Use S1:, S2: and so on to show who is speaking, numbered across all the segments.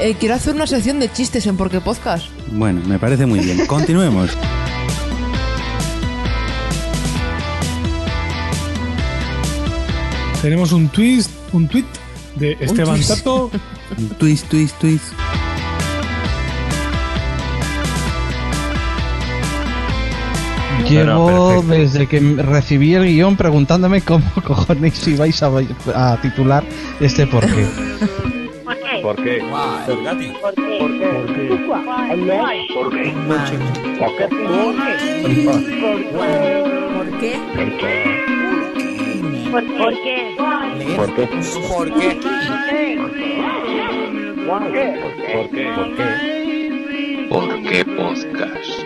S1: Eh, quiero hacer una sección de chistes en Porque Podcast.
S2: Bueno, me parece muy bien. Continuemos.
S3: Tenemos un twist, un tweet de Esteban
S1: twist.
S3: Tato.
S2: twist, twist, twist.
S4: Llevo
S5: Pero perfecto.
S4: desde que recibí el guión preguntándome cómo cojones ibais a, a titular este porqué.
S6: ¿Por qué?
S5: ¿Por qué?
S6: ¿Por qué? ¿Por qué?
S5: ¿Por qué? ¿Por qué?
S6: ¿Por qué? ¿Por qué?
S5: ¿Por qué? ¿Por qué? ¿Por qué? ¿Por qué?
S7: Porque podcast.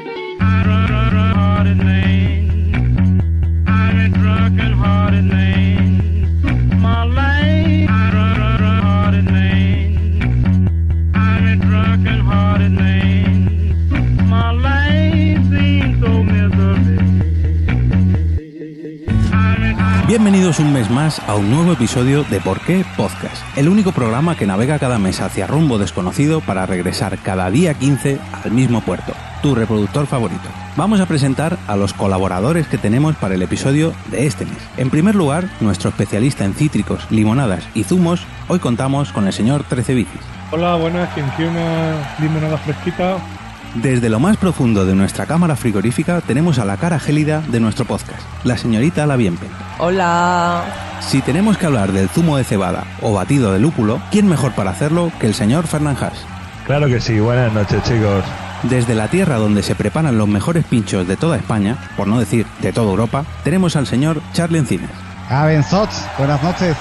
S2: Bienvenidos un mes más a un nuevo episodio de Por qué Podcast, el único programa que navega cada mes hacia rumbo desconocido para regresar cada día 15 al mismo puerto, tu reproductor favorito. Vamos a presentar a los colaboradores que tenemos para el episodio de este mes. En primer lugar, nuestro especialista en cítricos, limonadas y zumos, hoy contamos con el señor 13 Bicis.
S3: Hola, buenas, quien quiere una limonada fresquita.
S2: Desde lo más profundo de nuestra cámara frigorífica tenemos a la cara gélida de nuestro podcast, la señorita La Bienpe.
S1: Hola.
S2: Si tenemos que hablar del zumo de cebada o batido de lúpulo, ¿quién mejor para hacerlo que el señor Fernanjas?
S5: Claro que sí, buenas noches chicos.
S2: Desde la tierra donde se preparan los mejores pinchos de toda España, por no decir de toda Europa, tenemos al señor Charlie Encinas.
S4: Abenzots, buenas noches.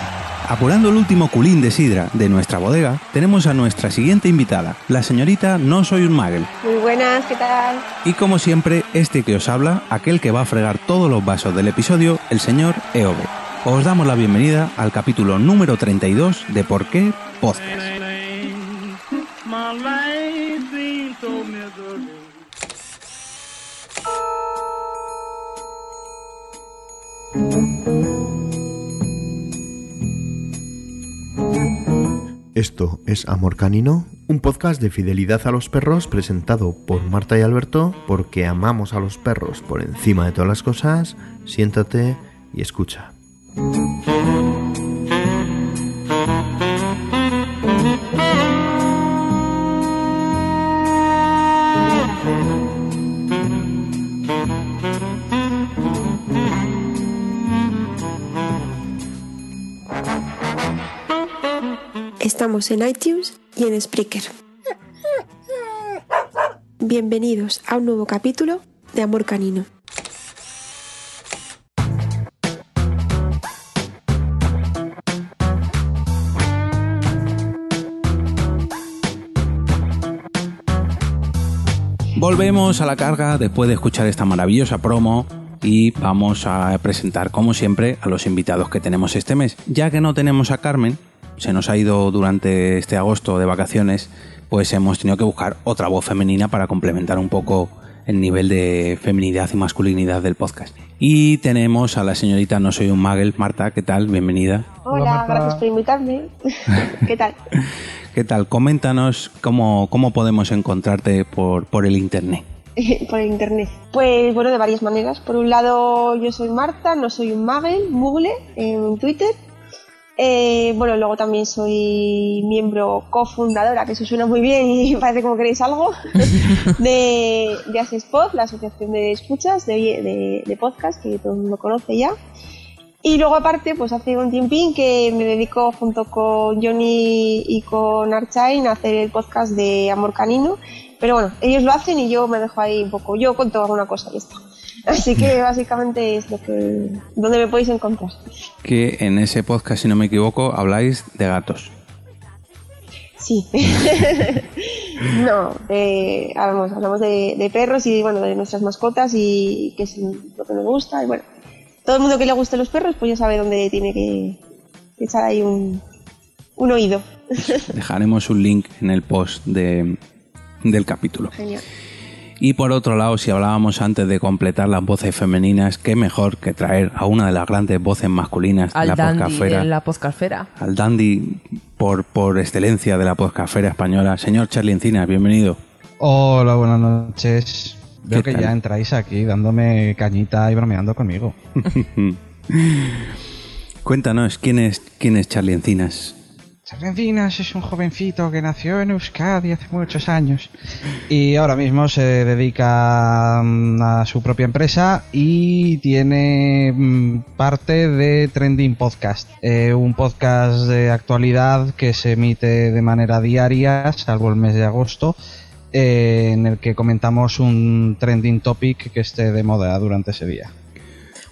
S2: Apurando el último culín de sidra de nuestra bodega, tenemos a nuestra siguiente invitada, la señorita No Soy un Magel.
S8: Muy buenas, ¿qué tal?
S2: Y como siempre, este que os habla, aquel que va a fregar todos los vasos del episodio, el señor Eove. Os damos la bienvenida al capítulo número 32 de Por qué Podcast.
S9: Esto es Amor Canino, un podcast de fidelidad a los perros presentado por Marta y Alberto porque amamos a los perros por encima de todas las cosas. Siéntate y escucha.
S8: Estamos en iTunes y en Spreaker. Bienvenidos a un nuevo capítulo de Amor Canino.
S2: Volvemos a la carga después de escuchar esta maravillosa promo y vamos a presentar como siempre a los invitados que tenemos este mes. Ya que no tenemos a Carmen, se nos ha ido durante este agosto de vacaciones, pues hemos tenido que buscar otra voz femenina para complementar un poco el nivel de feminidad y masculinidad del podcast. Y tenemos a la señorita No Soy un Magel, Marta, ¿qué tal? Bienvenida.
S3: Hola, Marta.
S8: gracias por invitarme. ¿Qué tal?
S2: ¿Qué tal? Coméntanos cómo, cómo podemos encontrarte por, por el Internet.
S8: por el internet. Pues bueno, de varias maneras. Por un lado, yo soy Marta, no soy un Magel, Google, en Twitter. Eh, bueno, luego también soy miembro cofundadora, que eso suena muy bien y parece como queréis algo, de, de Asespod, la asociación de escuchas de, de, de podcast, que todo el mundo conoce ya. Y luego aparte, pues hace un tiempín que me dedico junto con Johnny y con Archain a hacer el podcast de Amor Canino. Pero bueno, ellos lo hacen y yo me dejo ahí un poco. Yo cuento alguna cosa y está. Así que básicamente es lo que, donde me podéis encontrar.
S2: que en ese podcast, si no me equivoco, habláis de gatos.
S8: Sí. no, eh, hablamos, hablamos de, de perros y bueno, de nuestras mascotas y qué es lo que nos gusta. Y bueno, todo el mundo que le guste los perros, pues ya sabe dónde tiene que, que echar ahí un, un oído.
S2: Dejaremos un link en el post de- del capítulo.
S8: Genial.
S2: Y por otro lado, si hablábamos antes de completar las voces femeninas, qué mejor que traer a una de las grandes voces masculinas de
S1: Al
S2: la
S1: dandy
S2: podcastfera.
S1: en la poscafera.
S2: Al dandy por, por excelencia de la podcastfera española. Señor Charlie Encinas, bienvenido.
S4: Hola, buenas noches. Veo
S2: ¿Qué
S4: que
S2: tal?
S4: ya entráis aquí dándome cañita y bromeando conmigo.
S2: Cuéntanos, ¿quién es, quién es Charlie Encinas?
S4: Sarrencinas es un jovencito que nació en Euskadi hace muchos años y ahora mismo se dedica mm, a su propia empresa y tiene mm, parte de Trending Podcast, eh, un podcast de actualidad que se emite de manera diaria, salvo el mes de agosto, eh, en el que comentamos un trending topic que esté de moda durante ese día.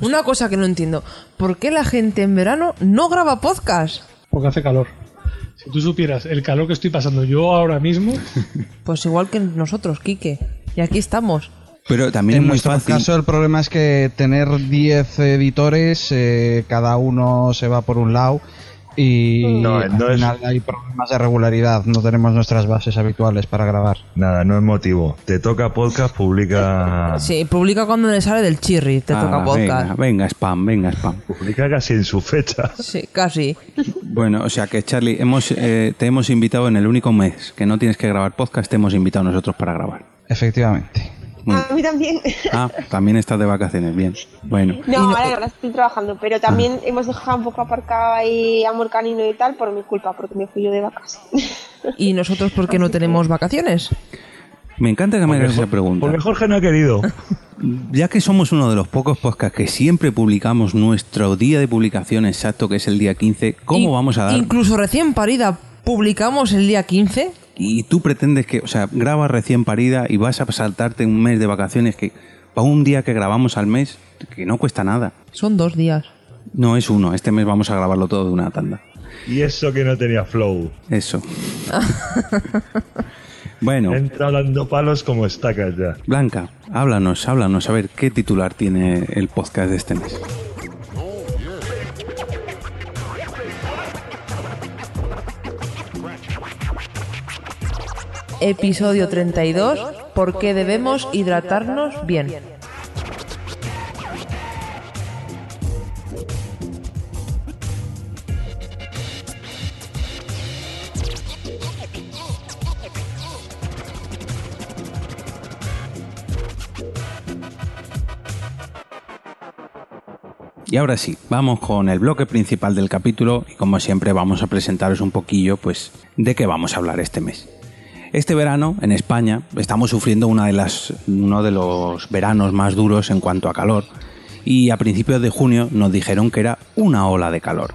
S1: Una cosa que no entiendo. ¿Por qué la gente en verano no graba podcast?
S3: porque hace calor. Si tú supieras el calor que estoy pasando yo ahora mismo,
S1: Pues igual que nosotros, Quique. Y aquí estamos.
S2: Pero también
S4: en
S2: es muy
S4: nuestro
S2: fácil.
S4: caso el problema es que tener 10 editores, eh, cada uno se va por un lado y
S5: No,
S4: al
S5: no es-
S4: final hay problemas de regularidad, no tenemos nuestras bases habituales para grabar.
S5: Nada, no es motivo. Te toca podcast, publica.
S1: Sí, publica cuando le sale del chirri, te
S2: Ah,
S1: toca podcast.
S2: Venga, venga, spam, venga, spam.
S5: Publica casi en su fecha.
S1: Sí, casi.
S2: Bueno, o sea que Charlie, hemos, eh, te hemos invitado en el único mes que no tienes que grabar podcast, te hemos invitado nosotros para grabar.
S4: Efectivamente.
S2: Muy
S8: A mí también.
S2: Ah, también estás de vacaciones, bien. Bueno,
S8: No, ahora, ahora estoy trabajando, pero también hemos dejado un poco aparcado ahí Amor Canino y tal por mi culpa, porque me fui yo de vacas.
S1: ¿Y nosotros por qué no tenemos vacaciones?
S2: me encanta que me hagas esa pregunta.
S5: Porque Jorge no ha querido.
S2: Ya que somos uno de los pocos podcasts que siempre publicamos nuestro día de publicación exacto, que es el día 15, ¿cómo
S1: In-
S2: vamos a dar?
S1: Incluso recién parida publicamos el día 15.
S2: Y tú pretendes que, o sea, grabas recién parida y vas a saltarte un mes de vacaciones que para un día que grabamos al mes, que no cuesta nada.
S1: Son dos días.
S2: No es uno, este mes vamos a grabarlo todo de una tanda.
S5: Y eso que no tenía flow.
S2: Eso. bueno,
S5: Entra dando palos como estacas ya.
S2: Blanca, háblanos, háblanos, a ver qué titular tiene el podcast de este mes.
S1: Episodio 32. ¿Por qué debemos hidratarnos bien?
S2: Y ahora sí, vamos con el bloque principal del capítulo y como siempre vamos a presentaros un poquillo pues de qué vamos a hablar este mes. Este verano en España estamos sufriendo una de las, uno de los veranos más duros en cuanto a calor y a principios de junio nos dijeron que era una ola de calor.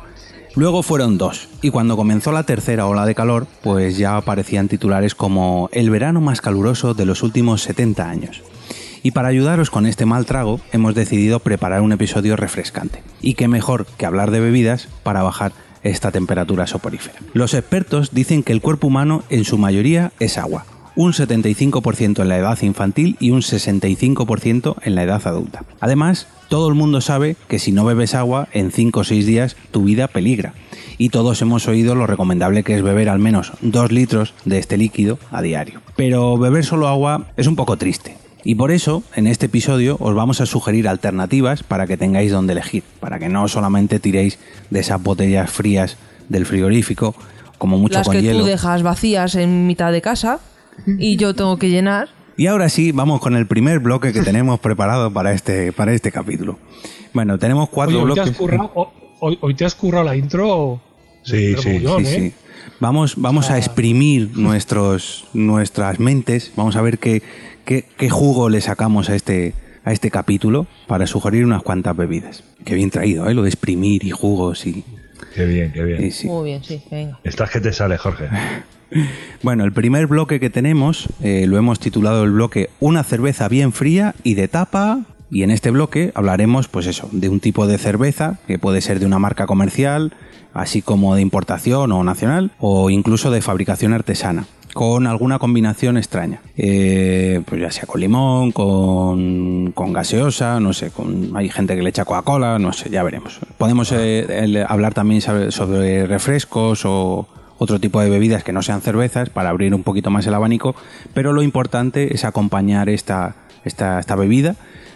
S2: Luego fueron dos y cuando comenzó la tercera ola de calor pues ya aparecían titulares como el verano más caluroso de los últimos 70 años. Y para ayudaros con este mal trago, hemos decidido preparar un episodio refrescante. Y qué mejor que hablar de bebidas para bajar esta temperatura soporífera. Los expertos dicen que el cuerpo humano en su mayoría es agua, un 75% en la edad infantil y un 65% en la edad adulta. Además, todo el mundo sabe que si no bebes agua, en 5 o 6 días tu vida peligra. Y todos hemos oído lo recomendable que es beber al menos 2 litros de este líquido a diario. Pero beber solo agua es un poco triste. Y por eso, en este episodio, os vamos a sugerir alternativas para que tengáis donde elegir, para que no solamente tiréis de esas botellas frías del frigorífico, como mucho
S1: Las
S2: con
S1: que
S2: hielo.
S1: tú dejas vacías en mitad de casa y yo tengo que llenar.
S2: Y ahora sí, vamos con el primer bloque que tenemos preparado para este, para este capítulo. Bueno, tenemos
S3: Oye,
S2: cuatro
S3: hoy, te has
S2: bloques.
S3: currado, ho- hoy, hoy te has currado la intro.
S5: Sí,
S3: pero
S5: sí,
S3: mogollón,
S2: Sí,
S3: ¿eh?
S2: sí. Vamos, vamos a exprimir nuestros, nuestras mentes, vamos a ver qué, qué, qué jugo le sacamos a este, a este capítulo para sugerir unas cuantas bebidas. Qué bien traído, ¿eh? Lo de exprimir y jugos y...
S5: Qué bien, qué bien.
S2: y sí.
S1: Muy bien, sí, venga.
S5: Estás que te sale, Jorge.
S2: Bueno, el primer bloque que tenemos eh, lo hemos titulado el bloque Una cerveza bien fría y de tapa. Y en este bloque hablaremos, pues eso, de un tipo de cerveza que puede ser de una marca comercial, así como de importación o nacional, o incluso de fabricación artesana, con alguna combinación extraña. Eh, pues ya sea con limón, con, con gaseosa, no sé, con, hay gente que le echa Coca-Cola, no sé, ya veremos. Podemos eh, el- hablar también sobre- sobre refrescos o, otro tipo de bebidas que no sean cervezas para abrir un poquito más el abanico, pero lo importante es acompañar esta, esta, esta bebida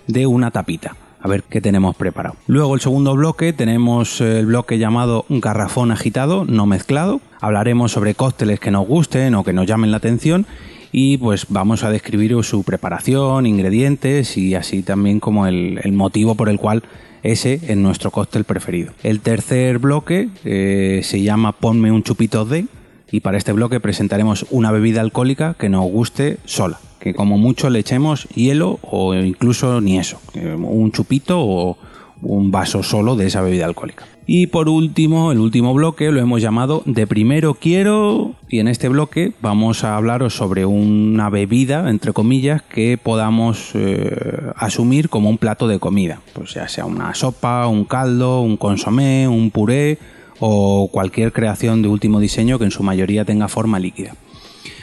S2: de una tapita. A ver qué tenemos preparado. Luego el segundo bloque tenemos eh, el bloque llamado un garrafón agitado, no mezclado. Hablaremos sobre cócteles que nos gusten o que nos llamen la atención y pues vamos a describir su preparación, ingredientes y así también como el, el motivo por el cual ese es nuestro cóctel preferido. El tercer bloque eh, se llama Ponme un chupito de y para este bloque presentaremos una bebida alcohólica que nos guste sola, que como mucho le echemos hielo o incluso ni eso, eh, un chupito o un vaso solo de esa bebida alcohólica. Y por último, el último bloque lo hemos llamado de primero quiero y en este bloque vamos a hablaros sobre una bebida, entre comillas, que podamos eh, asumir como un plato de comida. Pues ya sea una sopa, un caldo, un consomé, un puré o cualquier creación de último diseño que en su mayoría tenga forma líquida.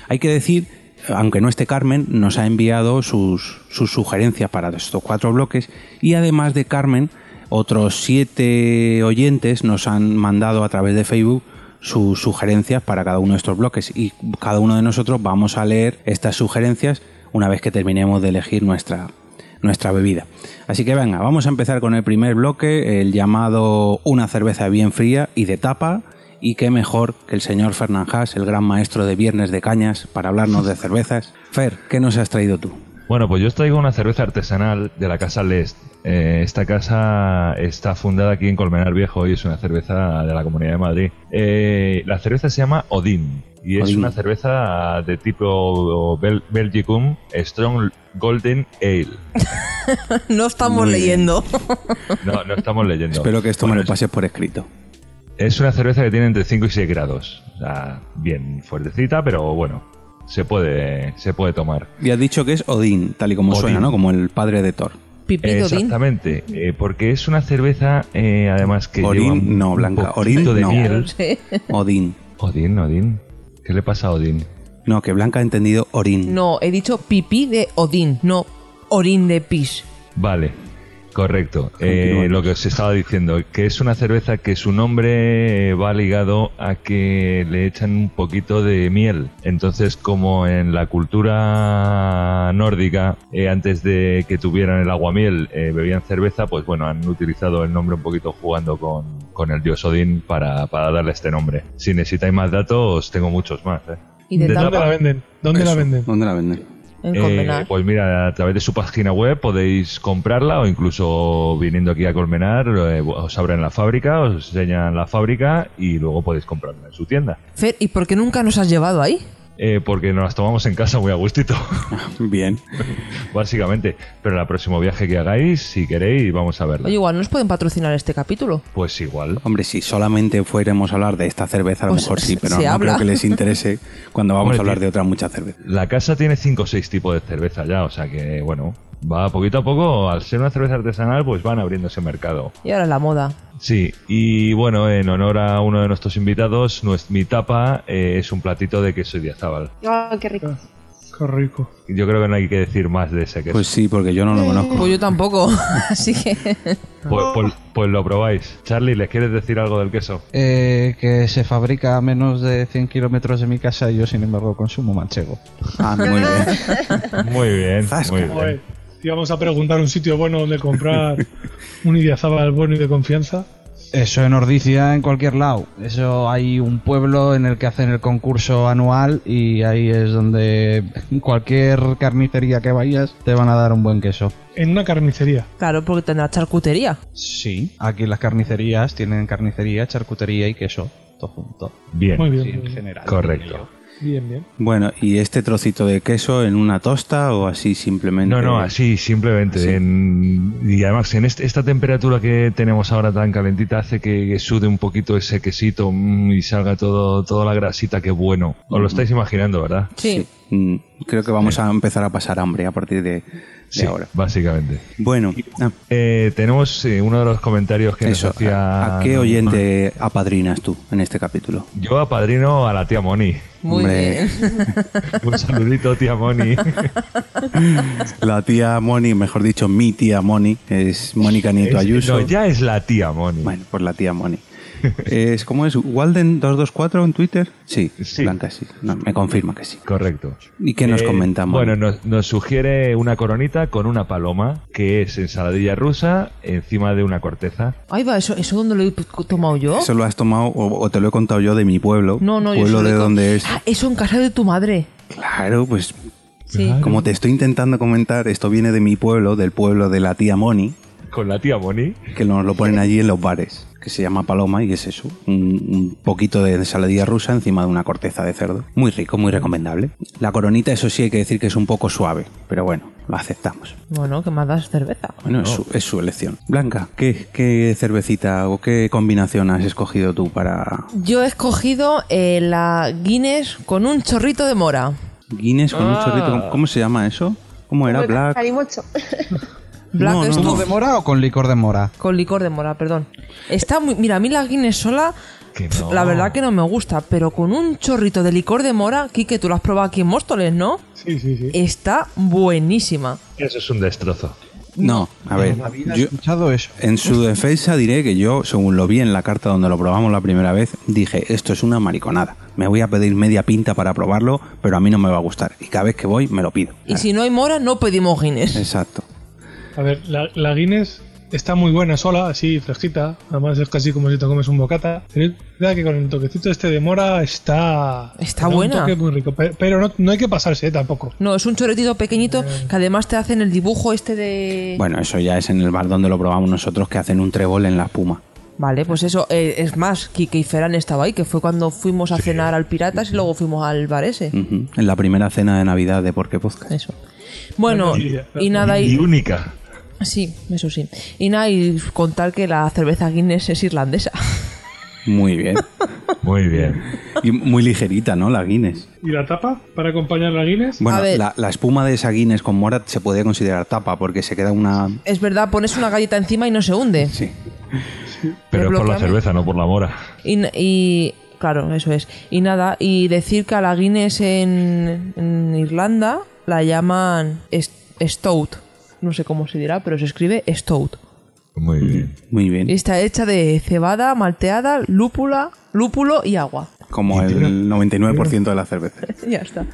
S2: Hay que decir, aunque no esté Carmen, nos ha enviado sus, sus sugerencias para estos cuatro bloques y además de Carmen, otros siete oyentes nos han mandado a través de Facebook sus sugerencias para cada uno de estos bloques y cada uno de nosotros vamos a leer estas sugerencias una vez que terminemos de elegir nuestra, nuestra bebida. Así que venga, vamos a empezar con el primer bloque, el llamado una cerveza bien fría y de tapa. Y qué mejor que el señor Fernanjas, el gran maestro de Viernes de Cañas, para hablarnos de cervezas. Fer, ¿qué nos has traído tú?
S10: Bueno, pues yo os traigo una cerveza artesanal de la casa Lest. Eh, esta casa está fundada aquí en Colmenar Viejo y es una cerveza de la Comunidad de Madrid. Eh, la cerveza se llama Odín y es
S2: Odín.
S10: una cerveza de tipo Bel- Belgicum Strong Golden Ale.
S1: no estamos
S2: Muy bien.
S1: leyendo.
S10: No, no estamos leyendo.
S2: Espero que esto
S10: Bueno,
S2: me lo pases por escrito.
S10: Es una cerveza que tiene entre 5 y 6 grados. O sea, bien fuertecita, pero bueno, se puede, se puede tomar.
S2: Y has dicho que es Odín, tal y como
S10: Odín.
S2: suena, ¿no? Como el padre de Thor.
S1: Pipido din.
S10: Exactamente, eh, porque es una cerveza eh, además que
S2: Orín,
S10: lleva un-
S2: no, Blanca,
S10: un poquito
S2: orín,
S10: de
S2: no.
S10: miel.
S2: Odín.
S10: Odín, Odín. ¿Qué le pasa a Odín?
S2: No, que Blanca ha entendido Orín.
S1: No, he dicho pipí de Odín, no Orín de Pis.
S10: Vale, correcto.
S2: Continuamos.
S10: Eh, lo que os estaba diciendo, que es una cerveza que su nombre eh, va ligado a que le echan un poquito de miel. Entonces, como en la cultura nórdica, eh, antes de que tuvieran el aguamiel, eh, bebían cerveza, pues bueno, han utilizado el nombre un poquito jugando con, con el dios Odín para, para darle este nombre. Si necesitáis más datos, tengo muchos más. ¿eh?
S1: Y de
S10: De
S1: tapa
S3: ¿Dónde la venden? ¿Dónde la
S2: Eso.
S3: venden?
S2: ¿Dónde la venden?
S1: en
S10: Eh,
S1: Colmenar.
S10: pues mira, a través de su página web podéis comprarla o incluso viniendo aquí a Colmenar eh, os abren la fábrica, os enseñan la fábrica y luego podéis comprarla en su tienda.
S1: Fer, ¿y por qué nunca nos has llevado ahí?
S10: Eh, porque nos las tomamos en casa muy a gustito,
S2: Bien.
S10: básicamente. Pero en el próximo viaje que hagáis, si queréis, vamos a verla.
S1: Oye, igual nos pueden patrocinar este capítulo.
S10: Pues igual.
S2: Hombre, si solamente fuéramos a hablar de esta cerveza, a lo
S1: Pues
S2: mejor sí,
S1: se-
S2: pero
S1: se
S2: no
S1: habla.
S2: creo que les interese cuando vamos
S10: Hombre,
S2: a hablar
S10: tío.
S2: de otras muchas cervezas.
S10: La casa tiene 5 o 6 tipos de cerveza ya, o sea que, bueno, va poquito a poco, al ser una cerveza artesanal, pues van abriéndose mercado.
S1: Y ahora la moda.
S10: Sí, y bueno, en honor a uno de nuestros invitados, nues- mi tapa eh, es un platito de queso Idiazábal.
S8: Ah, qué rico.
S3: Qué rico.
S10: Yo creo que no hay que decir más de ese queso.
S2: Pues
S10: Pues,
S2: sí, porque yo no lo conozco.
S1: Pues yo tampoco, así que...
S10: pues- pues lo probáis. Charlie, ¿les quieres decir algo del queso?
S4: Eh, que se fabrica a menos de 100 kilómetros de mi casa y yo, sin embargo, consumo manchego.
S2: Ah, muy bien.
S10: Muy bien,
S2: Zasca.
S10: muy bien.
S3: Pues, Joder, íbamos a preguntar un sitio bueno donde comprar un idiazábal bueno y de confianza.
S4: Eso en Ordicia, en cualquier lado. Eso hay un pueblo en el que hacen el concurso anual y ahí es donde cualquier carnicería que vayas te van a dar un buen queso.
S3: En una carnicería.
S2: pues.
S1: Claro, porque tendrá charcutería.
S4: Sí, aquí las carnicerías tienen carnicería, charcutería y queso, todo junto.
S10: Bien,
S3: Muy bien.
S4: Sí, en
S3: muy bien.
S4: general.
S10: correcto.
S3: Bien, bien.
S2: Bueno, ¿y este trocito de queso en una tosta o así simplemente?
S10: No, no, así simplemente.
S2: Eh, Así.
S10: en- y además, en este- esta temperatura que tenemos ahora tan calentita hace que sude un poquito ese quesito mm, y salga todo, toda la grasita, qué bueno. Os lo estáis imaginando, ¿verdad?
S1: Sí.
S2: Mm, Creo que vamos a empezar a pasar hambre a partir de, de ahora.
S10: básicamente.
S2: Bueno, ah,
S10: Eh, tenemos eh, uno de los comentarios que
S2: eso.
S10: nos hacía.
S2: ¿A, a qué oyente apadrinas tú en este capítulo?
S10: Yo apadrino a la tía Moni.
S1: Muy
S2: Hombre.
S1: bien.
S10: Un saludito, tía Moni.
S2: La tía Moni, mejor dicho, mi tía Moni, es Mónica Nieto
S10: Es-
S2: Ayuso.
S10: no, ya es la tía Moni.
S2: Bueno, pues la tía Moni. Es, ¿Cómo es? ¿Walden224 en Twitter? Sí,
S10: Sí.
S2: Blanca sí. No, me confirma que sí.
S10: Correcto.
S2: ¿Y qué nos
S10: Eh,
S2: comentamos?
S10: Bueno, nos, nos sugiere una coronita con una paloma, que es ensaladilla rusa encima de una corteza.
S1: Ahí va, ¿eso, eso dónde lo he tomado yo?
S2: Eso lo has tomado o, o te lo he contado yo de mi pueblo.
S1: No, no, yo
S2: Pueblo
S1: solo
S2: de
S1: he com-
S2: donde es.
S1: Ah, eso en casa de tu madre.
S2: Claro, pues
S1: Sí.
S2: como te estoy intentando comentar, esto viene de mi pueblo, del pueblo de la tía Moni,
S10: Con la tía Bonnie.
S2: que nos lo ponen allí en los bares, que se llama paloma y es eso, un, un poquito de ensaladilla rusa encima de una corteza de cerdo. Muy rico, muy recomendable. La coronita, eso sí, hay que decir que es un poco suave, pero bueno, lo aceptamos.
S1: Bueno, que más das cerveza.
S2: Bueno, es, su, es su elección. Blanca, ¿qué, qué cervecita o qué combinación has escogido tú para
S1: Yo he escogido eh, la Guinness con un chorrito de mora.
S2: Guinness con un
S1: Ah.
S2: chorrito? ¿Cómo- ¿Cómo se llama eso? ¿Cómo
S1: Pues
S2: era? Black.
S8: Carimocho.
S1: Black No, no, esto.
S4: ¿Zumo de mora o con licor de mora?
S1: Con licor de mora, perdón. Está muy. Mira, a mí la Guinness sola. pf, La verdad que no me gusta, pero con un chorrito de licor de mora, Kike, tú lo has probado aquí en Móstoles, ¿no?
S3: Sí, sí, sí.
S1: Está buenísima.
S10: Eso es un destrozo.
S2: No, a ver.
S4: la vida he
S2: yo-
S4: escuchado eso.
S2: en su defensa diré que yo, según lo vi en la carta donde lo probamos la primera vez, dije, esto es una mariconada. Me voy a pedir media pinta para probarlo, pero a mí no me va a gustar. Y cada vez que voy, me lo pido.
S1: Y si no hay mora, no pedimos Guinness.
S2: Exacto.
S3: A ver, la, la Guinness está muy buena sola, así, fresquita. Además es casi como si te comes un bocata. Pero es verdad que con el toquecito este de mora está...
S1: Está
S3: da
S1: buena.
S3: Un toque muy rico. Pe- Pero no, no hay que pasarse eh, tampoco.
S1: No, es un choretito pequeñito que además te hacen el dibujo este de.
S2: Bueno, eso ya es en el bar donde lo probamos nosotros, que hacen un trébol en la espuma.
S1: Vale, pues eso. eh, es más, Kike y Ferán estaba ahí, que fue cuando fuimos a cenar al Piratas y luego fuimos al bar ese.
S2: Ujú. En la primera cena de Navidad de Por qué Podcast.
S1: Eso. Bueno, y nada,
S10: Y
S1: y,
S10: única.
S1: sí, eso sí. Y nada, y contar que la cerveza Guinness es irlandesa.
S2: Muy bien.
S10: Muy bien.
S2: Y muy ligerita, ¿no? La Guinness.
S3: ¿Y la tapa para acompañar la Guinness?
S2: Bueno, la, la espuma de esa Guinness con mora se podría considerar tapa porque se queda una...
S1: Es verdad, pones una galleta encima y no se hunde.
S2: Sí.
S10: Pero es por la
S1: Desbloqueame.
S10: cerveza, no por la mora.
S1: Y, y- claro, eso es. Y nada, y decir que a la Guinness en, en Irlanda la llaman est- Stout. No sé cómo se dirá, pero se escribe Stout.
S10: Muy bien.
S2: Muy bien.
S1: Y está hecha de cebada, malteada, lúpula, lúpulo y agua.
S2: Como el 99% de la cerveza.
S1: ya está.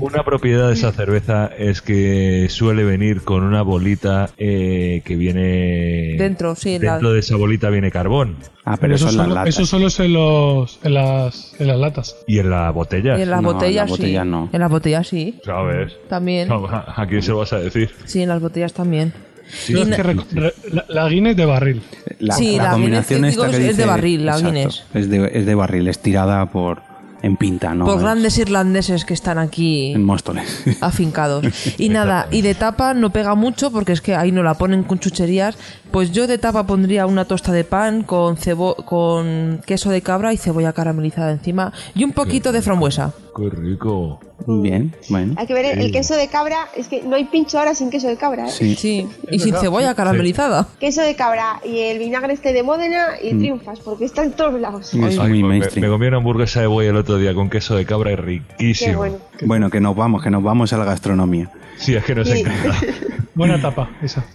S10: Una propiedad de esa cerveza es que suele venir con una bolita eh, que viene...
S1: Dentro, sí, la-
S10: Eh, Dentro de esa bolita viene carbón.
S2: Ah,
S3: Pero eso, solo, eso solo es en, los, en, las, en las latas.
S10: Y en la botella.
S1: en las botellas sí. En las botellas sí.
S10: ¿Sabes?
S1: También.
S10: ¿A quién se lo vas a decir?
S1: Sí, en las botellas también.
S3: Yo
S1: Y
S3: es
S1: na-
S3: que reco- re- la, la Guinness de barril.
S2: La,
S1: Sí,
S2: la
S1: la
S2: combinación
S1: Guinness, yo digo
S2: esta que
S1: que es de
S2: dice-
S1: barril, la
S2: Exacto.
S1: Guinness.
S2: Es de, es de barril, es tirada por, en pinta, ¿no?
S1: por
S2: Es-
S1: grandes irlandeses que están aquí
S2: En Móstoles.
S1: afincados. Y nada, y de tapa no pega mucho porque es que ahí no la ponen con chucherías. Pues yo de tapa pondría una tosta de pan con, cebo con queso de cabra y cebolla caramelizada encima y un poquito de frambuesa.
S10: Qué rico.
S2: Bien, bueno. Eh,
S8: Hay que ver el
S2: Sí.
S8: queso de cabra. Es que no hay pincho ahora sin queso de cabra. ¿eh?
S2: Sí.
S1: Y sin cebolla caramelizada.
S8: Queso de cabra y el vinagre este de Módena y
S2: Mm.
S8: triunfas porque está en todos lados.
S2: Es
S10: Ay,
S2: muy
S10: me-
S2: mainstream.
S10: Me, comí una hamburguesa de buey el otro día con queso de cabra y riquísimo.
S8: Qué bueno.
S2: Bueno, que nos vamos, que nos vamos a la gastronomía.
S10: Sí, es que nos
S8: Sí.
S10: encanta.
S3: Buena tapa, esa.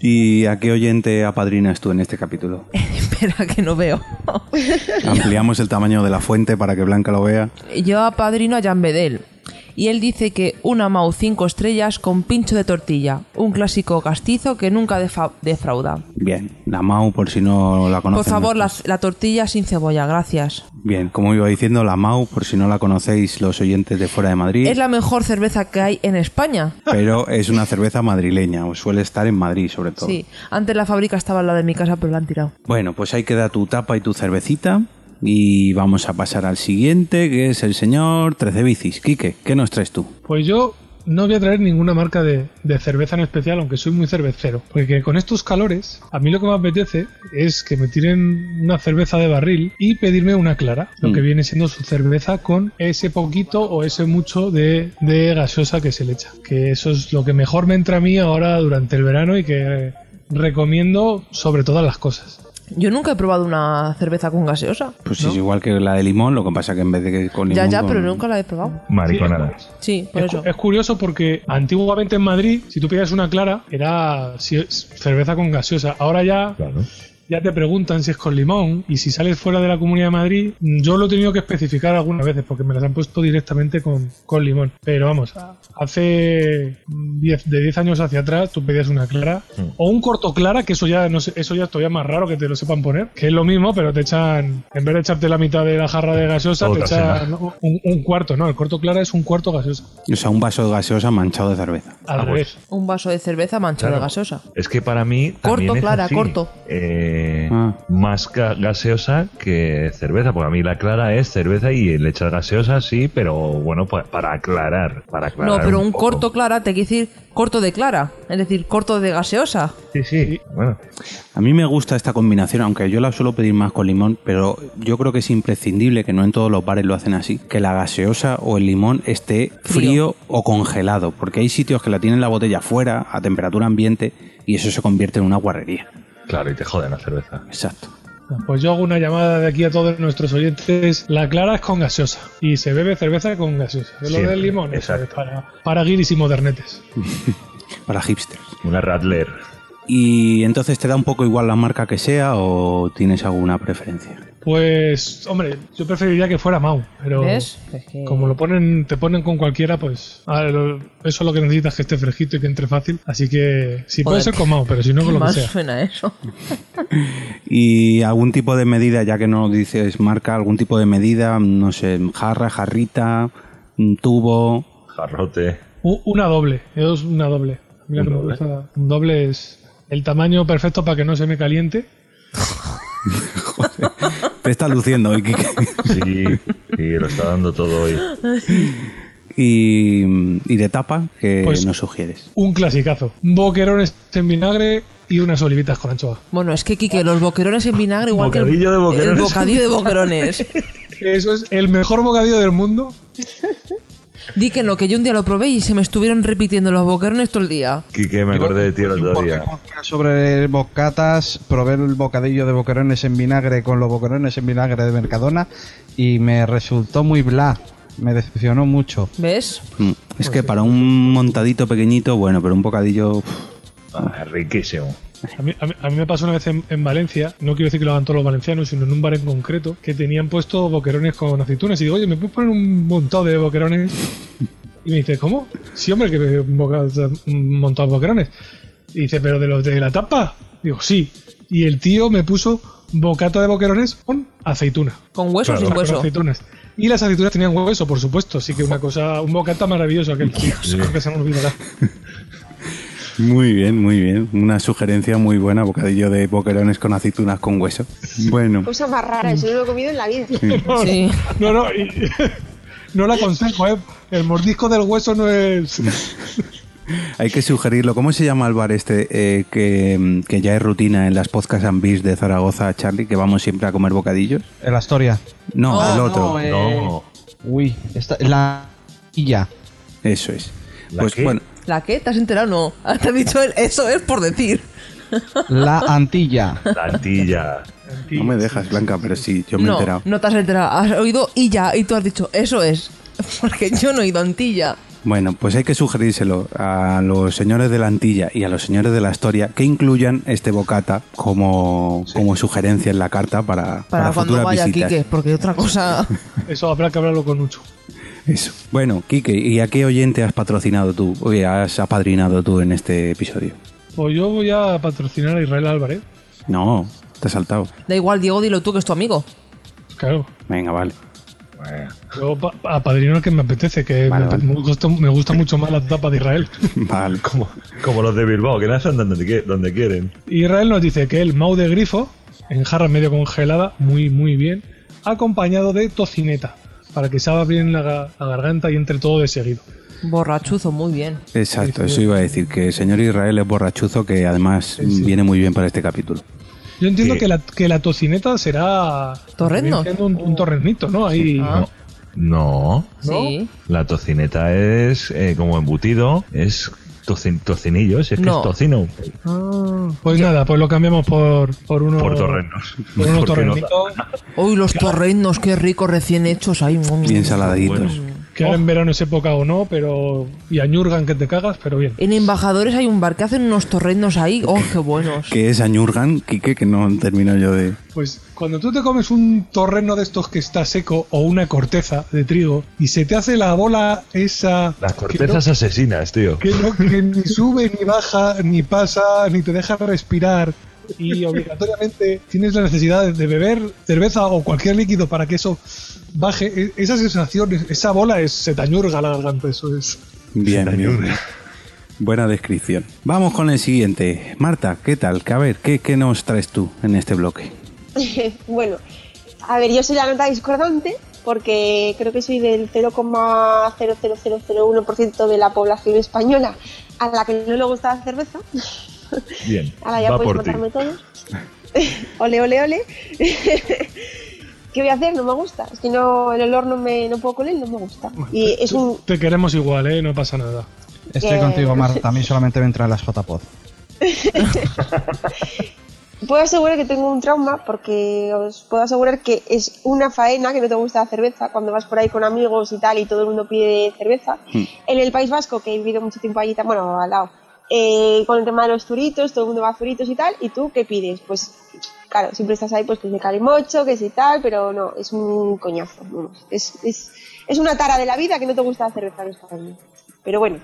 S2: ¿Y a qué oyente apadrinas tú en este capítulo?
S1: Espera, que no veo.
S2: Ampliamos el tamaño de la fuente para que Blanca lo vea.
S1: Yo apadrino a Jan Bedel. Y él dice que una Mau 5 estrellas con pincho de tortilla. Un clásico castizo que nunca defa- defrauda.
S2: Bien, la Mau, por si no la
S1: Por
S2: conocéis.
S1: favor, la, la tortilla sin cebolla, gracias.
S2: Bien, como iba diciendo, la Mau, por si no la conocéis los oyentes de fuera de Madrid,
S1: Es la mejor cerveza que hay en España.
S2: pero es una cerveza madrileña, o suele estar en Madrid sobre todo.
S1: Sí, antes la fábrica estaba al lado de mi casa, pero la han tirado.
S2: Bueno, pues ahí queda tu tapa y tu cervecita. Y vamos a pasar al siguiente, que es el señor Trecebicis. Quique, ¿qué nos traes tú?
S3: Pues yo no voy a traer ninguna marca de, de cerveza en especial, aunque soy muy cervecero. Porque con estos calores, a mí lo que me apetece es que me tiren una cerveza de barril y pedirme una clara, lo
S2: Mm.
S3: que viene siendo su cerveza con ese poquito o ese mucho de, de gaseosa que se le echa. Que eso es lo que mejor me entra a mí ahora durante el verano y que recomiendo sobre todas las cosas.
S1: Yo nunca he probado una cerveza con gaseosa.
S2: Pues es igual que la de limón, lo que pasa que en vez de que con
S1: ya,
S2: limón...
S1: ya,
S2: con-
S1: pero nunca la he probado.
S10: Mariconadas.
S1: Sí, pues, por
S3: es,
S1: eso.
S3: cu- es curioso porque antiguamente en Madrid, si tú pedías una clara, era si- cerveza con gaseosa. Ahora ya
S10: Claro.
S3: Eh, ya te preguntan si es con limón y si sales fuera de la Comunidad de Madrid, yo lo he tenido que especificar algunas veces porque me las han puesto directamente con, con limón. Pero vamos, hace 10 de 10 años hacia atrás tú pedías una clara o un corto clara, que eso ya no sé, eso ya es todavía más raro que te lo sepan poner, que es lo mismo, pero te echan, en vez de echarte la mitad de la jarra de gaseosa,
S2: Otra
S3: te echan un, un cuarto, ¿no? El corto clara es un cuarto gaseosa.
S2: O sea, un vaso de gaseosa manchado de cerveza.
S3: Al revés.
S1: Un vaso de cerveza manchado
S10: Claro.
S1: de gaseosa.
S10: Ah, Es que para mí. también
S1: Corto,
S10: es
S1: Clara,
S10: así.
S1: corto.
S10: Eh,
S2: Ah.
S10: Más ga- gaseosa que cerveza. Porque a mí la clara es cerveza y le echas gaseosa, sí, pero bueno, pa- para aclarar. Para aclarar
S1: No, pero un
S10: poco.
S1: corto clara te quiere decir corto de clara, es decir, corto de gaseosa.
S10: Sí, sí. Bueno.
S2: A mí me gusta esta combinación, aunque yo la suelo pedir más con limón, pero yo creo que es imprescindible que no en todos los bares lo hacen así, que la gaseosa o el limón esté frío, o congelado, porque hay sitios que la tienen la botella fuera a temperatura ambiente y eso se convierte en una guarrería.
S10: Claro, y te joden la cerveza.
S2: Exacto.
S3: Pues yo hago una llamada de aquí a todos nuestros oyentes. La clara es con gaseosa y se bebe cerveza con gaseosa. Es Lo
S10: Siempre,
S3: del limón eso es para, para guiris y modernetes.
S2: Para hipsters.
S10: Una Radler.
S2: ¿Y entonces te da un poco igual la marca que sea o tienes alguna preferencia?
S3: Pues, hombre, yo preferiría que fuera Mau, pero
S1: ¿Ves? Es que-
S3: como lo ponen, te ponen con cualquiera, pues a ver, lo- eso es lo que necesitas que esté fresquito y que entre fácil. Así que si puede
S1: Joder.
S3: ser con Mau, pero si no con
S1: Qué
S3: lo que
S1: mal
S3: sea.
S1: suena eso.
S2: ¿Y algún tipo de medida, ya que no dices marca, algún tipo de medida, no sé, jarra, jarrita, un tubo?
S10: Jarrote.
S3: U- Una doble, es una doble. Mira
S2: ¿Un
S3: que me
S2: doble?
S3: gusta. Un doble es el tamaño perfecto para que no se me caliente.
S2: Te está luciendo hoy, Kike.
S10: Sí, sí, lo está dando todo hoy.
S2: Y, y de tapa, que
S3: Pues-
S2: nos sugieres?
S3: Un clasicazo. Boquerones en vinagre y unas olivitas con anchoa.
S1: Bueno, es que Quique, los boquerones en vinagre igual
S3: Bocadillo
S1: que
S3: de
S1: el,
S3: boquerones.
S1: el bocadillo de boquerones.
S3: Eso es el mejor bocadillo del mundo.
S1: Di que no, que yo un día lo probé y se me estuvieron repitiendo los boquerones todo el día.
S10: Quique, me acordé de ti el otro día.
S4: Sobre bocatas, probé el bocadillo de boquerones en vinagre con los boquerones en vinagre de Mercadona y me resultó muy bla. Me decepcionó mucho.
S1: ¿Ves?
S2: Mm, Es que para un montadito pequeñito, bueno, pero un bocadillo... uf,
S10: Ah, riquísimo.
S3: A mí, a mí- a mí me pasó una vez en, en Valencia, no quiero decir que lo hagan todos los valencianos, sino en un bar en concreto, que tenían puesto boquerones con aceitunas. Y digo, oye, ¿me puedes poner un montón de boquerones? Y me dice, ¿cómo? Sí, hombre, que me un boca- un montón de boquerones. Y dice, ¿pero de los de la tapa? Digo, sí. Y el tío me puso bocata de boquerones con aceituna.
S1: ¿Con hueso o sin
S3: Con
S1: hueso?
S3: aceitunas. Y las aceitunas tenían hueso, por supuesto. Así que una cosa, un bocata maravilloso aquel. Creo que se me olvidará.
S2: Muy bien, muy bien. Una sugerencia muy buena, bocadillo de boquerones con aceitunas con hueso. Bueno,
S8: Cosa más rara, eso no lo he comido en la vida.
S3: No, no, no, y- no lo aconsejo, ¿eh? El mordisco del hueso no es.
S2: hay que sugerirlo. ¿Cómo se llama el bar este eh, que, que ya es rutina en las podcast and beers de Zaragoza, Charlie, que vamos siempre a comer bocadillos?
S4: El Astoria.
S2: No, el otro.
S4: eh, Uy, esta, la ya.
S2: Eso es. Pues bueno,
S1: ¿La qué? ¿Te has enterado? No. Ah, Te ha dicho él, eso es por decir.
S4: La Antilla.
S10: La Antilla.
S2: No me dejas, Blanca, pero sí, yo me he
S1: no,
S2: enterado.
S1: no te has enterado. Has oído y ya, y tú has dicho, eso es. Porque yo no he ido a Antilla.
S2: Bueno, pues hay que sugerírselo a los señores de la Antilla y a los señores de la Historia que incluyan este bocata como, como sugerencia en la carta para, para,
S1: Para, cuando
S2: futuras
S1: vaya
S2: visitas.
S1: Quique, porque otra cosa.
S3: Eso habrá que hablarlo con Ucho.
S2: Eso. Bueno, Quique, ¿y a qué oyente has patrocinado tú? Oye, has apadrinado tú en este episodio.
S3: Pues yo voy a patrocinar a Israel Álvarez.
S2: No, te has saltado.
S1: Da igual, Diego, dilo tú que es tu amigo.
S3: Claro.
S2: Venga, vale.
S3: Yo pa- a padrino el que me apetece, que
S2: Vale,
S3: me,
S2: vale.
S3: me gusta, me gusta mucho más la tapa de Israel.
S2: Vale.
S10: Como, como los de Bilbao, que lanzan donde, qui- donde quieren.
S3: Israel nos dice que el mau de grifo, en jarra medio congelada, muy, muy bien, acompañado de tocineta, para que se abra bien la, ga- la garganta y entre todo de seguido.
S1: Borrachuzo, muy bien.
S2: Exacto, eso iba a decir, que el señor Israel es borrachuzo, que además viene muy bien para este capítulo.
S3: Yo entiendo
S2: Sí.
S3: que la, que la tocineta será.
S1: Torrendo.
S3: viene siendo Un, un torrentito, ¿no? Ahí.
S10: Ah, No.
S1: Sí.
S10: La tocineta es eh, como embutido, es tocin- tocinillo, si es que
S3: No.
S10: es tocino.
S3: Pues nada, pues lo cambiamos por, por unos.
S10: Por torrenos.
S3: Por unos
S10: Porque no-
S3: torrentitos.
S1: Uy, los torrenos, qué ricos recién hechos ahí. mm.
S2: Bien saladitos.
S3: Que Que
S1: Oh.
S3: ahora en verano es época o no, pero. Y añurgan que te cagas, pero bien.
S1: En Embajadores hay un bar que hacen unos torrendos ahí. ¡Oh, qué buenos!
S2: Que es Añurgan, Quique, que no termino yo de.
S3: Pues cuando tú te comes un torreno de estos que está seco o una corteza de trigo y se te hace la bola esa.
S10: Las cortezas
S3: que no-
S10: asesinas, tío.
S3: que, no- que ni sube, ni baja, ni pasa, ni te deja respirar. Y obligatoriamente tienes la necesidad de- de beber cerveza o cualquier líquido para que eso baje. E- Esa sensación, esa bola es, se te añurga la garganta, eso es.
S2: Bien, bien. Buena descripción. Vamos con el siguiente. Marta, ¿qué tal? Que a ver, ¿qué, ¿qué nos traes tú en este bloque?
S8: bueno, a ver, yo soy la nota discordante porque creo que soy del 0,00001% de la población española a la que no le gusta la cerveza.
S10: Bien.
S8: Ahora ya
S10: va
S8: podéis
S10: por ti.
S8: matarme todos. ole, ole, ole. ¿Qué voy a hacer? No me gusta. Es que no, el olor no me no puedo con él, no me gusta. Y es un
S3: Te queremos igual, ¿eh? No pasa nada.
S4: Estoy
S8: Eh.
S4: contigo, Marta. A mí solamente me entran las JPod.
S8: Puedo asegurar que tengo un trauma porque os puedo asegurar que es una faena que no te gusta la cerveza cuando vas por ahí con amigos y tal y todo el mundo pide cerveza. En el País Vasco, que he vivido mucho tiempo allí, ta- bueno, al lado, eh, con el tema de los turitos, todo el mundo va a turitos y tal, ¿y tú qué pides? Pues claro, siempre estás ahí pues que es de calimocho, que es y tal, pero no, es un coñazo. vamos. Es, es, es una tara de la vida que no te gusta la cerveza en España. Pero bueno,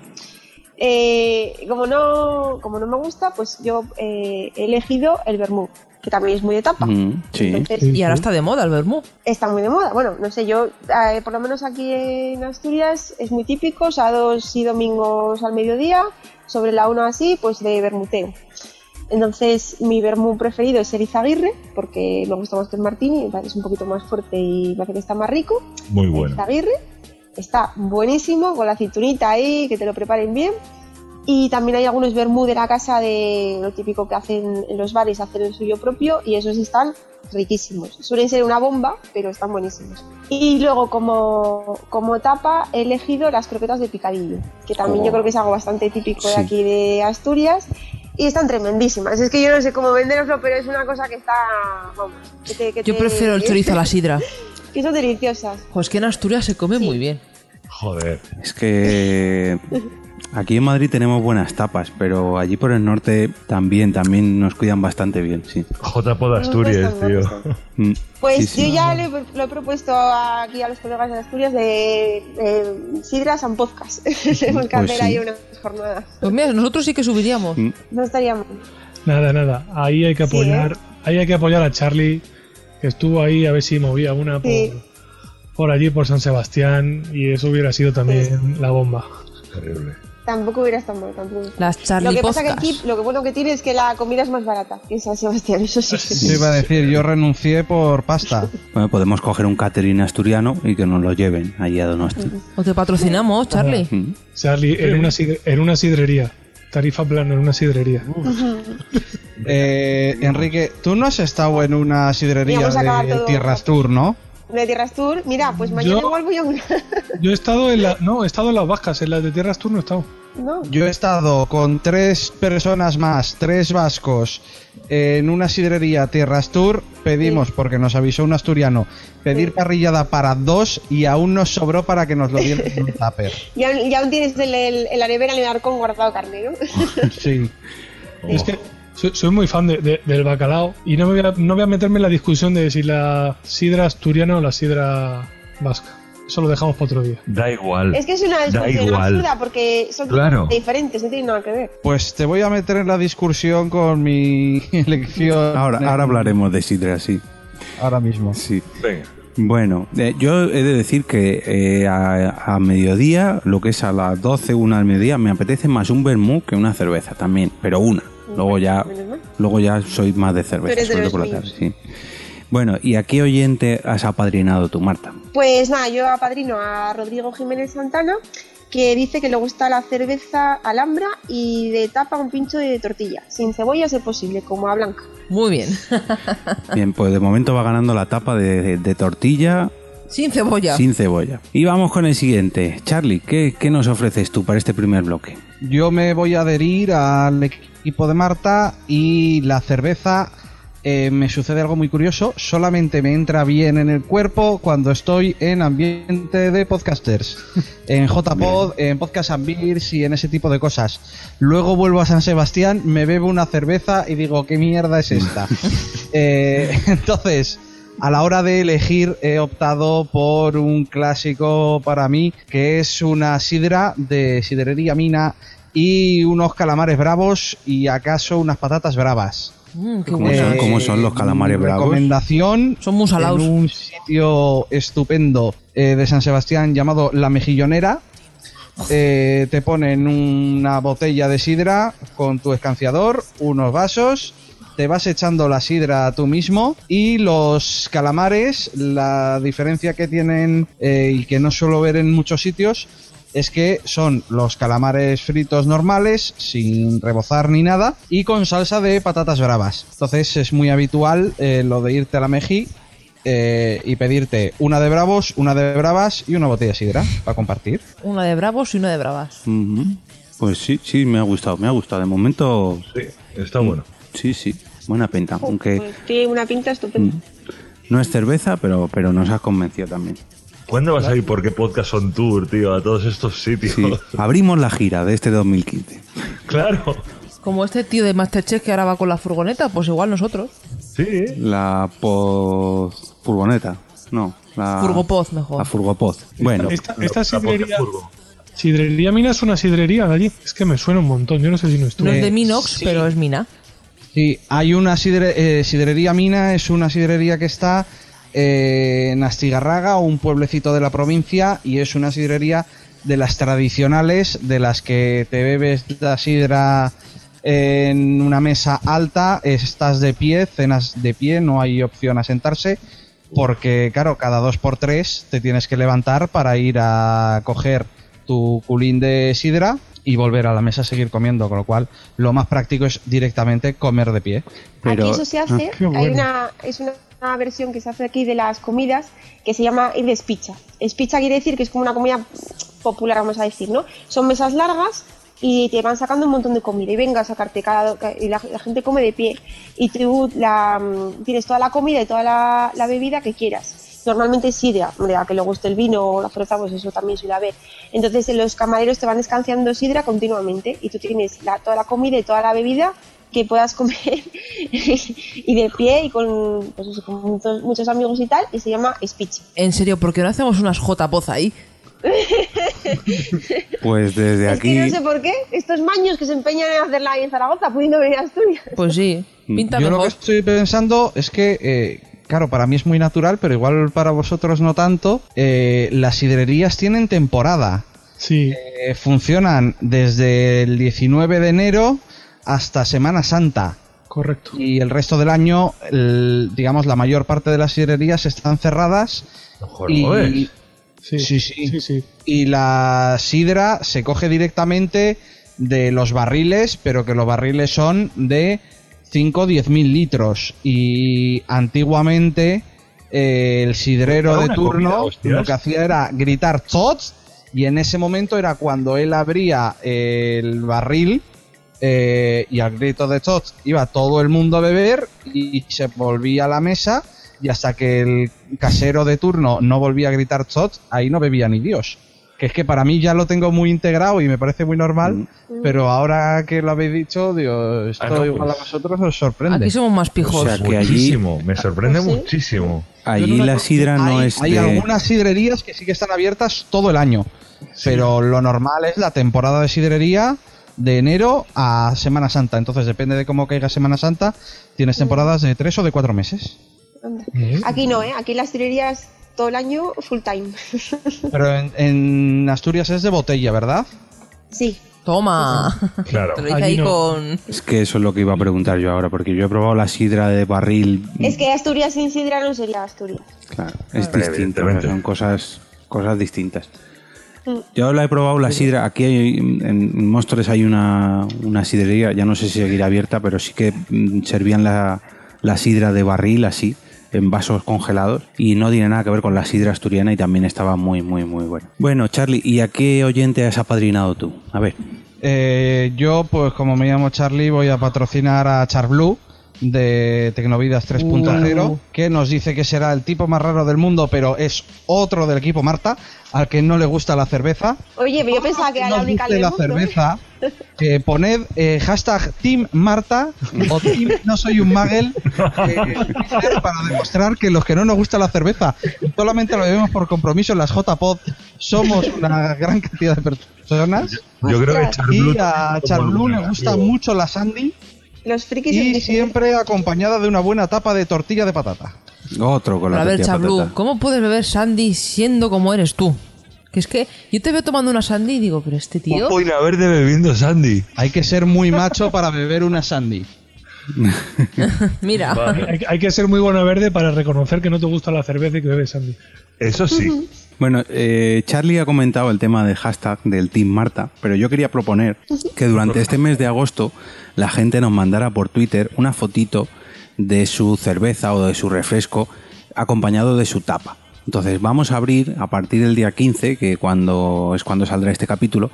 S8: eh, como no como no me gusta, pues yo eh, he elegido el vermú, que también es muy de tapa.
S2: sí.
S8: Entonces-
S1: Y ahora está de moda el vermú.
S8: Está muy de moda. Bueno, no sé, yo, eh, por lo menos aquí en Asturias, es muy típico, sábados y domingos al mediodía, sobre la una así, pues de vermuteo. Entonces, mi vermú preferido es el Izaguirre, porque me gusta más que el Martini, me parece un poquito más fuerte y me parece que está más rico.
S10: Muy
S8: El
S10: bueno.
S8: Izaguirre está buenísimo, con la cinturita ahí, que te lo preparen bien. Y también hay algunos vermú de la casa de lo típico que hacen en los bares, hacen el suyo propio y esos están riquísimos. Suelen ser una bomba, pero están buenísimos. Y luego como, como tapa he elegido las croquetas de picadillo, que también
S6: Oh.
S8: yo creo que es algo bastante típico de
S6: Sí.
S8: aquí de Asturias. Y están tremendísimas. Es que yo no sé cómo venderoslo, pero es una cosa que está... Vamos, que te- que
S1: Yo
S8: te-
S1: prefiero el chorizo a la sidra.
S8: Que son deliciosas.
S1: Pues que en Asturias se come muy bien.
S10: Joder.
S2: Es que aquí en Madrid tenemos buenas tapas, pero allí por el norte también, también nos cuidan bastante bien, sí.
S10: JPod
S8: Asturias, tío.
S2: Mm,
S8: Pues
S2: sí, sí.
S8: yo ya le- lo he propuesto aquí a los colegas de Asturias de eh, Sidras and Podcast. Tenemos que
S2: Pues
S8: hacer
S2: sí.
S8: ahí unas jornadas.
S1: Pues mira, nosotros sí que subiríamos.
S8: No estaría mal.
S3: Nada, nada. Ahí hay que apoyar. Ahí hay que apoyar a Charlie, que estuvo ahí a ver si movía una por,
S8: Sí.
S2: Oh.
S3: por allí, por San Sebastián, y eso hubiera sido también la bomba.
S10: Terrible.
S8: Tampoco hubiera estado mal. Tampoco. hubiera estado mal.
S1: Las Charlie
S8: lo que pasa que
S1: Podcast.
S8: aquí lo que bueno que tiene es que la comida es más barata que en San Sebastián. Eso sí.
S4: Yo iba a decir, yo renuncié por pasta.
S2: Bueno, podemos coger un catering asturiano y que nos lo lleven allí a Donosti.
S1: O te patrocinamos, Charlie.
S2: Mm.
S3: Charlie, en una, sidre- en una sidrería. Tarifa plana en una sidrería.
S4: Eh, Enrique, tú no has estado en una
S8: Mira,
S4: sidrería
S8: vamos a acabar
S4: de
S8: todo.
S4: Tierras Tour, ¿no?
S8: De Tierras Tour, mira, pues mañana
S3: Yo-
S8: igual voy a una.
S3: Yo he estado en la, no, he estado en las vascas, en las de tierras tú no he estado.
S8: No.
S4: Yo he estado con tres personas más, tres vascos, en una sidrería Tierras Tour. Pedimos, porque nos avisó un asturiano, pedir parrillada para dos y aún nos sobró para que nos lo dieran en un tupper.
S8: Y aún, y aún tienes el, el, en la nevera en el arcón guardado carne, ¿no?
S4: Sí.
S3: Es que soy, soy muy fan de- de- del bacalao y no, me voy a, no voy a meterme en la discusión de si la sidra asturiana o la sidra vasca. Eso lo dejamos para otro día.
S10: Da igual.
S8: es que es una
S10: Da
S8: discusión
S10: igual.
S8: absurda porque son
S10: Claro.
S8: diferentes, no tienen nada que ver.
S4: Pues te voy a meter en la discusión con mi elección.
S2: Ahora, ahora hablaremos de sidra, sí.
S4: Ahora mismo.
S2: Sí.
S10: Venga.
S2: Bueno, eh, yo he de decir que eh, a, a mediodía, lo que es a las 12, una del mediodía, me apetece más un vermú que una cerveza también, pero una. Luego ya, luego ya soy más de
S8: Tú
S2: cerveza,
S8: eres de
S2: sobre
S8: los
S2: por la tarde, sí. Bueno, ¿y a qué oyente has apadrinado tú, Marta?
S8: Pues nada, yo apadrino a Rodrigo Jiménez Santana, que dice que le gusta la cerveza alhambra y de tapa un pincho de tortilla, sin cebolla si es posible, como a blanca.
S1: Muy bien.
S2: Bien, pues de momento va ganando la tapa de, de- de tortilla
S1: Sin cebolla.
S2: sin cebolla. Y vamos con el siguiente. Charlie, ¿qué, qué nos ofreces tú para este primer bloque?
S4: Yo me voy a adherir al equipo de Marta y la cerveza eh, me sucede algo muy curioso. Solamente me entra bien en el cuerpo cuando estoy en ambiente de podcasters. En JPod, en Podcast Ambirs y en ese tipo de cosas. Luego vuelvo a San Sebastián, me bebo una cerveza y digo, ¿qué mierda es esta? Eh, entonces, a la hora de elegir he optado por un clásico para mí, que es una sidra de sidrería mina y unos calamares bravos y acaso unas patatas bravas.
S1: Mm, qué
S2: ¿Cómo,
S4: Eh,
S1: bueno.
S2: son, cómo son los
S4: mm,
S2: calamares bravos?
S4: Recomendación
S1: Son muy salados.
S4: en un sitio estupendo eh, de San Sebastián llamado La Mejillonera. Eh, te ponen una botella de sidra con tu escanciador, unos vasos, te vas echando la sidra tú mismo y los calamares, la diferencia que tienen eh, y que no suelo ver en muchos sitios es que son los calamares fritos normales, sin rebozar ni nada, y con salsa de patatas bravas. Entonces es muy habitual eh, lo de irte a la mejí eh, y pedirte una de bravos, una de bravas y una botella de sidra para compartir.
S1: Una de bravos y una de bravas.
S2: Ujú. Pues sí, sí, me ha gustado, me ha gustado. De momento,
S5: Sí, está bueno.
S2: sí, sí, buena pinta. Aunque
S8: Pues tiene una pinta estupenda.
S2: no es cerveza, pero, pero nos has convencido también.
S5: ¿Cuándo vas a ir por qué podcast on tour, tío? A todos estos sitios.
S2: Sí. Abrimos la gira de este 2015.
S5: claro.
S1: Como este tío de Masterchef que ahora va con la furgoneta, pues igual nosotros.
S5: Sí.
S2: La poz... furgoneta. No, la...
S1: Furgopoz mejor.
S2: La furgopoz. Bueno,
S3: Esta, esta
S5: La
S3: sidrería,
S5: Furgo.
S3: sidrería Mina es una sidrería de allí. Es que me suena un montón. Yo no sé si no
S1: No
S3: estuve.
S1: es de Minox,
S4: sí.
S1: pero es Mina.
S4: Sí, hay una sidre- eh, sidrería mina, es una sidrería que está eh, en Astigarraga, un pueblecito de la provincia, y es una sidrería de las tradicionales, de las que te bebes la sidra en una mesa alta, estás de pie, cenas de pie, no hay opción a sentarse, porque claro, cada dos por tres te tienes que levantar para ir a coger tu culín de sidra y volver a la mesa a seguir comiendo, con lo cual lo más práctico es directamente comer de pie.
S2: pero...
S8: Aquí eso se hace,
S3: Ah, qué
S8: hay
S3: bueno.
S8: una, es una, una versión que se hace aquí de las comidas que se llama despicha. Espicha quiere decir que es como una comida popular, vamos a decir, ¿no? Son mesas largas y te van sacando un montón de comida y venga a sacarte cada do- ca- y la, la gente come de pie y tú la, mm, tienes toda la comida y toda la, la bebida que quieras. Normalmente sidra, hombre, a que le guste el vino o la fruta, pues eso también suele haber. Entonces eh, los camareros te van escanciando sidra continuamente y tú tienes la- toda la comida y toda la bebida que puedas comer y de pie y con, pues eso, con muchos, muchos amigos y tal, y se llama Speech.
S1: En serio, ¿por qué no hacemos unas J-Poz ahí?
S2: Pues desde
S8: Es
S2: aquí...
S8: que no sé por qué estos maños que se empeñan en hacerla ahí en Zaragoza pudiendo venir a Asturias.
S1: Pues sí,
S3: Mm.
S1: pinta
S4: Yo lo
S1: mejor.
S4: que estoy pensando es que, eh, claro, para mí es muy natural, pero igual para vosotros no tanto, eh, las sidrerías tienen temporada.
S3: Sí.
S4: Eh, funcionan desde el 19 de enero hasta Semana Santa.
S3: Correcto.
S4: Y el resto del año, el- digamos, la mayor parte de las sidrerías están cerradas.
S5: Joder,
S4: Y,
S5: joder.
S3: Sí,
S4: Sí, sí.
S3: sí, sí.
S4: y la sidra se coge directamente de los barriles, pero que los barriles son de 5 o 10 mil litros. Y antiguamente eh, el sidrero
S5: Era
S4: de
S5: una comida,
S4: turno
S5: hostias.
S4: lo que hacía era gritar tots y en ese momento era cuando él abría el barril eh, y al grito de tots iba todo el mundo a beber y se volvía a la mesa y hasta que el casero de turno no volvía a gritar tots, ahí no bebía ni Dios. Que es que para mí ya lo tengo muy integrado y me parece muy normal, pero ahora que lo habéis dicho, digo, esto
S5: Ah, no,
S4: igual
S5: pues.
S4: a vosotros os sorprende.
S1: Aquí somos más
S2: O
S1: pijos.
S2: sea que allí,
S5: Muchísimo, me
S10: Ah,
S5: sorprende
S8: Pues sí.
S5: muchísimo.
S2: allí la sidra no
S4: ¿Ah, hay,
S2: es
S4: hay
S2: de-
S4: algunas sidrerías que sí que están abiertas todo el año, pero lo normal es la temporada de sidrería de enero a Semana Santa. Entonces, depende de cómo caiga Semana Santa, tienes temporadas de tres o de cuatro meses.
S8: Anda.
S3: Bien.
S8: Aquí no, ¿eh? Aquí las tirerías todo el año full time.
S4: Pero en, en Asturias es de botella, ¿verdad?
S8: sí.
S1: Toma.
S5: Claro.
S1: Te lo dice
S3: Allí
S1: ahí
S3: no.
S1: con.
S2: Es que eso es lo que iba a preguntar yo ahora, porque yo he probado la sidra de barril.
S8: Es que Asturias sin sidra no sería Asturias.
S2: Claro, es
S5: Claro.
S2: distinto, o sea, son cosas, cosas distintas.
S8: Mm.
S2: Yo la he probado la sidra. Aquí hay- en Móstoles hay una, una sidrería, ya no sé si seguirá abierta, pero sí que mm, servían la, la sidra de barril así, en vasos congelados, y no tiene nada que ver con la sidra asturiana y también estaba muy, muy, muy buena. Bueno, Charlie, ¿y a qué oyente has apadrinado tú? A ver,
S4: Eh, yo, pues como me llamo Charlie, voy a patrocinar a Charblue, de Tecnovidas 3.0,
S11: Uh.
S4: que nos dice que será el tipo más raro del mundo, pero es otro del equipo Marta, al que no le gusta la cerveza.
S8: Oye,
S4: Ah,
S8: pero yo pensaba que era la
S4: Nos
S8: única
S4: guste
S8: del
S4: la
S8: mundo.
S4: cerveza, eh, poned eh, hashtag Team Marta o Team No Soy un Magel eh, en Twitter para demostrar que los que no nos gusta la cerveza solamente lo bebemos por compromiso en las JPod. Somos una gran cantidad de personas.
S10: Yo creo que Charblue también es
S4: y a
S10: como
S4: Charblue
S10: un
S4: le gusta
S10: negativo.
S4: mucho la Sandy
S8: Los frikis en
S4: y
S8: Twitter.
S4: siempre acompañada de una buena tapa de tortilla de patata.
S2: Otro con
S1: Pero
S2: la
S1: a ver,
S2: tortilla
S1: Chablu,
S2: patata.
S1: ¿cómo puedes beber Sandy siendo como eres tú? Que es que yo te veo tomando una Sandy y digo, pero este tío.
S10: Boina verde bebiendo Sandy.
S4: Hay que ser muy macho para beber una Sandy.
S1: Mira.
S3: Hay, hay que ser muy buena verde para reconocer que no te gusta la cerveza y que bebes Sandy.
S10: Eso sí.
S2: Bueno, eh, Charlie ha comentado el tema del hashtag del Team Marta, pero yo quería proponer que durante este mes de agosto la gente nos mandara por Twitter una fotito de su cerveza o de su refresco acompañado de su tapa. Entonces vamos a abrir a partir del día 15, que cuando es cuando saldrá este capítulo,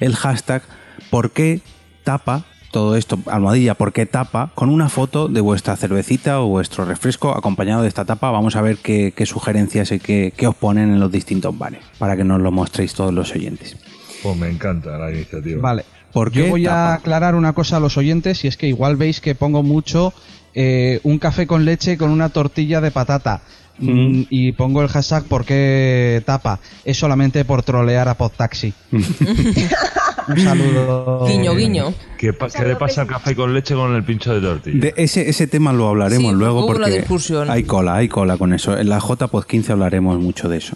S2: el hashtag ¿por qué tapa todo esto, almohadilla, ¿por qué tapa? Con una foto de vuestra cervecita o vuestro refresco acompañado de esta tapa. Vamos a ver qué, qué sugerencias y qué, qué os ponen en los distintos bares para que nos lo mostréis todos los oyentes.
S10: Pues me encanta la iniciativa.
S4: Vale.
S2: ¿Por
S4: Yo
S2: qué
S4: voy a
S2: tapa?
S4: aclarar una cosa a los oyentes y es que igual veis que pongo mucho eh, un café con leche con una tortilla de patata. Mm, Y pongo el hashtag porque tapa. Es solamente por trolear a Podtaxi. Un saludo.
S1: Guiño, guiño.
S10: ¿Qué, pa- qué le pasa al café con leche con el pincho de tortilla?
S2: De ese, ese tema lo hablaremos
S1: Sí,
S2: luego
S1: hubo una
S2: porque
S1: discusión.
S2: hay cola, hay cola con eso. En la JPOD 15 hablaremos mucho de eso.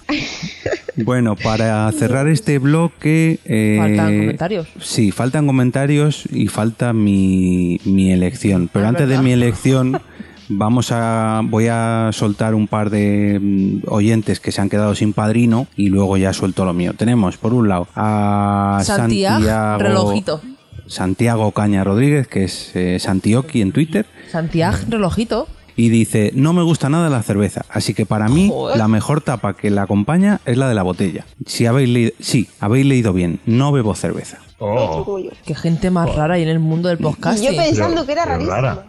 S2: Bueno, para cerrar este bloque... eh,
S1: Faltan comentarios.
S2: Sí, faltan comentarios y falta mi, mi elección. Pero
S1: Ah,
S2: antes de mi elección, vamos a voy a soltar un par de mm, oyentes que se han quedado sin padrino y luego ya suelto lo mío. Tenemos, por un lado, a
S1: Santiago,
S2: Santiago...
S1: relojito.
S2: Santiago Caña Rodríguez, que es eh, Santioqui en Twitter.
S1: Santiago,
S2: Mm.
S1: relojito.
S2: Y dice, no me gusta nada la cerveza, así que para mí
S1: Joder.
S2: la mejor tapa que la acompaña es la de la botella. Si habéis leído, sí, habéis leído bien, no bebo cerveza.
S10: Oh,
S8: Orgullo.
S1: Qué gente más rara hay en el mundo del podcast.
S8: Y yo pensando que era
S10: pero
S8: rarísimo.
S10: rara.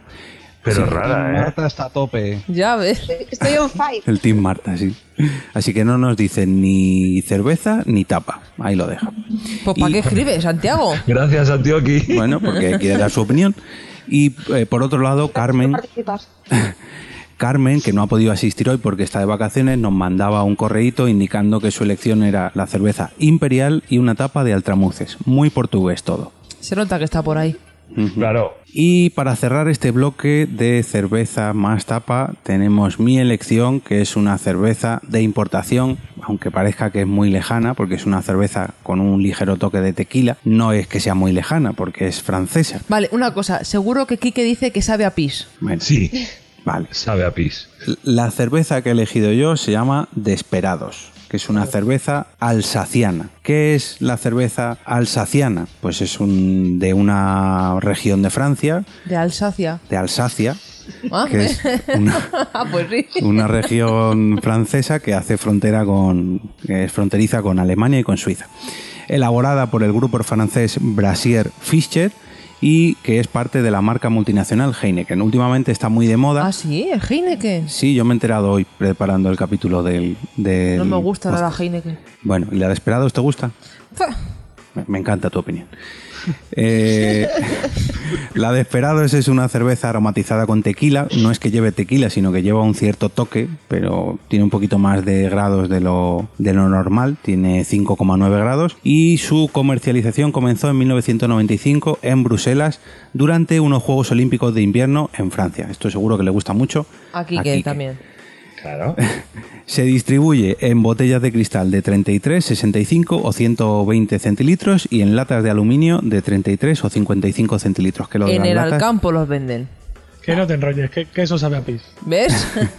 S10: Pero rara, ¿eh?
S4: Marta está a tope.
S1: Ya ves.
S8: Estoy on fire.
S2: El Team Marta, sí. Así que no nos dicen ni cerveza ni tapa. Ahí lo deja.
S1: Pues ¿para
S2: Y-
S1: qué escribes, Santiago?
S10: Gracias, Antioqui.
S2: Bueno, porque quiere dar su opinión. Y eh, por otro lado, Carmen,
S8: Participar.
S2: Carmen, que no ha podido asistir hoy porque está de vacaciones, nos mandaba un correíto indicando que su elección era la cerveza imperial y una tapa de altramuces. Muy portugués todo.
S1: Se nota que está por ahí.
S10: Claro.
S2: Y para cerrar este bloque de cerveza más tapa, tenemos mi elección, que es una cerveza de importación, aunque parezca que es muy lejana, porque es una cerveza con un ligero toque de tequila. No es que sea muy lejana, porque es francesa.
S1: Vale, una cosa. Seguro que Quique dice que sabe a pis.
S2: Bueno,
S10: Sí,
S2: Vale.
S10: sabe a pis.
S2: La cerveza que he elegido yo se llama Desperados, que es una cerveza alsaciana. ¿Qué es la cerveza alsaciana? Pues es un, de una región de Francia,
S1: De Alsacia.
S2: de Alsacia,
S1: Ah,
S2: que es
S1: ¿ves?
S2: una,
S1: Ah, pues sí.
S2: una región francesa que hace frontera con que es fronteriza con Alemania y con Suiza. Elaborada por el grupo francés Brasier Fischer y que es parte de la marca multinacional Heineken. Últimamente está muy de moda.
S1: Ah, sí, el Heineken.
S2: Sí, yo me he enterado hoy preparando el capítulo del... del-
S1: No me gusta nada Heineken.
S2: Bueno, ¿y la de Esperados te gusta? Me- Me encanta tu opinión. Eh, la de Esperados es una cerveza aromatizada con tequila. No es que lleve tequila, sino que lleva un cierto toque, pero tiene un poquito más de grados de lo, de lo normal. Tiene 5,9 grados. Y su comercialización comenzó en 1995 en Bruselas durante unos Juegos Olímpicos de Invierno en Francia. Esto seguro que le gusta mucho.
S1: A Quique,
S2: Quique.
S1: también.
S10: Claro.
S2: Se distribuye en botellas de cristal de 33, 65 o 120 centilitros y en latas de aluminio de 33 o 55 centilitros. Que lo de
S1: En
S2: las
S1: el
S2: latas-
S1: Alcampo los venden.
S3: Que no te enrolles, que, que eso sabe a pis.
S1: ¿Ves?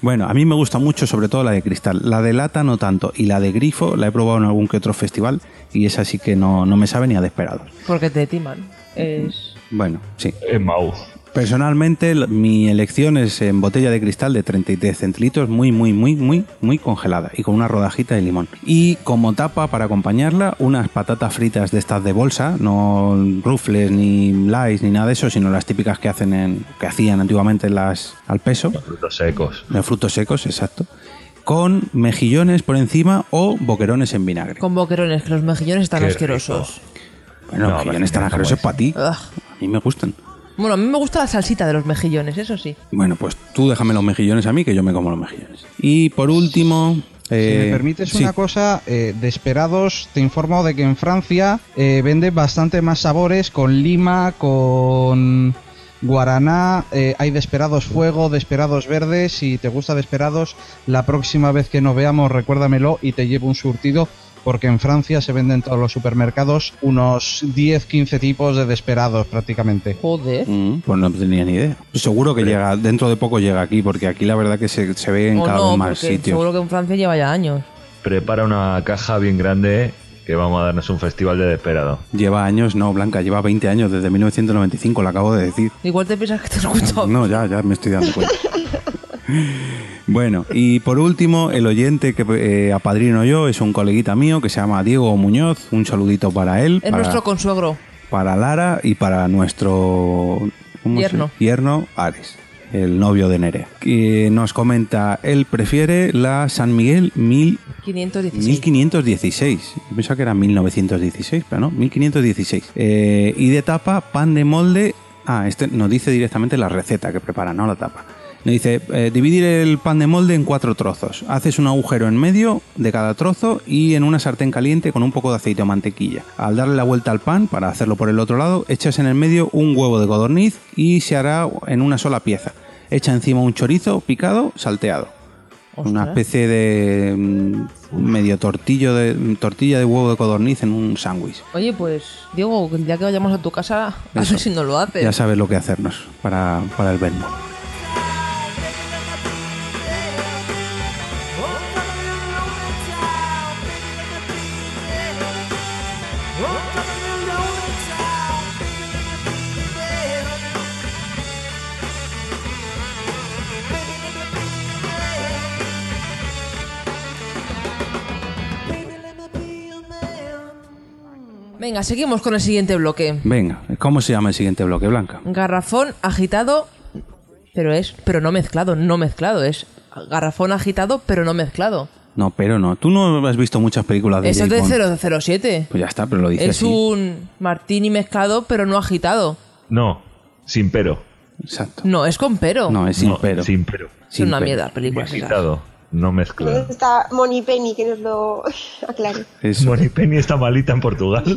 S2: Bueno, a mí me gusta mucho, sobre todo la de cristal. La de lata no tanto y la de grifo la he probado en algún que otro festival y esa sí que no, no me sabe ni a desperados.
S1: Porque te timan. Es...
S2: Bueno, sí.
S10: Es Mau.
S2: Personalmente, l- mi elección es en botella de cristal de 33 centilitros, muy, muy, muy, muy, muy congelada y con una rodajita de limón. Y como tapa para acompañarla, unas patatas fritas de estas de bolsa, no rufles ni lays ni nada de eso, sino las típicas que hacen en, que hacían antiguamente en las al peso.
S10: Frutos secos.
S2: De frutos secos, exacto. Con mejillones por encima o boquerones en vinagre.
S1: Con boquerones, que los mejillones están
S2: Qué
S1: asquerosos.
S2: Bueno,
S10: No,
S2: mejillones
S10: pero
S2: tan asquerosos para ti.
S1: Ugh.
S2: A mí me gustan.
S1: Bueno, a mí me gusta la salsita de los mejillones, eso sí.
S2: Bueno, pues tú déjame los mejillones a mí, que yo me como los mejillones. Y por último...
S4: Si
S2: eh,
S4: me permites
S2: sí.
S4: una cosa, eh, Desperados, te informo de que en Francia eh, venden bastante más sabores con lima, con guaraná, eh, hay Desperados fuego, Desperados verde, si te gusta Desperados, la próxima vez que nos veamos recuérdamelo y te llevo un surtido. Porque en Francia se venden en todos los supermercados unos 10-15 tipos de desperados prácticamente.
S1: Joder.
S2: Mm, pues no tenía ni idea. Seguro que llega, dentro de poco llega aquí, porque aquí la verdad que se, se ve en
S1: o
S2: cada
S1: no,
S2: vez más
S1: porque
S2: sitios.
S1: seguro que en Francia lleva ya años.
S10: Prepara una caja bien grande que vamos a darnos un festival de desesperado.
S2: Lleva años, no, Blanca, lleva 20 años, desde 1995, lo acabo de decir.
S1: Igual te piensas que te lo he escuchado.
S2: No, ya, ya me estoy dando cuenta. Bueno, y por último, el oyente que eh, apadrino yo es un coleguita mío que se llama Diego Muñoz. Un saludito para él.
S1: Es
S2: para-
S1: nuestro consuegro.
S2: para Lara y para nuestro ¿cómo se-
S1: Yerno.
S2: yerno Ares, el novio de Nerea, que nos comenta, él prefiere la San Miguel 1000
S1: 516.
S2: 1516. Yo pensaba que era 1916, pero no, 1516. Eh, y de tapa, pan de molde. Ah, este nos dice directamente la receta que prepara, no la tapa. Nos dice, eh, dividir el pan de molde en cuatro trozos. Haces un agujero en medio de cada trozo y en una sartén caliente con un poco de aceite o mantequilla. Al darle la vuelta al pan, para hacerlo por el otro lado, echas en el medio un huevo de codorniz y se hará en una sola pieza. Echa encima un chorizo picado, salteado. Una
S1: Ostras.
S2: especie de mm, medio tortillo de mm, tortilla de huevo de codorniz en un sándwich.
S1: Oye, pues, Diego, el día que vayamos a tu casa, a
S2: Eso.
S1: ver si no lo haces.
S2: Ya sabes lo que hacernos para, para el verano.
S1: Venga, seguimos con el siguiente bloque.
S2: Venga, ¿cómo se llama el siguiente bloque, Blanca?
S1: Garrafón agitado, pero es, pero no mezclado, no mezclado, es garrafón agitado, pero no mezclado.
S2: No, pero no. Tú no has visto muchas películas de
S1: Eso es
S2: James Bond.
S1: de 007.
S2: Pues ya está, pero lo dice
S1: Es
S2: así.
S1: un martini mezclado, pero no agitado.
S10: No, sin pero.
S2: Exacto.
S1: No, es con pero.
S2: No, es sin
S10: No,
S2: pero.
S10: Sin pero.
S1: es una mierda película.
S10: Agitado, no mezclado.
S8: ¿Dónde está Moni Penny que nos lo aclare?
S2: Es-
S10: Penny está malita en Portugal.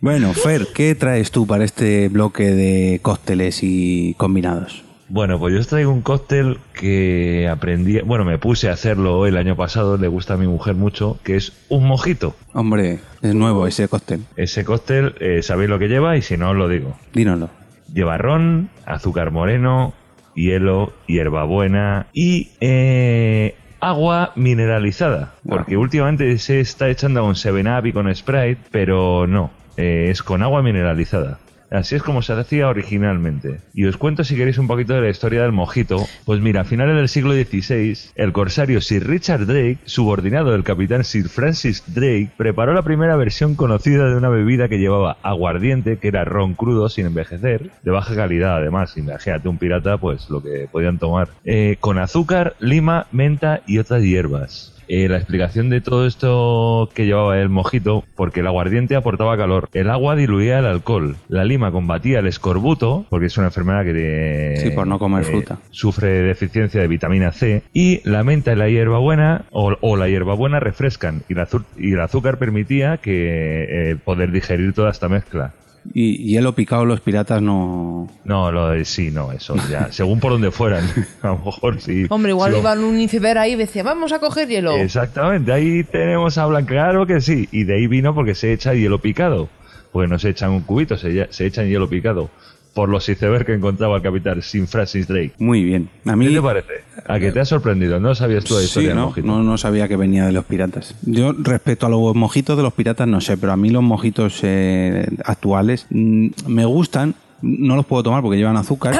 S2: Bueno, Fer, ¿qué traes tú para este bloque de cócteles y combinados?
S10: Bueno, pues yo os traigo un cóctel que aprendí, bueno, me puse a hacerlo el año pasado, le gusta a mi mujer mucho, que es un mojito.
S2: Hombre, es nuevo ese cóctel.
S10: Ese cóctel, eh, sabéis lo que lleva y si no os lo digo.
S2: Dínoslo.
S10: Lleva ron, azúcar moreno, hielo, hierbabuena y eh, agua mineralizada. Porque últimamente se está echando a un 7-Up y con Sprite, pero no, eh, es con agua mineralizada. Así es como se hacía originalmente. Y os cuento si queréis un poquito de la historia del mojito. Pues mira, a finales del siglo XVI, el corsario Sir Richard Drake, subordinado del capitán Sir Francis Drake, preparó la primera versión conocida de una bebida que llevaba aguardiente, que era ron crudo sin envejecer, de baja calidad además, imagínate un pirata, pues lo que podían tomar, eh, con azúcar, lima, menta y otras hierbas. Eh, la explicación de todo esto que llevaba el mojito, porque el aguardiente aportaba calor, el agua diluía el alcohol, la lima combatía el escorbuto, porque es una enfermedad que te- eh,
S2: Sí, por no comer fruta.
S10: sufre de deficiencia de vitamina C, y la menta y la hierbabuena, o, o la hierbabuena refrescan, y, la azu- y el azúcar permitía que eh, poder digerir toda esta mezcla.
S2: Y hielo picado los piratas no...
S10: No, lo de sí, no, eso ya, según por donde fueran, a lo mejor sí.
S1: Hombre, igual
S10: sí,
S1: iba en un iceberg ahí y decía, vamos a coger hielo.
S10: Exactamente, ahí tenemos a Blanca, claro que sí. Y de ahí vino porque se echa hielo picado. Porque no se echan un cubito, se, ya- se echan hielo picado. Por los iceberg que encontraba el capitán sin Francis Drake.
S2: Muy bien. A mí
S10: ¿Qué te parece? ¿A que te ha sorprendido? No sabías tú la historia
S2: Sí,
S10: del
S2: ¿no?
S10: mojito.
S2: No, no sabía que venía de los piratas. Yo respecto a los mojitos de los piratas no sé, pero a mí los mojitos eh, actuales mm, me gustan. No los puedo tomar porque llevan azúcar.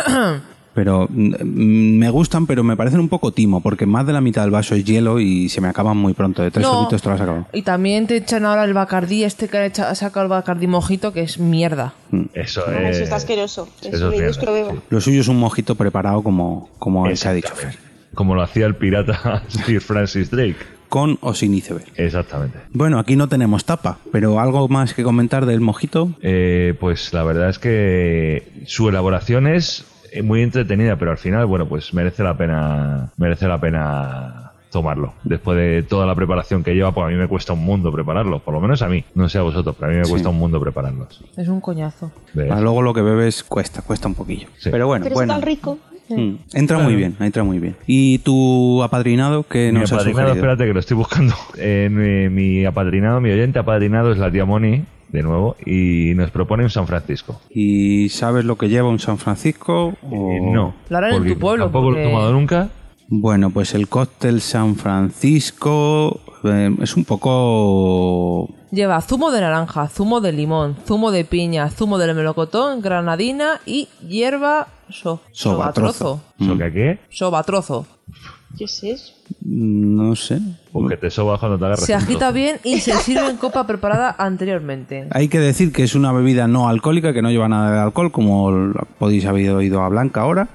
S2: Pero mm, me gustan, pero me parecen un poco timo, porque más de la mitad del vaso es hielo y se me acaban muy pronto. De tres
S1: No.
S2: sorbitos te lo has acabado.
S1: Y también te echan ahora el Bacardí, este que ha, hecha- ha sacado el Bacardí mojito, que es mierda.
S2: Mm.
S10: Eso
S2: Eh,
S8: Ah, eso está asqueroso.
S10: eso
S8: Eso
S10: es
S8: ni
S10: mierda,
S8: Dios que lo beba.
S2: Lo suyo es un mojito preparado como, como se ha dicho.
S10: Como lo hacía el pirata Sir Francis Drake.
S2: Con o sin iceberg.
S10: Exactamente.
S2: Bueno, aquí no tenemos tapa, pero algo más que comentar del mojito.
S10: Eh, pues la verdad es que su elaboración es eh, muy entretenida, pero al final, bueno, pues merece la pena, merece la pena tomarlo. Después de toda la preparación que lleva, pues a mí me cuesta un mundo prepararlo, por lo menos a mí, no sé a vosotros, pero a mí me
S2: Sí.
S10: cuesta un mundo prepararlos.
S1: Es un coñazo.
S10: ¿Ves?
S2: Para luego lo que bebes cuesta, cuesta un poquillo. Pero bueno,
S8: Pero
S2: bueno.
S8: está rico.
S2: Mm, Entra
S10: Claro.
S2: muy bien, entra muy bien. ¿Y tu apadrinado que
S10: Mi
S2: nos ha
S10: apadrinado,
S2: sugerido?
S10: espérate que lo estoy buscando. Eh, mi, mi apadrinado, mi oyente apadrinado es la tía Moni, de nuevo, y nos propone un San Francisco.
S2: ¿Y sabes lo que lleva un San Francisco? o-
S10: Eh, no.
S1: Lo harán en
S10: porque
S1: tu pueblo,
S10: Tampoco lo
S1: porque-
S10: he tomado nunca.
S2: Oh. Bueno, pues el cóctel San Francisco eh, es un poco...
S1: Lleva zumo de naranja, zumo de limón, zumo de piña, zumo de melocotón, granadina y hierba so-
S2: Sobatrozo.
S10: ¿Eso que qué?
S1: Sobatrozo.
S8: ¿Qué es eso?
S2: Mm, No sé.
S10: Porque te soba cuando te agarras.
S1: Se
S10: un
S1: agita
S10: trozo.
S1: bien y se sirve en copa preparada anteriormente.
S2: Hay que decir que es una bebida no alcohólica, que no lleva nada de alcohol, como l- podéis haber oído a Blanca ahora,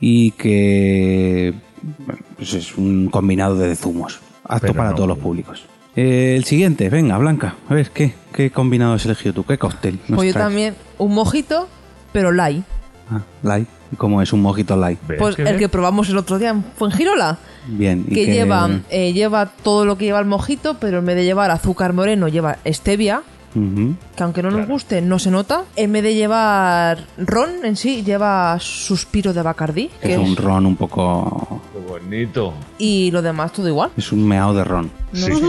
S2: y que bueno, pues es un combinado de zumos, apto
S10: Pero
S2: para
S10: no.
S2: todos los públicos. Eh, el siguiente, venga, Blanca, a ver, ¿qué, qué combinado has elegido tú? ¿Qué cóctel? nos
S1: Pues yo
S2: traes?
S1: también, un mojito, pero light.
S2: Ah, light, como es un mojito light.
S10: ¿Ves
S1: Pues
S10: que
S1: el
S10: bien?
S1: que probamos el otro día en Fuengirola,
S2: Bien. y
S1: que, lleva, eh, lleva todo lo que lleva el mojito, pero en vez de llevar azúcar moreno, lleva stevia,
S2: Ujú.
S1: que aunque no nos guste, no se nota. En vez de llevar ron en sí, lleva suspiro de Bacardí, que
S2: Es un
S1: es-
S2: ron un poco...
S10: Qué bonito.
S1: y lo demás todo igual.
S2: Es un meao de ron.
S10: Sí.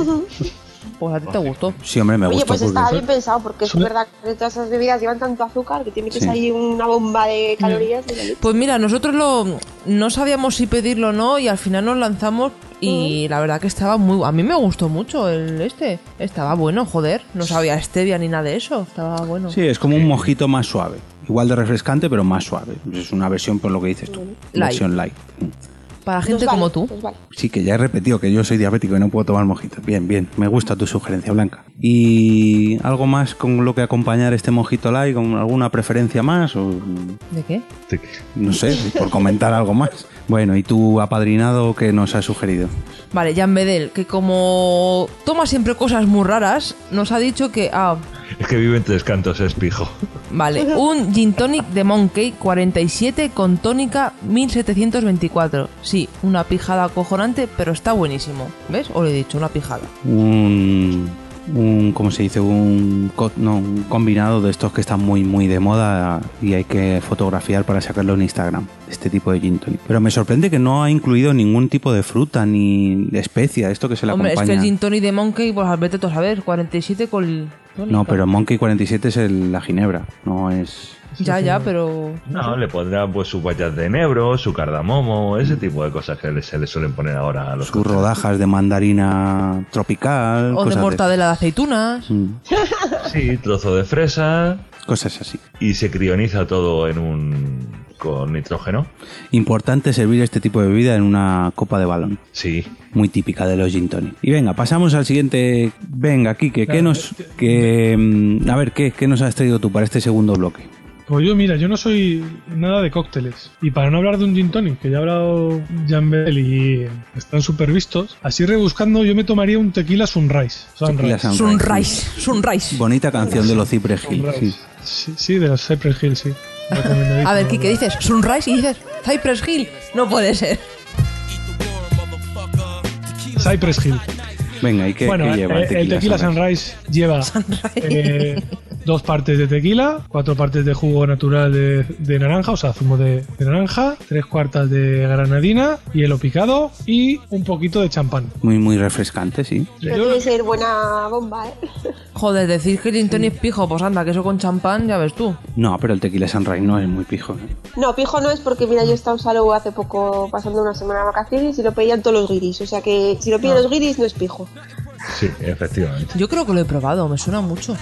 S1: Pues a ti te gustó.
S2: Sí, hombre, me
S8: Oye,
S2: gusta.
S8: pues estaba
S2: porque-
S8: bien pensado, porque es
S3: Suena-
S8: verdad que todas esas bebidas llevan tanto azúcar que te metes
S2: Sí.
S8: ahí una bomba de calorías. de la leche.
S1: Pues mira, nosotros lo no sabíamos si pedirlo o no y al final nos lanzamos y la verdad que estaba muy a mí me gustó mucho el este. Estaba bueno, joder, no sabía stevia ni nada de eso, estaba bueno.
S2: Sí, es como un mojito más suave. Igual de refrescante, pero más suave. Es una versión, por lo que dices tú.
S1: Light.
S2: Versión light.
S1: Para gente
S8: Pues vale,
S1: como tú.
S8: pues vale.
S2: Sí, que ya he repetido que yo soy diabético y no puedo tomar mojitos. Bien, bien. Me gusta tu sugerencia, Blanca. ¿Y algo más con lo que acompañar este mojito light? ¿Con alguna preferencia más? O,
S1: ¿De qué?
S10: Te-
S2: no sé, por comentar algo más. Bueno, ¿y tu apadrinado que nos ha sugerido?
S1: Vale, Jan Bedel, que como toma siempre cosas muy raras, nos ha dicho que ah,
S10: Es que vive en tres cantos, es pijo.
S1: Vale, un gin tonic de Monkey 47 con tónica 1724. Sí, una pijada acojonante, pero está buenísimo. ¿Ves? Os lo he dicho, una pijada.
S2: un, un ¿cómo se dice? Un, co- no, un combinado de estos que están muy, muy de moda y hay que fotografiar para sacarlo en Instagram, este tipo de gin tonic. Pero me sorprende que no ha incluido ningún tipo de fruta ni de especia, esto que se le
S1: Hombre,
S2: acompaña.
S1: es que el gin tonic de Monkey, pues al vete tú a saber, 47 con tónica.
S2: no, pero Monkey 47 es el- la ginebra, no es...
S1: Ya, ya, pero...
S10: No, le pondrán pues sus vallas de enebro, su cardamomo, ese tipo de cosas que le- se le suelen poner ahora a los
S2: Sus
S10: cócteles.
S2: rodajas de mandarina tropical,
S1: O de
S2: cosas,
S1: mortadela de aceitunas.
S2: Mm,
S10: Sí, trozo de fresa
S2: cosas así.
S10: y se crioniza todo en un con nitrógeno.
S2: Importante servir este tipo de bebida en una copa de balón.
S10: Sí.
S2: muy típica de los gin tonic. Y venga, pasamos al siguiente. Venga, Kike, ¿qué
S3: Claro,
S2: nos,
S3: es
S2: que, mm, a ver, ¿qué, qué nos has traído tú para este segundo bloque?
S3: Pues yo, mira, yo no soy nada de cócteles. Y para no hablar de un gin tonic, que ya ha hablado Jan Bell y están súper vistos, así rebuscando, yo me tomaría un tequila sunrise.
S2: Tequila
S3: Sunrise.
S1: Sunrise, sunrise.
S2: Bonita canción de los Cypress Hill.
S3: Sunrise.
S2: sí.
S3: Sí, sí, de los Cypress Hill, sí. Recomendadísimo.
S1: A ver, Kike, dices sunrise y dices Cypress Hill. No puede ser.
S3: Cypress Hill.
S2: Venga, ¿y qué,
S3: bueno,
S2: qué
S3: eh,
S2: lleva
S3: el tequila,
S2: Sunrise?
S3: sunrise lleva eh, dos partes de tequila, cuatro partes de jugo natural de, de naranja, o sea, zumo de, de naranja, tres cuartas de granadina, hielo picado y un poquito de champán.
S2: Muy, muy refrescante, sí.
S8: Pero tiene que ser buena bomba, ¿eh?
S1: Joder, decir que gin tonic es pijo, pues anda, que eso con champán ya ves tú.
S2: No, pero el tequila Sunrise no es muy pijo. ¿eh?
S8: No, pijo no es porque, mira, yo he estado solo hace poco pasando una semana de vacaciones y lo pedían todos los guiris. O sea que si lo
S2: Ah.
S8: piden los guiris no es pijo.
S10: Sí, efectivamente.
S1: Yo creo que lo he probado, me suena mucho.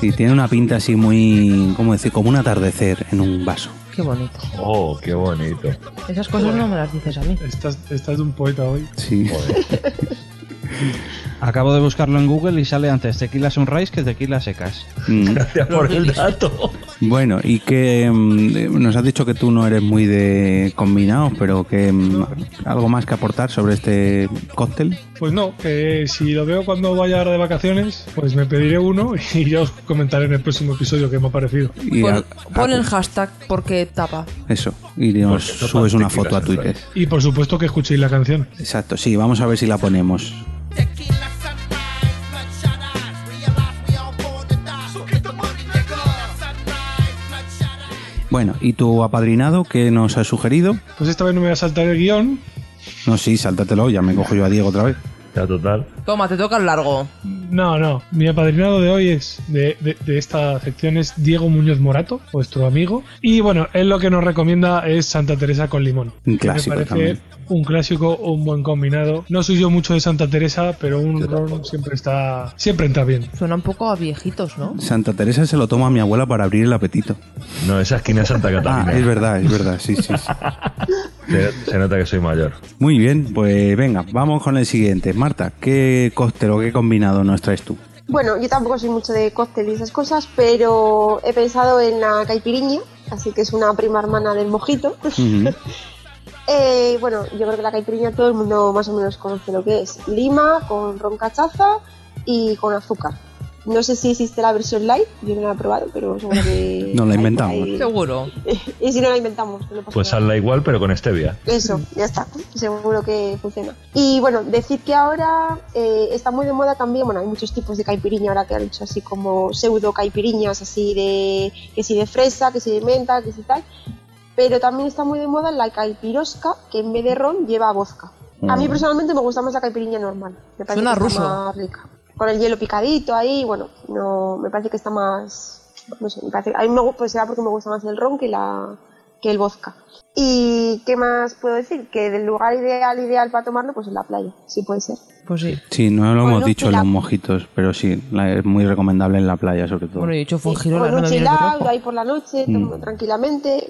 S2: Sí, tiene una pinta así muy, ¿cómo decir? Como un atardecer en un vaso.
S1: Qué bonito.
S10: Oh, qué bonito.
S1: Esas cosas no me las dices a mí.
S3: Estás, estás de un poeta hoy.
S2: Sí.
S4: Acabo de buscarlo en Google y sale antes tequila sunrise que tequila secas.
S2: Mm.
S10: Gracias por el dato.
S2: Bueno, y que mm, nos has dicho que tú no eres muy de combinados, pero que mm, algo más que aportar sobre este cóctel.
S3: Pues no, que si lo veo cuando vaya ahora de vacaciones, pues me pediré uno y ya os comentaré en el próximo episodio qué me ha parecido.
S2: Y
S1: Pon,
S2: a-
S1: pon
S2: a-
S1: el hashtag porque tapa.
S2: Eso, y nos
S10: Porque topa
S2: subes una
S10: tequila
S2: foto a
S10: Sunrise.
S2: Twitter.
S3: Y por supuesto que escuchéis la canción.
S2: Exacto, sí, vamos a ver si la ponemos. Bueno, ¿y tu apadrinado qué nos has sugerido?
S3: Pues esta vez no me voy a saltar el guión.
S2: No, sí, sáltatelo, ya me cojo yo a Diego otra vez.
S10: Ya total.
S1: Toma, te toca el largo.
S3: No, no. Mi apadrinado de hoy es de, de- de esta sección es Diego Muñoz Morato, vuestro amigo. Y bueno, él lo que nos recomienda es Santa Teresa con limón.
S2: Un
S3: que
S2: clásico
S3: me
S2: también.
S3: parece un clásico, un buen combinado. No soy yo mucho de Santa Teresa, pero un ron siempre está. Siempre entra bien.
S1: Suena un poco a viejitos, ¿no?
S2: Santa Teresa se lo toma a mi abuela para abrir el apetito.
S10: No, esa esquina es Santa
S2: Ah,
S10: Catalina.
S2: es verdad, es verdad, sí, sí. sí.
S10: Se, se nota que soy mayor.
S2: Muy bien, pues venga, vamos con el siguiente. Marta, ¿qué cóctel o qué combinado nos traes tú?
S8: Bueno, yo tampoco soy mucho de cóctel y esas cosas, pero he pensado en la caipiriña, así que es una prima hermana del mojito.
S2: Ujú.
S8: Eh, bueno, yo creo que la caipiriña todo el mundo más o menos conoce lo que es. Lima con ron cachaza y con azúcar. No sé si existe la versión light, yo no la he probado, pero seguro que...
S2: No la
S8: hay por
S2: inventamos.
S8: ahí.
S1: Seguro.
S8: Y si no la inventamos, no pasa
S10: Pues
S8: nada.
S10: hazla igual, pero con stevia.
S8: Eso, ya está, seguro que funciona. Y bueno, decir que ahora eh, está muy de moda también, bueno, hay muchos tipos de caipiriña ahora que han hecho así como pseudo caipiriñas, así de que si de fresa, que si de menta, que si tal, pero también está muy de moda la caipirosca, que en vez de ron lleva vodka. A mí personalmente me gusta más la caipiriña normal, me parece
S1: Mm. Suena
S8: que
S1: ruso.
S8: está más rica. Con el hielo picadito ahí, bueno, no, me parece que está más, no sé, me parece, a mí me, gu- pues será porque me gusta más el ron que la que el vodka. ¿Y qué más puedo decir? Que del lugar ideal, ideal para tomarlo, pues en la playa, sí puede ser.
S1: Pues sí.
S2: Sí, no lo
S8: Con
S2: hemos
S8: un
S2: dicho en los
S8: chilaco.
S2: mojitos, pero sí, la- es muy recomendable en la playa sobre todo.
S1: Bueno, yo he hecho
S8: Sí,
S1: fungirola,
S8: con
S1: no
S8: un
S1: me viene el
S8: chilao,
S1: rojo.
S8: ahí por la
S2: Mm.
S8: noche, tomo tranquilamente,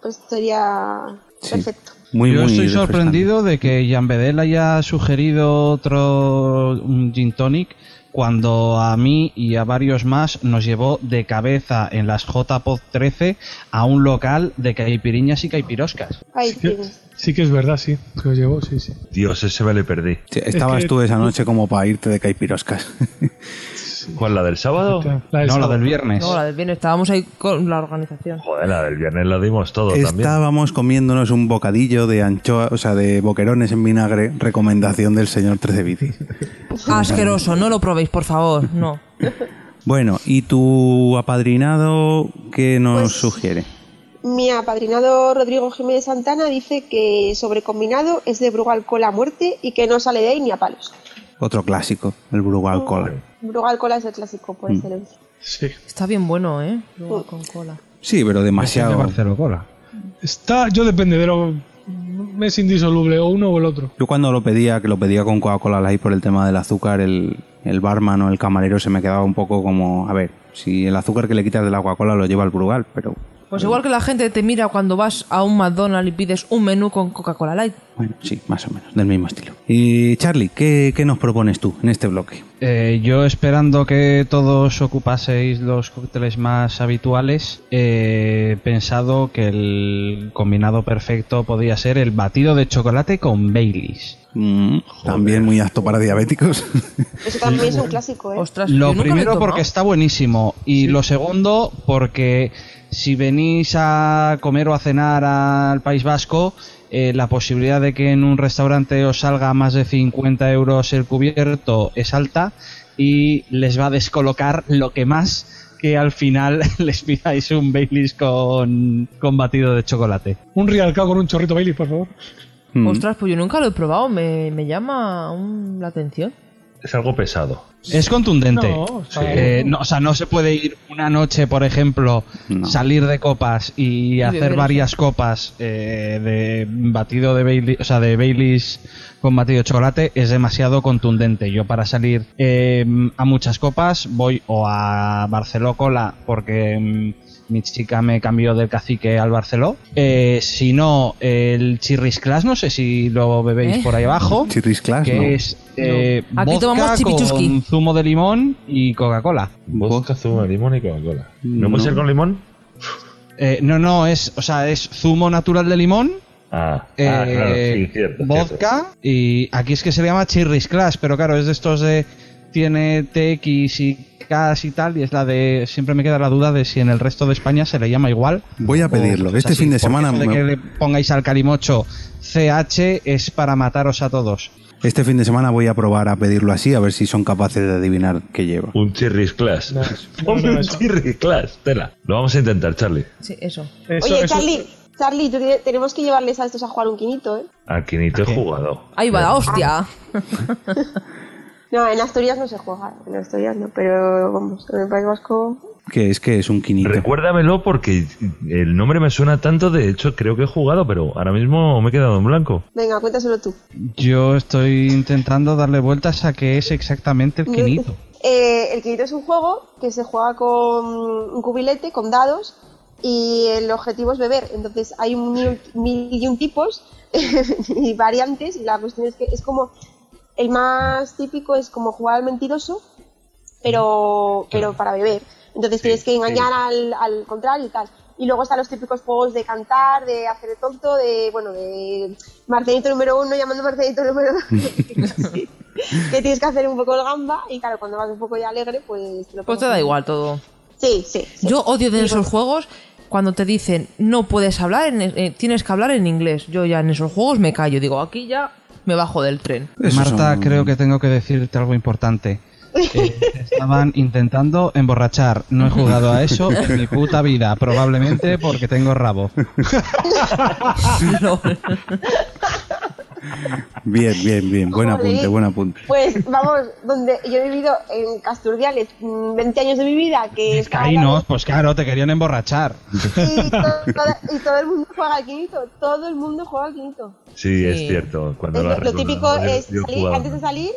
S8: pues sería
S2: Sí.
S8: perfecto.
S2: Muy,
S4: Yo
S2: muy
S4: estoy
S2: refrescante.
S4: sorprendido de que Jan Bedel haya sugerido otro mm, gin tonic cuando a mí y a varios más nos llevó de cabeza en las JPod 13 a un local de caipiriñas y caipiroscas.
S8: Ahí
S3: Sí,
S8: tienes.
S3: sí que es verdad, sí. Que lo llevo, sí, sí.
S10: Dios, ese me le perdí.
S2: Sí, estabas
S3: Es que-
S2: tú esa noche como para irte de caipiroscas.
S10: ¿Cuál, la del sábado?
S3: La del
S4: No, la
S3: sábado.
S4: del viernes.
S1: No, la del bien, estábamos ahí con la organización.
S10: Joder, la del viernes la dimos todo también.
S2: Estábamos comiéndonos un bocadillo de anchoa, o sea, de boquerones en vinagre, recomendación del señor Trecevitis.
S1: Ah, Asqueroso, no lo probéis, por favor, no.
S2: Bueno, ¿y tu apadrinado qué nos
S8: Pues-
S2: sugiere?
S8: Mi apadrinado Rodrigo Jiménez Santana dice que sobre combinado es de Brugal Cola a muerte y que no sale de ahí ni a palos.
S2: Otro clásico, el Brugal Cola. Mm.
S8: Brugal Cola es el Mm. clásico por excelencia.
S3: Sí.
S1: Está bien bueno, ¿eh? Luego con cola.
S2: Sí, pero
S4: De
S2: demasiado.
S4: Barcelona.
S3: Está, yo depende de lo. Me es indisoluble, o uno o el otro.
S2: Yo cuando lo pedía, que lo pedía con Coca-Cola Light por el tema del azúcar, el, el barman o el camarero se me quedaba un poco como, a ver, si el azúcar que le quitas de la Coca-Cola lo lleva al Brugal, pero
S1: Pues igual que la gente te mira cuando vas a un McDonald's y pides un menú con Coca-Cola Light.
S2: bueno, sí, más o menos, del mismo estilo. Y Charlie, ¿qué, qué nos propones tú en este bloque?
S4: Eh, yo esperando que todos ocupaseis los cócteles más habituales, eh, he pensado que el combinado perfecto podía ser el batido de chocolate con Baileys.
S2: Mm, también muy apto para diabéticos.
S8: Eso también es un clásico, ¿eh?
S1: Ostras, yo
S4: Lo
S1: nunca he
S4: primero
S1: tomado.
S4: porque está buenísimo y lo segundo porque si venís a comer o a cenar al País Vasco eh, la posibilidad de que en un restaurante os salga más de 50 euros el cubierto es alta y les va a descolocar lo que más que al final les pidáis un Baileys con, con batido de chocolate.
S3: Un Rialcao con un chorrito Bailey, por favor.
S4: mm.
S2: Mm.
S1: Ostras, pues yo nunca lo he probado, me, me llama aún la atención.
S10: Es algo pesado.
S4: Es contundente.
S1: No,
S4: o,
S1: o
S4: sea,
S1: sea,
S4: no, o sea, no se puede ir una noche, por ejemplo, salir de copas y, hacer
S1: beber
S4: varias copas eh, de batido de Baileys, o sea, de Baileys con batido de chocolate. Es demasiado contundente. Yo para salir eh, a muchas copas voy o a Barceló Cola porque mm, mi chica me cambió del cacique al Barceló. Eh, si no, el Chirris Class, no sé si lo bebéis
S1: ¿Eh?
S4: por ahí abajo.
S2: Chirris Class,
S4: que
S2: no.
S4: es eh,
S1: No. Aquí
S4: vodka
S1: tomamos chipichuski.
S4: con zumo de limón y Coca-Cola.
S10: Vodka, zumo de limón y Coca-Cola. ¿No,
S4: No.
S10: puede ser con limón?
S4: Eh, no, no, es, o sea, es zumo natural de limón,
S10: Ah, ah,
S4: eh,
S10: claro, sí, cierto.
S4: vodka y aquí es que se le llama Chirris Class, pero claro, es de estos de tiene TX y K y tal y es la de siempre me queda la duda de si en el resto de España se le llama igual.
S2: Voy a pedirlo.
S4: O sea,
S2: Este
S4: sí,
S2: fin de
S4: porque
S2: semana
S4: eso de
S2: me-
S4: que le pongáis al calimocho CH es para mataros a todos.
S2: Este fin de semana voy a probar a pedirlo así, a ver si son capaces de adivinar qué lleva.
S10: Un chirris class. Ponme un chirris class, tela. Lo vamos a intentar, Charlie.
S1: Sí, eso.
S8: Oye, Charlie, Charlie, tú te- tenemos que llevarles a estos a jugar un quinito, ¿eh?
S10: Aquí ni te he jugado.
S1: Ahí va la hostia.
S8: No, en Asturias no se juega, en Asturias no, pero vamos, en el País Vasco.
S2: Que es que es un quinito.
S10: Recuérdamelo porque el nombre me suena tanto, de hecho creo que he jugado, pero ahora mismo me he quedado en blanco.
S8: Venga, cuéntaselo tú.
S4: Yo estoy intentando darle vueltas a qué es exactamente el quinito.
S8: Eh, el quinito es un juego que se juega con un cubilete, con dados, y el objetivo es beber. Entonces hay un mil, mil y un tipos y variantes, y la cuestión es que es como. El más típico es como jugar al mentiroso, pero, pero para beber. Entonces tienes que engañar al, al contrario y tal. Y luego están los típicos juegos de cantar, de hacer el tonto, de, bueno, de Marcelito número uno llamando Marcelito número dos. que tienes que hacer un poco el gamba y claro, cuando vas un poco ya alegre, pues te lo
S1: Pues
S8: pones
S1: te da
S8: ahí.
S1: igual todo.
S8: Sí, sí. sí.
S1: Yo odio de
S8: Sí, bueno.
S1: esos juegos cuando te dicen no puedes hablar, en- eh, tienes que hablar en inglés. Yo ya en esos juegos me callo, digo, aquí ya me bajo del tren.
S2: Esos
S4: Marta,
S2: son-
S4: creo que tengo que decirte algo importante. Eh, estaban intentando emborrachar. No he jugado a eso en mi puta vida, probablemente porque tengo rabo.
S1: No.
S2: Bien, bien, bien. Buen
S8: Joder.
S2: apunte, buen apunte.
S8: Pues vamos, donde yo he vivido en Casturdiales mm, 20 años de mi vida, que es
S4: Ahí no, pues claro, te querían emborrachar.
S8: y, todo, y todo el mundo juega al quinito, todo el mundo juega al quinito.
S10: Sí, es
S1: Sí.
S10: cierto. Cuando lo,
S8: lo,
S10: has
S8: lo típico
S10: recordado, yo-
S8: es
S10: yo he
S8: salir,
S10: jugado.
S8: antes de salir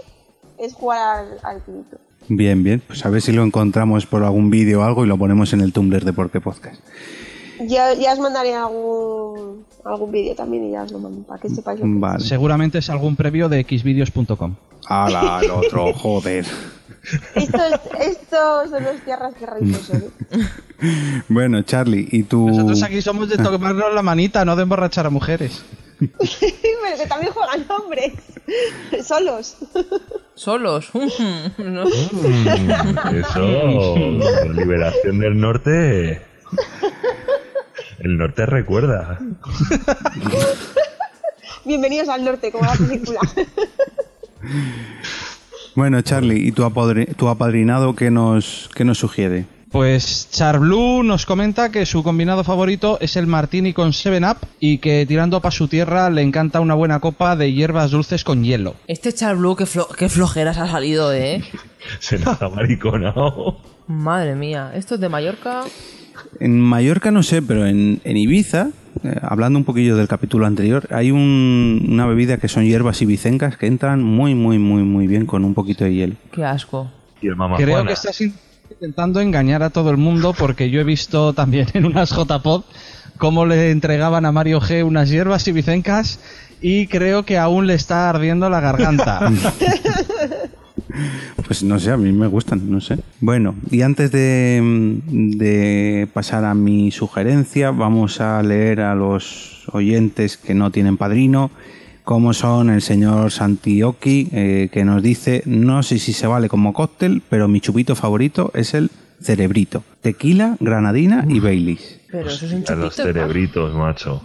S8: es jugar al, al quinito.
S2: Bien, bien. Pues a ver si lo encontramos por algún vídeo o algo y lo ponemos en el Tumblr de Porque Podcast.
S8: Ya, ya os mandaré algún, algún vídeo también y ya os lo mando para que sepáis lo que es.
S2: Vale.
S4: Seguramente es algún previo de xvideos.com.
S2: Ala, al otro, joder.
S8: Esto es- Estos son los tierras que raíces son, ¿eh?
S2: Mm. Bueno, Charlie, ¿y tú? Ah.
S4: Nosotros aquí somos de tomarnos la manita, no de emborrachar a mujeres.
S8: Pero que también juegan hombres, solos.
S1: Solos. No.
S10: Mm, Eso, liberación del norte. El norte recuerda.
S8: Bienvenidos al norte, como la película.
S2: Bueno, Charlie, ¿y tu, apadri- tu apadrinado qué nos, qué nos sugiere?
S4: Pues Charblue nos comenta que su combinado favorito es el martini con 7-Up y que tirando para su tierra le encanta una buena copa de hierbas dulces con hielo.
S1: Este Charblue, qué, flo- qué flojeras ha salido, ¿eh?
S10: Se nos ha mariconado.
S1: Madre mía, esto es de Mallorca.
S2: En Mallorca no sé, pero en, en Ibiza, eh, hablando un poquillo del capítulo anterior, hay un- una bebida que son hierbas ibicencas que entran muy, muy, muy, muy bien con un poquito de hielo.
S1: Qué asco.
S10: Y el mamá
S4: Creo
S10: Juana.
S4: que estás intentando engañar a todo el mundo porque yo he visto también en unas JPod cómo le entregaban a Mario G unas hierbas y bicencas y creo que aún le está ardiendo la garganta.
S2: Pues no sé, a mí me gustan, no sé. Bueno, y antes de, de pasar a mi sugerencia, vamos a leer a los oyentes que no tienen padrino, como son el señor Santioki, eh, que nos dice, no sé si se vale como cóctel, pero mi chupito favorito es el cerebrito. Tequila, granadina y Baileys.
S1: Pero eso es un
S10: A los
S1: chupito.
S10: cerebritos, macho.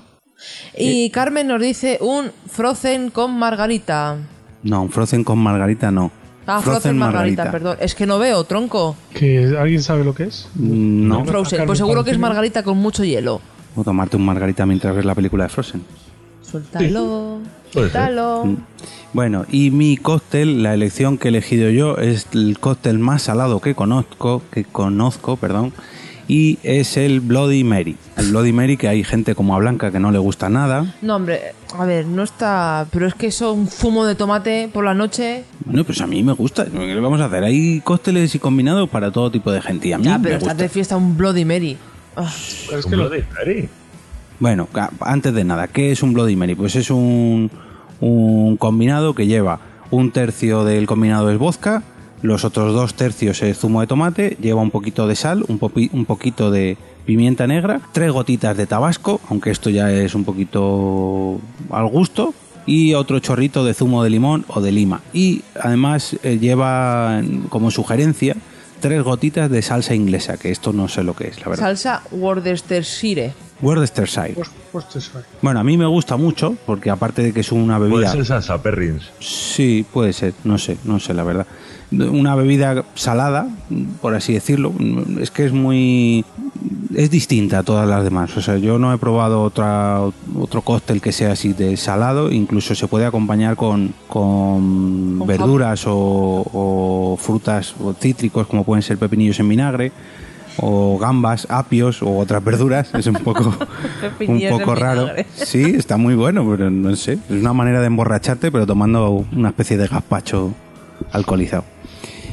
S1: Y Carmen nos dice un Frozen con margarita.
S2: No, un Frozen con Margarita no.
S1: Ah, Frozen, margarita, perdón. Es que no veo, tronco.
S3: ¿Que ¿Alguien sabe lo que es?
S2: Mm, No.
S1: Frozen. Pues seguro que es margarita con mucho hielo.
S2: O tomarte un margarita mientras ves la película de Frozen.
S1: Suéltalo.
S2: Puede ser.
S1: Suéltalo.
S2: Mm. Bueno, y mi cóctel, la elección que he elegido yo, es el cóctel más salado que conozco, que conozco, perdón, y es el Bloody Mary. El Bloody Mary que hay gente como a Blanca que no le gusta nada.
S1: No, hombre, a ver, no está. Pero es que eso, un fumo de tomate por la noche.
S2: Bueno, pues a mí me gusta. ¿Qué le vamos a hacer? Hay cócteles y combinados para todo tipo de gente. Y a mí
S1: Ya,
S2: Mm, me
S1: pero
S2: gusta.
S1: estás de fiesta un Bloody Mary. Ah.
S3: Es que lo de
S2: Bueno, ca- antes de nada, ¿qué es un Bloody Mary? Pues es un, un combinado que lleva un tercio del combinado es vodka, los otros dos tercios es zumo de tomate, lleva un poquito de sal, un, popi- un poquito de pimienta negra, tres gotitas de tabasco, aunque esto ya es un poquito al gusto, y otro chorrito de zumo de limón o de lima. Y además eh, lleva como sugerencia tres gotitas de salsa inglesa, que esto no sé lo que es, la verdad.
S1: Salsa Worcestershire.
S2: Worcestershire.
S3: Pues te suena.
S2: Bueno, a mí me gusta mucho porque aparte de que es una
S10: Puede
S2: bebida...
S10: ser salsa perrins.
S2: Sí, puede ser, no sé, no sé la verdad. Una bebida salada, por así decirlo, es que es muy... es distinta a todas las demás. O sea, yo no he probado otra, otro cóctel que sea así de salado, incluso se puede acompañar con, con
S1: Con
S2: verduras o, o frutas o cítricos como pueden ser pepinillos en vinagre o gambas, apios o otras verduras. Es un poco, un
S1: Pepinillos
S2: poco
S1: en
S2: raro.
S1: vinagre.
S2: Sí, está muy bueno, pero no sé. Es una manera de emborracharte, pero tomando una especie de gazpacho alcoholizado.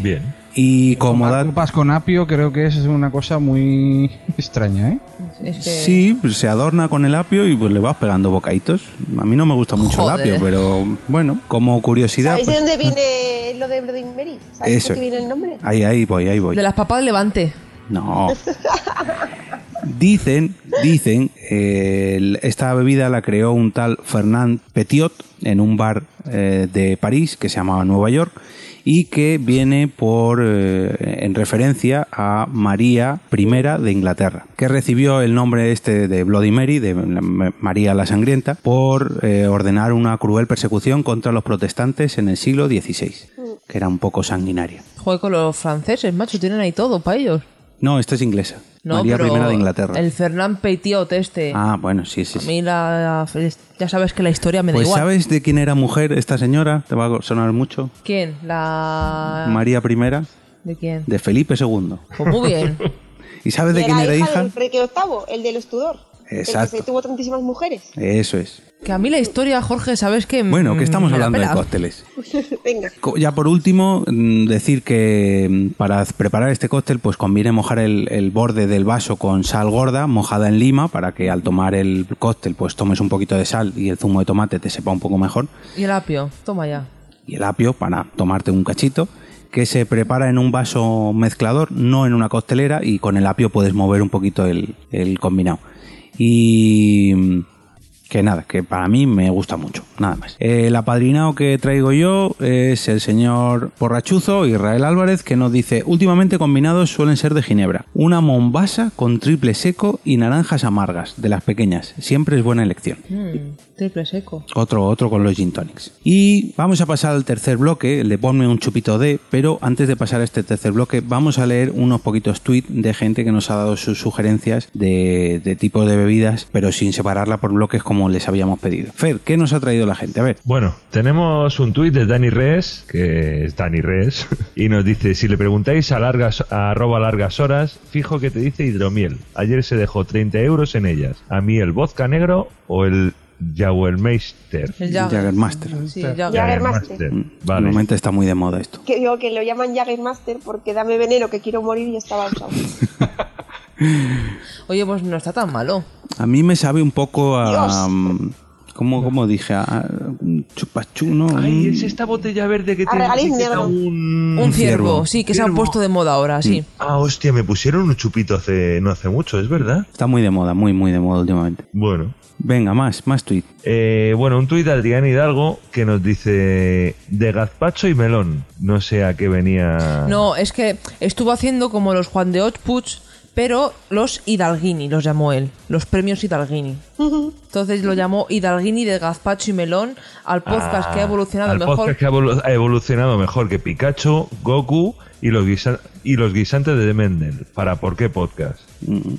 S10: Bien.
S2: Y como
S4: Tomar
S2: da-
S4: copas con apio creo que es una cosa muy extraña, ¿eh?
S1: Es que-
S2: Sí, pues se adorna con el apio y pues le vas pegando bocaditos. A mí no me gusta mucho
S1: Joder.
S2: el apio, pero bueno, como curiosidad.
S8: ¿Sabéis de
S2: pues-
S8: dónde viene lo de Bloody Mary? ¿Sabéis
S2: Eso
S8: de qué
S2: es.
S8: viene el nombre?
S2: Ahí, ahí voy, ahí voy.
S1: De las papas Levante.
S2: No. Dicen, dicen, eh, el- esta bebida la creó un tal Fernand Petiot en un bar eh, de París que se llamaba Nueva York y que viene por eh, en referencia a María I de Inglaterra, que recibió el nombre este de Bloody Mary, de la- María la Sangrienta, por eh, ordenar una cruel persecución contra los protestantes en el siglo XVI, que era un poco sanguinaria.
S1: Joder, con los franceses, macho, tienen ahí todo para ellos.
S2: No, esta es inglesa.
S1: No,
S2: María
S1: pero
S2: I de Inglaterra.
S1: El Fernán Petiot este.
S2: Ah, bueno, sí, sí.
S1: A
S2: sí.
S1: mí la, ya sabes que la historia me da
S2: Pues
S1: igual.
S2: ¿sabes de quién era mujer esta señora? Te va a sonar mucho.
S1: ¿Quién? La...
S2: María I
S1: ¿De quién?
S2: de Felipe II.
S1: Ah. Pues muy bien.
S2: ¿Y sabes de
S8: Y
S2: quién era hija?
S8: del Enrique VIII, el de los Tudor. El
S2: Exacto.
S8: que se tuvo tantísimas mujeres.
S2: Eso es.
S1: Que a mí la historia, Jorge, sabes que...
S2: Bueno,
S1: mm,
S2: que estamos
S1: me la
S2: hablando de
S1: pela.
S2: cócteles.
S8: Venga.
S2: Co- Ya por último, mm, decir que mm, para preparar este cóctel, pues conviene mojar el, el borde del vaso con sal gorda, mojada en lima, para que al tomar el cóctel, pues tomes un poquito de sal y el zumo de tomate te sepa un poco mejor.
S1: Y el apio, toma ya.
S2: y el apio para tomarte un cachito, que se prepara en un vaso mezclador, no en una costelera, y con el apio puedes mover un poquito el, el combinado. Y mm, que nada, que para mí me gusta mucho, nada más. El apadrinado que traigo yo es el señor Porrachuzo, Israel Álvarez, que nos dice, últimamente combinados suelen ser de Ginebra. Una mombasa con triple seco y naranjas amargas, de las pequeñas. Siempre es buena elección.
S1: Mm, triple seco.
S2: Otro, otro con los gin tonics. Y vamos a pasar al tercer bloque, el de ponme un chupito de, pero antes de pasar a este tercer bloque, vamos a leer unos poquitos tweets de gente que nos ha dado sus sugerencias de, de tipos de bebidas, pero sin separarla por bloques como les habíamos pedido. Fer, ¿qué nos ha traído la gente? A ver.
S10: Bueno, tenemos un tuit de Dani Res, que es Dani Res, y nos dice, si le preguntáis a, largas, a arroba largas horas, fijo que te dice hidromiel. Ayer se dejó 30 euros en ellas. A mí el vodka negro o el Jagermeister.
S1: El
S2: Jagger- Jaggermaster.
S1: Sí, el Jagger.
S8: Jagermaster.
S10: Vale.
S2: Normalmente está muy de moda esto.
S8: Que digo que lo llaman Jagermaster porque dame veneno que quiero morir y estaba usado.
S1: Oye, pues no está tan malo.
S2: A mí me sabe un poco a... ¿Cómo, cómo dije? A, a un chupachuno.
S10: Ay,
S2: un-
S10: es esta botella verde que
S8: A
S10: tiene
S8: regaliz
S10: etiqueta
S8: negro.
S10: un...
S1: Un ciervo,
S2: ciervo.
S1: sí, que se han
S10: Ciervo.
S1: puesto de moda ahora, sí.
S10: Ah, hostia, me pusieron un chupito hace no hace mucho, ¿es verdad?
S2: Está muy de moda, muy, muy de moda últimamente.
S10: Bueno.
S2: Venga, más, más tweets.
S10: Eh, bueno, un tuit de Adrián Hidalgo que nos dice de gazpacho y melón. No sé a qué venía.
S1: No, es que estuvo haciendo como los Juan de Puch, pero los Hidalguini los llamó él, los premios Hidalguini. Entonces lo llamó Hidalguini de Gazpacho y Melón al podcast
S10: Ah,
S1: que ha evolucionado
S10: al
S1: mejor.
S10: podcast que ha evolu- ha evolucionado mejor que Pikachu, Goku y los, guisa- y los guisantes de Mendel. ¿Para por qué podcast?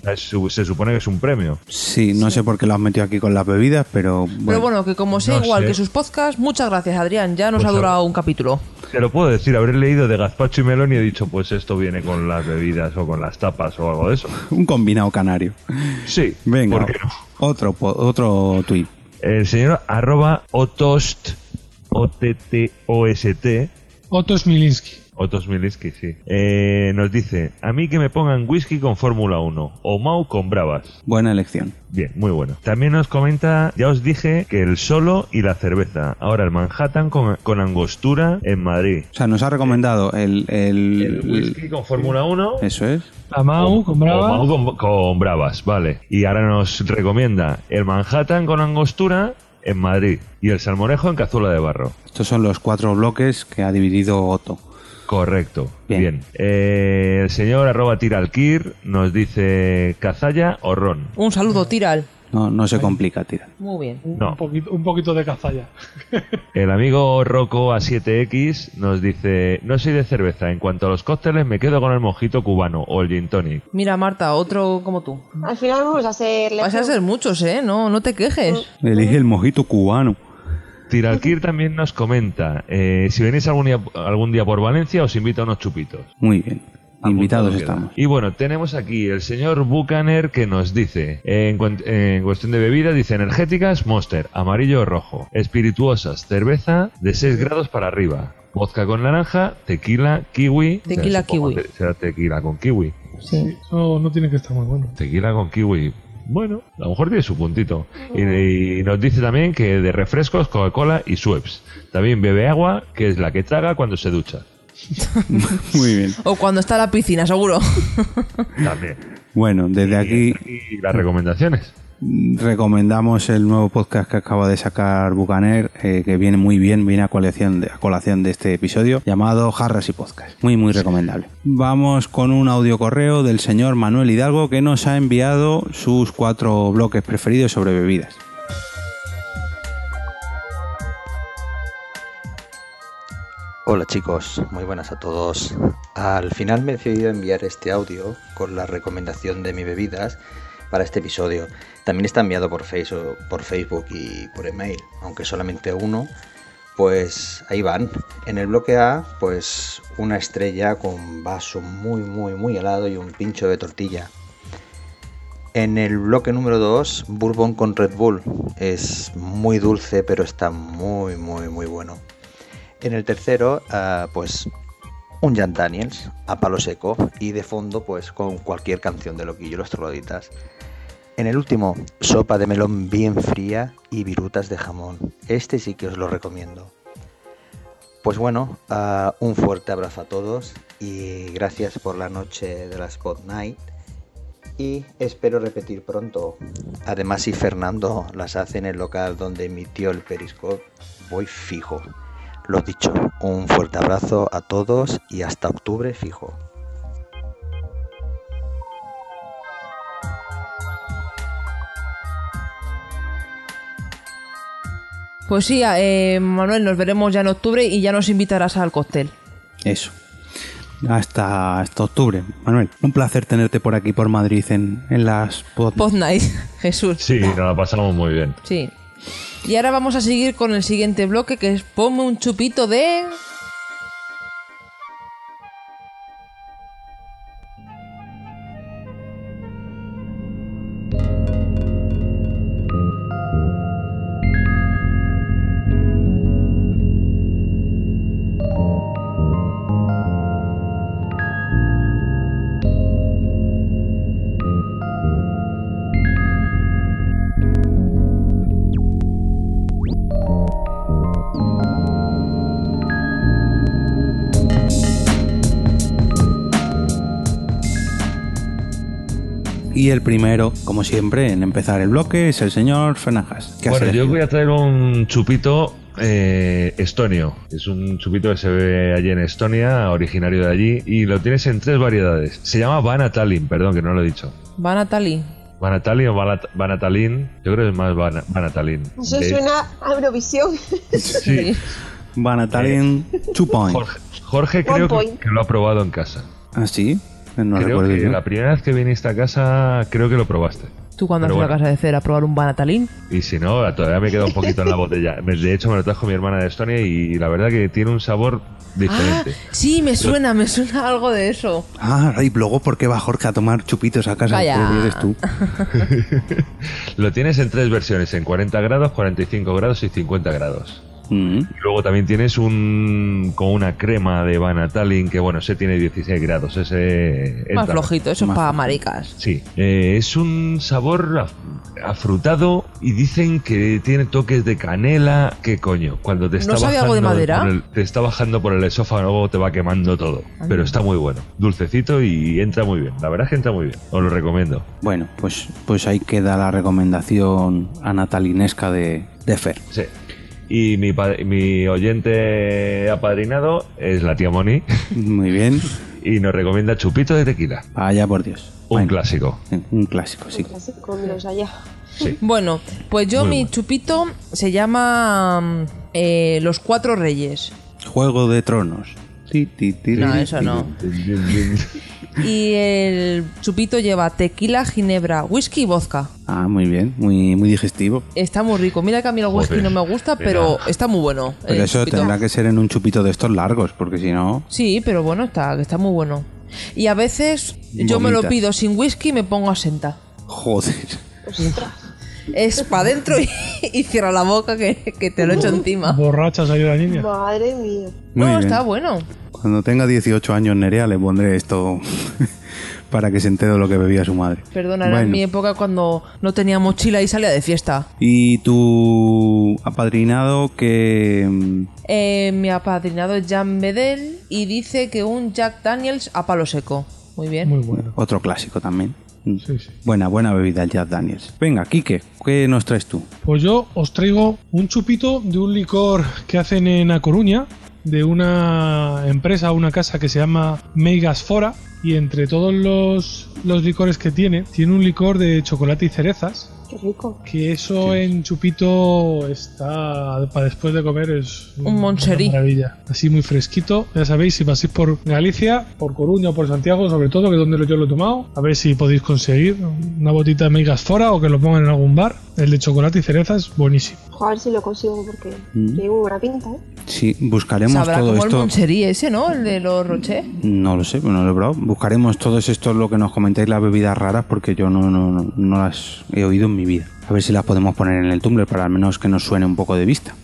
S10: Es su- Se supone que es un premio.
S2: Mm. Sí, no sé por qué lo has metido aquí con las bebidas, pero bueno.
S1: pero bueno, que como sea
S10: no
S1: igual
S10: sé.
S1: que sus podcasts, muchas gracias Adrián, ya nos
S10: Pues
S1: ha
S10: a-
S1: durado un capítulo.
S10: Te lo puedo decir, habré leído de gazpacho y melón y he dicho, pues esto viene con las bebidas o con las tapas o algo de eso.
S2: un combinado canario.
S10: Sí,
S2: Venga,
S10: ¿por qué no?
S2: otro, po- otro tuit.
S10: El señor arroba otost, O-T-T-O-S-T,
S3: Otos Milinski.
S10: Otos Milinsky, sí. Eh, nos dice, a mí que me pongan whisky con Fórmula 1 o Mau con Bravas.
S2: Buena elección.
S10: Bien, muy bueno. También nos comenta, ya os dije, que el solo y la cerveza. Ahora el Manhattan con, con angostura en Madrid.
S2: O sea, nos ha recomendado el... el-
S10: El whisky con Fórmula 1
S2: Eso es.
S3: A Mau, con Brava.
S10: O Mau con, con bravas, vale. Y ahora nos recomienda el Manhattan con angostura en Madrid y el salmorejo en cazuela de barro.
S2: Estos son los cuatro bloques que ha dividido Otto.
S10: Correcto.
S2: Bien.
S10: Bien. Eh, el señor arroba tiralkir nos dice cazalla o ron.
S1: Un saludo, Tiral.
S2: No, no se complica, tira.
S1: Muy bien.
S10: No.
S3: Un, poquito, un poquito de cazalla.
S10: El amigo Rocco A7X nos dice no soy de cerveza. En cuanto a los cócteles me quedo con el mojito cubano o el gin tonic.
S1: Mira Marta, otro como tú.
S8: Al final vamos a hacer
S1: Vas a
S8: legión.
S1: ser muchos, ¿eh? No, no te quejes.
S2: Elige el mojito cubano.
S10: Tiralkir también nos comenta eh, si venís algún día, algún día por Valencia os invito a unos chupitos.
S2: Muy bien.
S10: Apuntado
S2: Invitados estamos.
S10: queda. Y bueno, tenemos aquí el señor Buchaner que nos dice, eh, en, cuan- eh, en cuestión de bebida, dice energéticas, Monster, amarillo o rojo, espirituosas, cerveza de 6 grados para arriba, vodka con naranja, tequila, kiwi.
S1: Tequila,
S10: Supongo
S1: kiwi.
S10: que Será tequila con kiwi.
S1: Sí.
S3: Eso no tiene que estar muy bueno.
S10: Tequila con kiwi. Bueno, a lo mejor tiene su puntito. Y, y nos dice también que de refrescos, Coca-Cola y Schweppes. También bebe agua, que es la que traga cuando se ducha.
S2: Muy bien.
S1: O cuando está en la piscina, seguro.
S10: También.
S2: Bueno, desde aquí
S10: Y las recomendaciones.
S2: recomendamos el nuevo podcast que acaba de sacar Bucaner, eh, que viene muy bien, viene a colación, de, a colación de este episodio, llamado Jarras y Podcast. Muy, muy recomendable. Vamos con un audio correo del señor Manuel Hidalgo que nos ha enviado sus cuatro bloques preferidos sobre bebidas.
S11: Hola chicos, muy buenas a todos. Al final me he decidido enviar este audio con la recomendación de mis bebidas para este episodio. También está enviado por Facebook, por Facebook y por email, aunque solamente uno. Pues ahí van. En el bloque A, pues una estrella con vaso muy muy muy helado y un pincho de tortilla. En el bloque número 2, Bourbon con Red Bull. Es muy dulce, pero está muy muy muy bueno. En el tercero, ah, pues un Jan Daniels a palo seco y de fondo, pues con cualquier canción de Loquillo y los Troloditas. En el último, sopa de melón bien fría y virutas de jamón. Este sí que os lo recomiendo. Pues bueno, ah, un fuerte abrazo a todos y gracias por la noche de la Spot Night. Y espero repetir pronto. Además, si Fernando las hace en el local donde emitió el Periscope, voy fijo. Lo dicho, un fuerte abrazo a todos y hasta octubre fijo.
S1: Pues sí, eh, Manuel, nos veremos ya en octubre y ya nos invitarás al cóctel.
S2: Eso. Hasta, hasta octubre, Manuel. Un placer tenerte por aquí, por Madrid, en, en las pod-
S1: Poz night, Jesús.
S10: Sí, nos la pasamos muy bien.
S1: Sí. Y ahora vamos a seguir con el siguiente bloque que es ponme un chupito de...
S2: Y el primero, como siempre, en empezar el bloque es el señor Fernández.
S10: Bueno, yo voy a traer un chupito eh, estonio. Es un chupito que se ve allí en Estonia, originario de allí, y lo tienes en tres variedades. Se llama Vanatalin, perdón, que no lo he dicho.
S1: Vanatali.
S10: Vanatalin o Vanat- Vanatalin. Yo creo que es más Vana- Vanatalin.
S8: Eso
S10: De-
S8: suena a Eurovisión.
S10: Sí. Eh,
S2: Vanatalin Two Point.
S10: Jorge, Jorge
S8: One
S10: creo que,
S8: point.
S10: que lo ha probado en casa.
S2: ¿Ah, sí? No
S10: creo
S2: recuerdo
S10: que
S2: yo.
S10: la primera vez que viniste a casa, creo que lo probaste.
S1: Tú cuando
S10: Pero
S1: haces
S10: bueno.
S1: la casa de cera a probar un Vanatalin.
S10: Y si no, todavía me queda un poquito en la botella. Me- De hecho, me lo trajo mi hermana de Estonia y la verdad que tiene un sabor
S1: Ah,
S10: diferente.
S1: sí, me suena, me suena algo de eso.
S2: Ah, y luego ¿por qué va Jorge a tomar chupitos a casa?
S1: Vaya.
S2: Porque eres tú.
S10: Lo tienes en tres versiones, en 40 grados, 45 grados y 50 grados.
S2: Mm.
S10: Y Luego también tienes un con una crema de Vanatalin que bueno, ese tiene 16 grados, ese
S1: Más
S10: entra.
S1: flojito, eso es para maricas.
S10: Sí, eh, es un sabor af- afrutado y dicen que tiene toques de canela. ¿Qué coño? Cuando te
S1: ¿No
S10: está
S1: sabe
S10: bajando
S1: algo de madera? Ah.
S10: por el- te está bajando por el esófago te va quemando todo,
S1: Anda.
S10: pero está muy bueno, dulcecito y entra muy bien. La verdad es que entra muy bien, os lo recomiendo.
S2: Bueno, pues, pues ahí queda la recomendación anatalinesca de, de Fer.
S10: Sí. Y mi, pa- mi oyente apadrinado es la tía Moni.
S2: Muy bien.
S10: Y nos recomienda chupito de tequila.
S2: Vaya por Dios.
S10: Un clásico.
S2: Un clásico, sí.
S8: Así como los allá.
S1: Bueno, pues yo
S2: Muy
S1: mi
S2: bueno.
S1: chupito se llama mm, eh, Los Cuatro Reyes.
S2: Juego de Tronos. Ti, ti, ti,
S1: No,
S2: ti,
S1: eso
S2: ti,
S1: no.
S2: ti, ti, ti, ti.
S1: Y el chupito lleva tequila, ginebra, whisky y vodka.
S2: Ah, muy bien, muy, muy digestivo.
S1: Está muy rico. Mira que a mí el whisky
S2: Joder,
S1: no me gusta,
S2: mira.
S1: pero está muy bueno.
S2: Pero
S1: el
S2: eso
S1: chupito.
S2: tendrá que ser en un chupito de estos largos, porque si no.
S1: Sí, pero bueno, está, está muy bueno. Y a veces yo me lo
S2: Vomitas.
S1: pido sin whisky y me pongo a senta.
S2: Joder.
S1: Es para adentro y, y cierra la boca que, que te lo echo encima.
S3: Borracha salió la niña.
S8: Madre mía.
S2: Muy
S1: no,
S2: bien.
S1: está bueno.
S2: Cuando tenga 18 años, Nerea, le pondré esto para que se entere de lo que bebía su madre.
S1: Perdona, era en
S2: Bueno.
S1: mi época cuando no tenía mochila y salía de fiesta.
S2: Y tu apadrinado que. mm,
S1: Eh, mi apadrinado es Jan Bedel y dice que un Jack Daniels a palo seco. Muy bien.
S2: Otro clásico también. Mm. Buena, buena bebida el Jack Daniels. Venga, Quique, ¿qué nos traes tú?
S3: Pues yo os traigo un chupito de un licor que hacen en A Coruña, de una empresa, una casa que se llama Megasfora. Y entre todos los, los licores que tiene, tiene un licor de chocolate y cerezas.
S8: Qué rico.
S3: Que eso en chupito está para después de comer es
S1: Un moncherí.
S3: una maravilla. Así muy fresquito. Ya sabéis, si pasáis por Galicia, por Coruña o por Santiago, sobre todo, que es donde yo lo he tomado, a ver si podéis conseguir una botita de Megasfora o que lo pongan en algún bar. El de chocolate y cereza es buenísimo.
S8: Joder, si lo consigo porque
S2: Mm.
S8: tengo buena pinta, ¿eh?
S2: Sí, buscaremos
S1: Sabrá
S2: todo
S1: como el
S2: esto.
S1: Moncherí ese, ¿no? El de los Roche.
S2: No lo sé, no lo he probado. Buscaremos todos estos, lo que nos comentáis, las bebidas raras, porque yo no, no, no- no las he oído en mi vida. A ver si las podemos poner en el Tumblr para al menos que nos suene un poco de vista.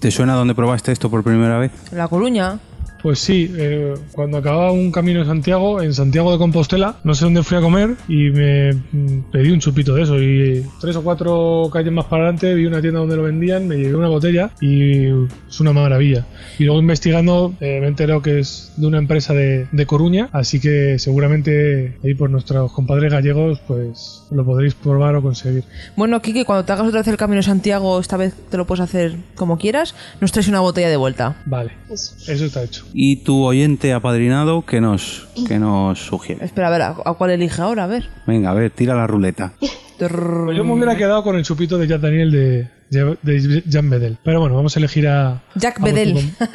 S2: ¿Te suena donde probaste esto por primera vez?
S1: La Coruña.
S3: Pues sí, eh, cuando acababa un camino de Santiago, en Santiago de Compostela, no sé dónde fui a comer y me mm, pedí un chupito de eso. Y tres o cuatro calles más para adelante vi una tienda donde lo vendían, me llevé una botella y es una maravilla. Y luego investigando eh, me he enterado que es de una empresa de, de Coruña, así que seguramente ahí por nuestros compadres gallegos pues lo podréis probar o conseguir.
S1: Bueno, Kike, cuando te hagas otra vez el camino de Santiago, esta vez te lo puedes hacer como quieras, nos traes una botella de vuelta.
S3: Vale,
S8: eso,
S3: está hecho.
S2: ¿Y tu oyente apadrinado qué nos, qué nos sugiere?
S1: Espera, a ver, ¿a, a cuál elige ahora? A ver.
S2: Venga, a ver, tira la ruleta.
S3: Pues yo me hubiera quedado con el chupito de Jack Daniel de, de- de Jan Bedel. Pero bueno, vamos a elegir a.
S1: Jack
S3: a vuestro
S1: Bedel.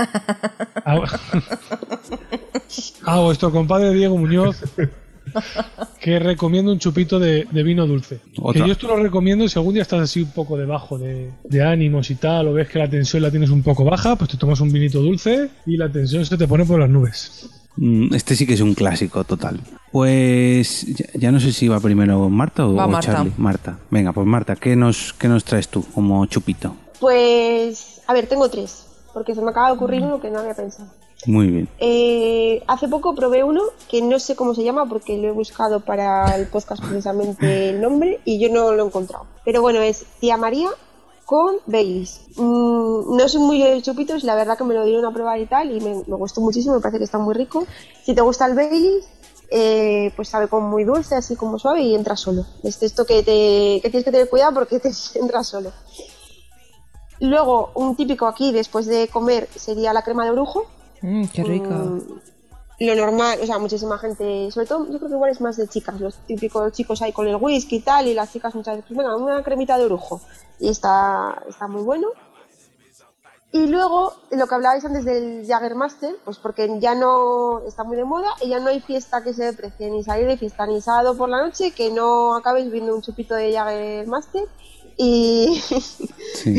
S3: A, a vuestro ah, compadre Diego Muñoz, que recomiendo un chupito de, de vino dulce.
S2: Otra.
S3: Que yo esto lo recomiendo si algún día estás así un poco debajo de, de ánimos y tal, o ves que la tensión la tienes un poco baja, pues te tomas un vinito dulce y la tensión se te pone por las nubes.
S2: Mm, Este sí que es un clásico total. Pues ya, ya no sé si va primero Marta o,
S1: Va
S2: o
S1: Marta.
S2: Charlie. Marta. Venga, pues Marta, ¿qué nos, qué nos traes tú como chupito?
S8: Pues, a ver, tengo tres, porque se me acaba de ocurrir
S2: Mm.
S8: uno que no había pensado.
S2: Muy bien.
S8: Eh, hace poco probé uno que no sé cómo se llama porque lo he buscado para el podcast precisamente el nombre y yo no lo he encontrado. Pero bueno, es Tía María con Baileys. Mm, no soy muy de chupitos, la verdad que me lo dieron a probar y tal y me, me gustó muchísimo, me parece que está muy rico. Si te gusta el Baileys, eh, pues sabe como muy dulce, así como suave y entra solo. Es esto que, te, que tienes que tener cuidado porque te entra solo. Luego, un típico aquí después de comer sería la crema de brujo.
S1: Mm, qué rica.
S8: Mm, lo normal, o sea, muchísima gente, sobre todo yo creo que igual es más de chicas, los típicos chicos ahí con el whisky y tal, y las chicas muchas veces, pues venga, una cremita de brujo. Y está, está muy bueno. Y luego, lo que hablabais antes del Jaggermaster, pues porque ya no está muy de moda y ya no hay fiesta que se precie, ni salir de fiesta, ni sábado por la noche, que no acabéis viendo un chupito de Jaggermaster y...
S2: Sí.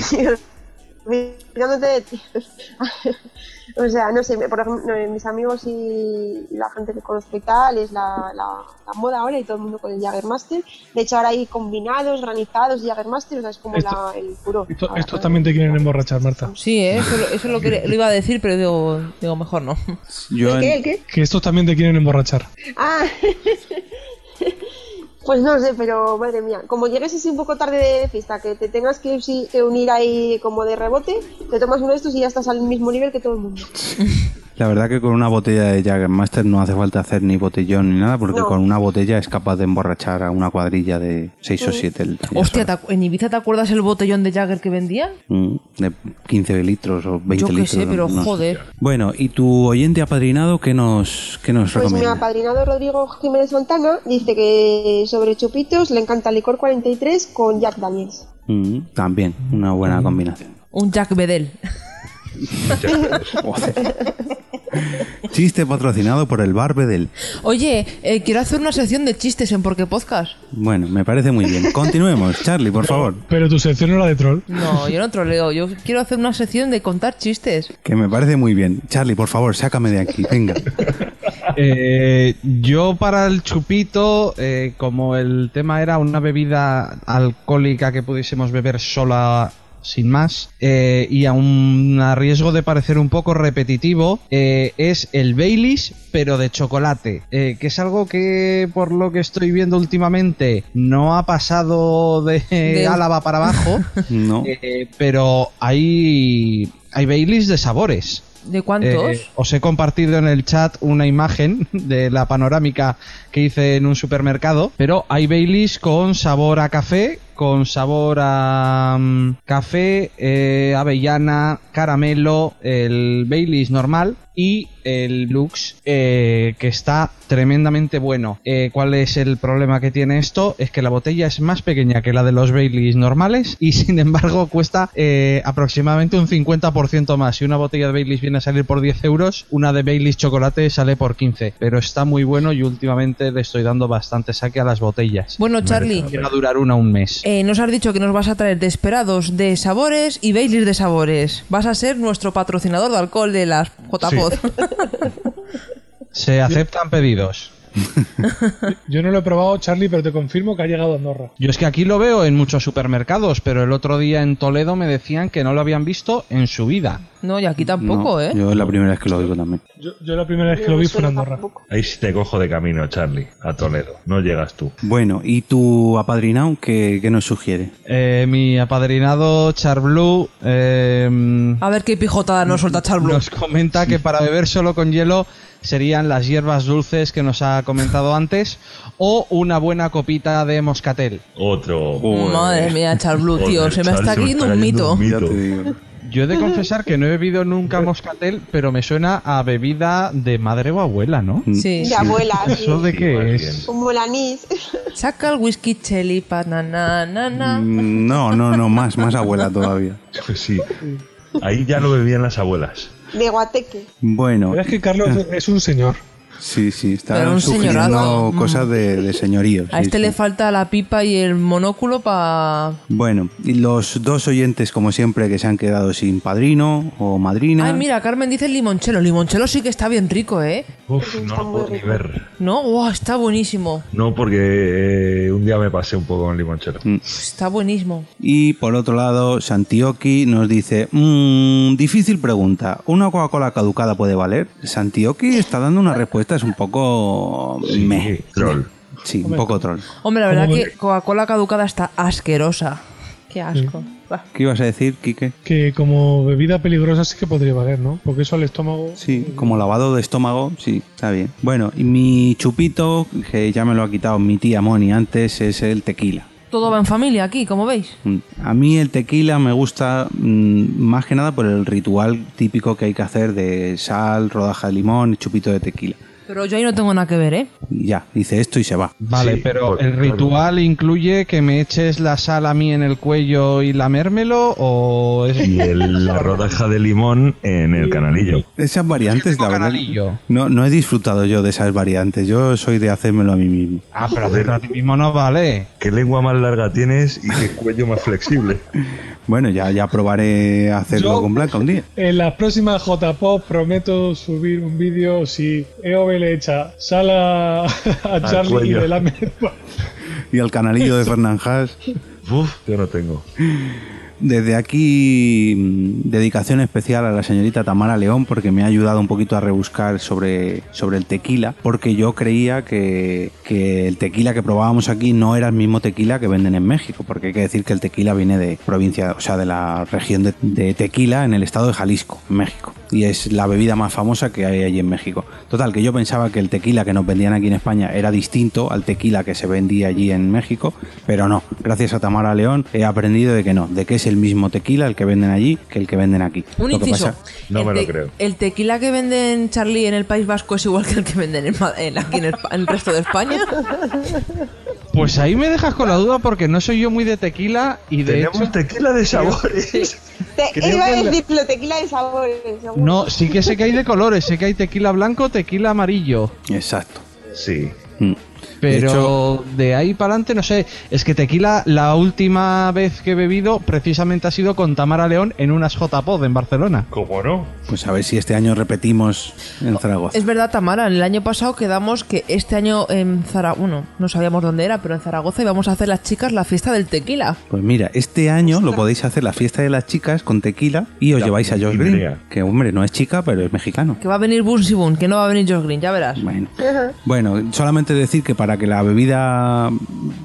S8: Mirándote de ti. o sea, no sé, por ejemplo, mis amigos y la gente que conozco y tal, es la, la, la moda ahora y todo el mundo con el Jaggermaster. De hecho, ahora hay combinados, granizados, Jaggermaster, o sea, es como
S3: Esto-
S8: la, el puro.
S3: Esto- estos también te quieren emborrachar, Marta.
S1: Sí, ¿eh? eso, lo- eso lo, que- lo iba a decir, pero digo, digo mejor no.
S2: Yo
S8: ¿Qué? ¿El qué?
S3: Que estos también te quieren emborrachar.
S8: Ah, pues no sé, pero madre mía, como llegues así un poco tarde de fiesta, que te tengas que, usi- que unir ahí como de rebote, te tomas uno de estos y ya estás al mismo nivel que todo el mundo.
S2: La verdad que con una botella de Jaggermaster no hace falta hacer ni botellón ni nada, porque
S8: No.
S2: con una botella es capaz de emborrachar a una cuadrilla de 6 o 7
S1: Hostia, ¿te acu- ¿en Ibiza te acuerdas el botellón de Jagger que vendían?
S2: Mm, de 15 litros o 20
S1: Yo qué
S2: litros.
S1: sé, pero
S2: no sé.
S1: joder.
S2: Bueno, ¿y tu oyente apadrinado qué nos, qué nos
S8: Pues mi
S2: recomienda?
S8: apadrinado Rodrigo Jiménez Fontana dice que sobre chupitos le encanta el licor 43 con Jack Daniels.
S2: Mm, también, una buena combinación.
S1: Un Jack Bedell.
S2: Chiste patrocinado por el Bar Bedel.
S1: Oye, eh, quiero hacer una sección de chistes en Porque Podcast.
S2: Bueno, me parece muy bien. Continuemos, Charlie, por favor.
S3: Pero tu sección no era de troll.
S1: No, yo no troleo. Yo quiero hacer una sección de contar chistes.
S2: Que me parece muy bien. Charlie, por favor, sácame de aquí. Venga.
S4: Eh, yo para el chupito, eh, como el tema era una bebida alcohólica que pudiésemos beber sola sin más, eh, y aún a riesgo de parecer un poco repetitivo, eh, es el Baileys, pero de chocolate, eh, que es algo que por lo que estoy viendo últimamente no ha pasado de, Álava para abajo,
S2: No.
S4: eh, pero hay, hay Baileys de sabores.
S1: ¿De cuántos?
S4: Eh, os he compartido en el chat una imagen de la panorámica que hice en un supermercado, pero hay Baileys con sabor a café, con sabor a mm, café, eh, avellana, caramelo, el Baileys normal y el Lux, eh, que está tremendamente bueno. Eh, ¿Cuál es el problema que tiene esto? Es que la botella es más pequeña que la de los Baileys normales y sin embargo cuesta eh, aproximadamente un 50% más. Si una botella de Baileys viene a salir por 10 euros, una de Baileys chocolate sale por 15. Pero está muy bueno y últimamente le estoy dando bastante saque a las botellas.
S1: Bueno, Charlie.
S4: Llega a durar una un mes.
S1: Eh, nos has dicho que nos vas a traer Desperados de sabores y Baileys de sabores. Vas a ser nuestro patrocinador de alcohol de las JPod.
S4: Se aceptan pedidos.
S3: Yo no lo he probado, Charlie, pero te confirmo que ha llegado a Andorra.
S4: Yo es que aquí lo veo en muchos supermercados, pero el otro día en Toledo me decían que no lo habían visto en su vida.
S1: No, y aquí tampoco,
S2: No,
S1: ¿eh?
S2: Yo es la primera vez que lo digo también.
S3: Yo, yo la primera vez que lo vi fue en Andorra.
S10: Ahí sí te cojo de camino, Charlie, a Toledo. No llegas tú.
S2: Bueno, ¿y tu apadrinado qué, qué nos sugiere?
S4: Eh, mi apadrinado Charblue eh,
S1: A ver qué pijotada nos suelta Charblue.
S4: nos comenta que para beber solo con hielo serían las hierbas dulces que nos ha comentado antes o una buena copita de moscatel.
S10: Otro.
S1: Madre mía, Charblue, tío.
S10: Joder,
S1: se me
S10: Charlie,
S1: está
S10: se me
S1: cayendo
S10: está
S1: un
S10: cayendo
S1: mito.
S10: un mito.
S4: Yo he de confesar que no he bebido nunca moscatel, pero me suena a bebida de madre o abuela, ¿no?
S1: Sí.
S8: De abuela, sí.
S4: ¿Eso de
S10: pues
S4: qué es?
S8: Como el anís.
S1: Saca el whisky cheli pa na na na na.
S2: Mm, No, no, no, más, más abuela todavía.
S10: Pues sí. Ahí ya lo bebían las abuelas.
S8: De guateque.
S2: Bueno, Ah.
S3: Pero es que Carlos es un señor.
S2: sí, sí,
S1: Pero un
S2: están sugiriendo
S1: señorado. Mm.
S2: cosas de, de señorío.
S1: A
S2: sí,
S1: este
S2: sí.
S1: le falta la pipa y el monóculo para.
S2: Bueno, y los dos oyentes, como siempre, que se han quedado sin padrino o madrina.
S1: Ay, mira, Carmen dice el limonchelo. El limonchelo sí que está bien rico, ¿eh?
S10: Uf, no lo puedo ni ver.
S1: No, wow, está buenísimo.
S10: No, porque eh, un día me pasé un poco con limonchelo.
S1: Está buenísimo.
S2: Mm. Y por otro lado, Santioki nos dice, "Mm, difícil pregunta, ¿una Coca-Cola caducada puede valer? Santioki está dando unas respuestas un poco... meh.
S10: troll.
S2: Sí, un poco troll.
S1: Hombre, la verdad
S3: ¿Cómo
S1: que Coca-Cola caducada está asquerosa. Qué asco. Bah.
S2: ¿Qué ibas a decir, Quique?
S3: Que como bebida peligrosa sí que podría valer, ¿no? Porque eso al estómago.
S2: Sí, como lavado de estómago, sí, está bien. Bueno, y mi chupito, que ya me lo ha quitado mi tía Moni antes, es el tequila.
S1: Todo va en familia aquí, como veis.
S2: Mm. A mí el tequila me gusta mm, más que nada por el ritual típico que hay que hacer de sal, rodaja de limón y chupito de tequila.
S1: Pero yo ahí no tengo nada que ver, ¿eh?
S2: Y ya, dice esto y se va.
S4: Vale, pero ¿el ritual incluye que me eches la sal a mí en el cuello y lamérmelo o es...
S10: Y el- la rodaja de limón en el canalillo.
S2: Esas variantes, la verdad.
S4: canalillo.
S2: No, no he disfrutado yo de esas variantes. Yo soy de hacérmelo a mí mismo.
S4: Ah, pero hacerlo a ti mismo no vale.
S10: ¿Qué lengua más larga tienes y qué cuello más flexible?
S2: Bueno, ya, ya probaré hacerlo
S3: Yo-
S2: con Blanca un día.
S3: En las próximas J-Pop prometo subir un vídeo si EOB le echa sal a, a Charlie y
S2: cuello.
S3: le lame.
S2: Y al canalillo de Fernanjas.
S10: Uf, yo no tengo.
S2: Desde aquí, mm, dedicación especial a la señorita Tamara León porque me ha ayudado un poquito a rebuscar sobre, sobre el tequila, porque yo creía que, que el tequila que probábamos aquí no era el mismo tequila que venden en México, porque hay que decir que el tequila viene de provincia, o sea, de la región de, de Tequila en el estado de Jalisco, en México. Y es la bebida más famosa que hay allí en México. Total, que yo pensaba que el tequila que nos vendían aquí en España era distinto al tequila que se vendía allí en México, pero no. Gracias a Tamara León he aprendido de que no, de que es el mismo tequila el que venden allí que el que venden aquí.
S1: Un
S2: Lo que
S1: inciso. Eh,
S2: pasa-
S1: El te- ¿El tequila que venden Charlie en el País Vasco es igual que el que venden en, Ma- en- aquí en el, pa- en el resto de España?
S4: Pues ahí me dejas con la duda porque no soy yo muy de tequila y de
S10: Tenemos
S4: hecho-
S10: tequila de sabores.
S8: Te-
S4: Creo
S8: iba a
S4: que la-
S8: decir pero tequila de sabores. seguro.
S4: No, sí que sé que hay de colores, sé que hay tequila blanco, tequila amarillo.
S2: Exacto.
S10: Sí.
S4: Pero de, ahí para adelante, no sé. Es que tequila, la última vez que he bebido, precisamente ha sido con Tamara León en unas J-Pod en Barcelona.
S10: ¿Cómo no?
S2: Pues a ver si este año repetimos en Zaragoza.
S1: Oh, Es verdad, Tamara, el año pasado quedamos que este año en Zaragoza, bueno, no sabíamos dónde era, pero en Zaragoza íbamos a hacer las chicas la fiesta del tequila.
S2: Pues mira, este año lo podéis hacer la fiesta de las chicas con tequila y os lleváis a Josh Green, que hombre, no es chica, pero es mexicano.
S1: Que va a venir Bunsi Boon, que no va a venir Josh Green, ya verás.
S2: Bueno. Bueno, solamente decir que para que la bebida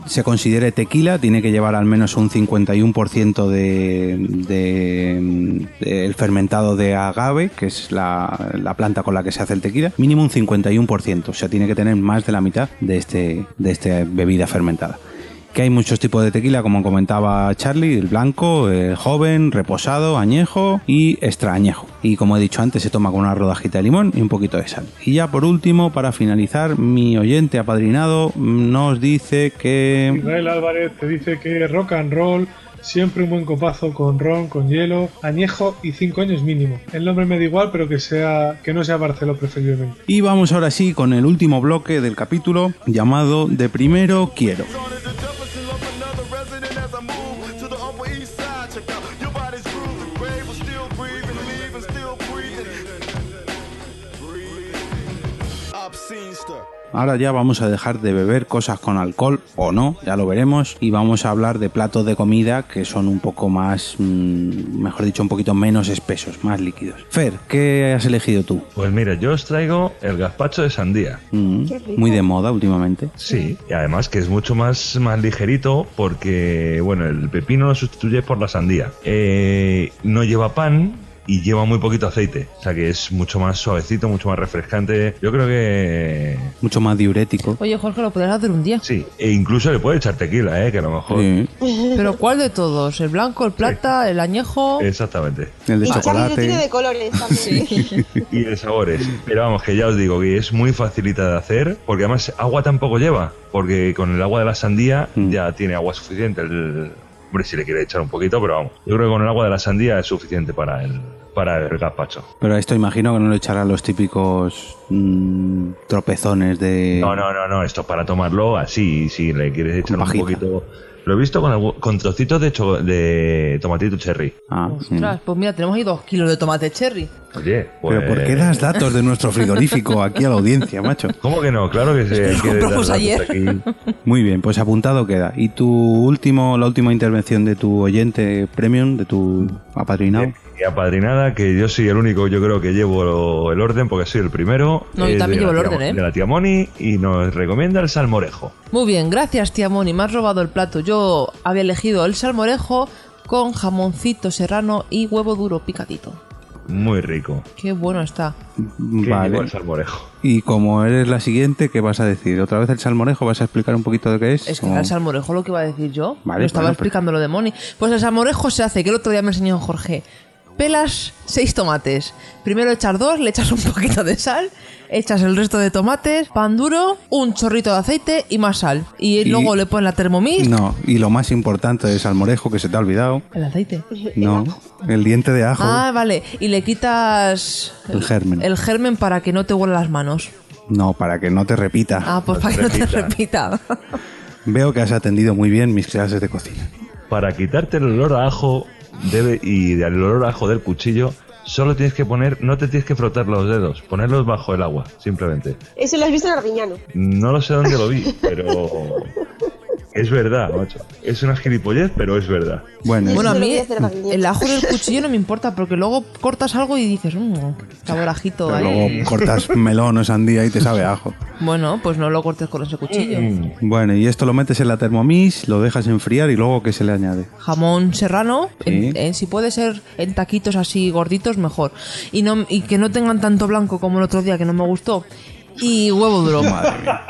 S2: se considere tequila tiene que llevar al menos un 51% de, de- de el fermentado de agave, que es la, la planta con la que se hace el tequila, mínimo un 51%, o sea, tiene que tener más de la mitad de este de esta bebida fermentada. Que hay muchos tipos de tequila, como comentaba Charlie, el blanco, el joven, reposado, añejo y extraañejo. Y como he dicho antes, se toma con una rodajita de limón y un poquito de sal. Y ya por último, para finalizar, mi oyente apadrinado nos dice que...
S3: Israel Álvarez te dice que rock and roll, siempre un buen copazo con ron, con hielo, añejo y 5 años mínimo. El nombre me da igual, pero que sea que no sea Barceló preferiblemente.
S2: Y vamos ahora sí con el último bloque del capítulo llamado De primero quiero.
S1: Pues
S2: Ahora ya vamos a dejar de beber cosas con alcohol o no, ya lo veremos, y vamos a hablar de platos de comida que son un poco más, mm, mejor dicho, un poquito menos espesos, más líquidos. Fer, ¿qué has elegido tú?
S10: Pues mira, yo os traigo el gazpacho de sandía.
S2: Mm, muy de moda últimamente.
S10: Sí, y además que es mucho más, más ligerito porque, bueno, el pepino lo sustituye por la sandía. Eh, no lleva pan y lleva muy poquito aceite. O sea que es mucho más suavecito, mucho más refrescante. Yo creo que...
S2: Mucho más diurético.
S1: Oye, Jorge, lo podrías hacer un día.
S10: Sí, e incluso le puede echar tequila, ¿eh? Que a lo mejor...
S1: Pero ¿cuál de todos? ¿El blanco, el plata, el añejo?
S10: Exactamente.
S2: El
S8: Y Charlie lo tiene de colores también.
S10: y de sabores. Pero vamos, que ya os digo que es muy facilita de hacer, porque además agua tampoco lleva, porque con el agua de la sandía
S2: Mm.
S10: ya tiene agua suficiente. El, hombre, si le quiere echar un poquito, pero vamos. Yo creo que con el agua de la sandía es suficiente para el, para el gazpacho.
S2: Pero a esto imagino que no le echarán los típicos mm, tropezones de...
S10: No, no, no, no, esto es para tomarlo así, si le quieres echar un poquito... Lo he visto con, algu- con trocitos de, cho- de tomatito cherry.
S2: Ah,
S1: Ostras, pues mira, tenemos ahí dos kilos de tomate cherry.
S10: Oye, pues-
S2: Pero ¿por qué das datos de nuestro frigorífico aquí a la audiencia, macho?
S10: ¿Cómo que no? Claro que sí. hay que dar datos aquí.
S2: Muy bien, pues apuntado queda. ¿Y tu último, la última intervención de tu oyente premium, de tu apadrinado?
S10: Eh, Y apadrinada, que yo soy el único, yo creo que llevo el orden porque soy el primero.
S1: No, yo
S10: Es
S1: también
S10: de
S1: llevo
S10: la
S1: el
S10: tía-
S1: orden, ¿eh?
S10: De la tía Moni y nos recomienda el salmorejo.
S1: Muy bien, gracias tía Moni, me has robado el plato. Yo había elegido el salmorejo con jamoncito serrano y huevo duro picadito.
S10: Muy rico.
S1: Qué bueno está.
S2: Vale.
S10: el salmorejo.
S2: Y como eres la siguiente, ¿qué vas a decir? ¿Otra vez el salmorejo? ¿Vas a explicar un poquito de qué es?
S1: Es que
S2: ¿O-
S1: era el salmorejo lo que iba a decir yo.
S2: Vale,
S1: lo estaba
S2: bueno, pero-
S1: explicando lo de Moni. Pues el salmorejo se hace, que el otro día me enseñó Jorge. Pelas seis tomates. Primero echas dos, le echas un poquito de sal, echas el resto de tomates, pan duro, un chorrito de aceite y más sal. Y,
S2: Y-
S1: luego le pones la Thermomix.
S2: No, y lo más importante del salmorejo que se te ha olvidado.
S1: El aceite.
S2: No, el diente de ajo,
S1: Ah, vale. Y le quitas
S2: el germen.
S1: el germen para que no te huelan las manos.
S2: No, para que no te repita.
S1: Ah, pues para que no te repita.
S2: Veo que has atendido muy bien mis clases de cocina.
S10: Para quitarte el olor a ajo debe, y el olor a ajo del cuchillo, solo tienes que poner, no te tienes que frotar los dedos, ponerlos bajo el agua, simplemente.
S8: Eso lo has visto en Arguiñano.
S10: No lo sé dónde lo vi, pero es verdad, macho. Es una gilipollez, pero es verdad.
S2: Bueno,
S1: Bueno, a mí el ajo del cuchillo no me importa porque luego cortas algo y dices, mmm, sabor a ajito
S2: pero
S1: ahí".
S2: luego cortas melón o sandía y te sabe a ajo.
S1: Bueno, pues no lo cortes con ese cuchillo.
S2: Mm, Bueno, y esto lo metes en la Thermomix, lo dejas enfriar y luego ¿qué se le añade?
S1: Jamón serrano,
S2: Sí.
S1: en, en- si puede ser en taquitos así gorditos, mejor. Y, no, y que no tengan tanto blanco como el otro día, que no me gustó. Y huevo duro.
S2: Madre mía.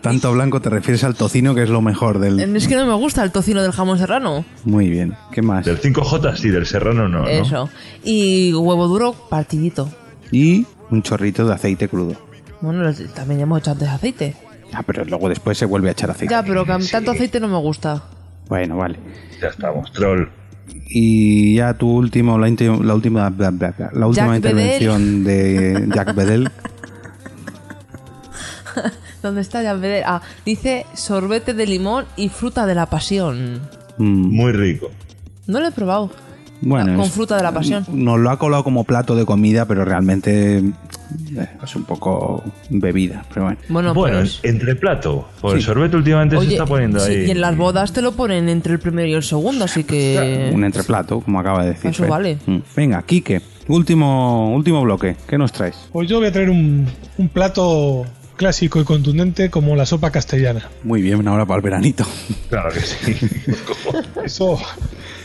S2: Tanto blanco te refieres al tocino que es lo mejor del...
S1: Eh, Es que no me gusta el tocino del jamón serrano.
S2: Muy bien, ¿qué más?
S10: Del 5J sí, del serrano no, ¿no?
S1: Eso. Y huevo duro partidito.
S2: Y un chorrito de aceite crudo.
S1: Bueno, el- también hemos hecho antes aceite.
S2: Ah, pero luego después se vuelve a echar aceite.
S1: Ya, pero que a mí tanto aceite no me gusta.
S2: Bueno, vale.
S10: Ya estamos, troll.
S2: Y ya tu último, la, inti- la última, bla, bla, bla, la última
S1: Jack
S2: intervención de Jack Bedell.
S1: ¿Dónde está ya veré. Ah, dice sorbete de limón y fruta de la pasión.
S2: Mm.
S10: Muy rico.
S1: No lo he probado.
S2: Bueno,
S1: Con
S2: es-
S1: fruta de la pasión.
S2: Nos lo ha colado como plato de comida, pero realmente eh, es un poco bebida. Pero bueno.
S1: Bueno,
S10: Bueno,
S1: pues-
S10: en- entre plato. Pues el
S2: Sí.
S10: sorbete últimamente se
S1: Oye,
S10: está poniendo
S1: sí,
S10: ahí.
S1: y en las bodas te lo ponen entre el primero y el segundo, así que.
S2: Un entreplato, como acaba de decir.
S1: eh, Eso
S2: Fer.
S1: vale.
S2: Mm. Venga, Quique, último, último bloque. ¿Qué nos traes?
S3: Pues yo voy a traer un, un plato clásico y contundente como la sopa castellana.
S2: Muy bien, ahora para el veranito.
S10: Claro que sí.
S3: Eso.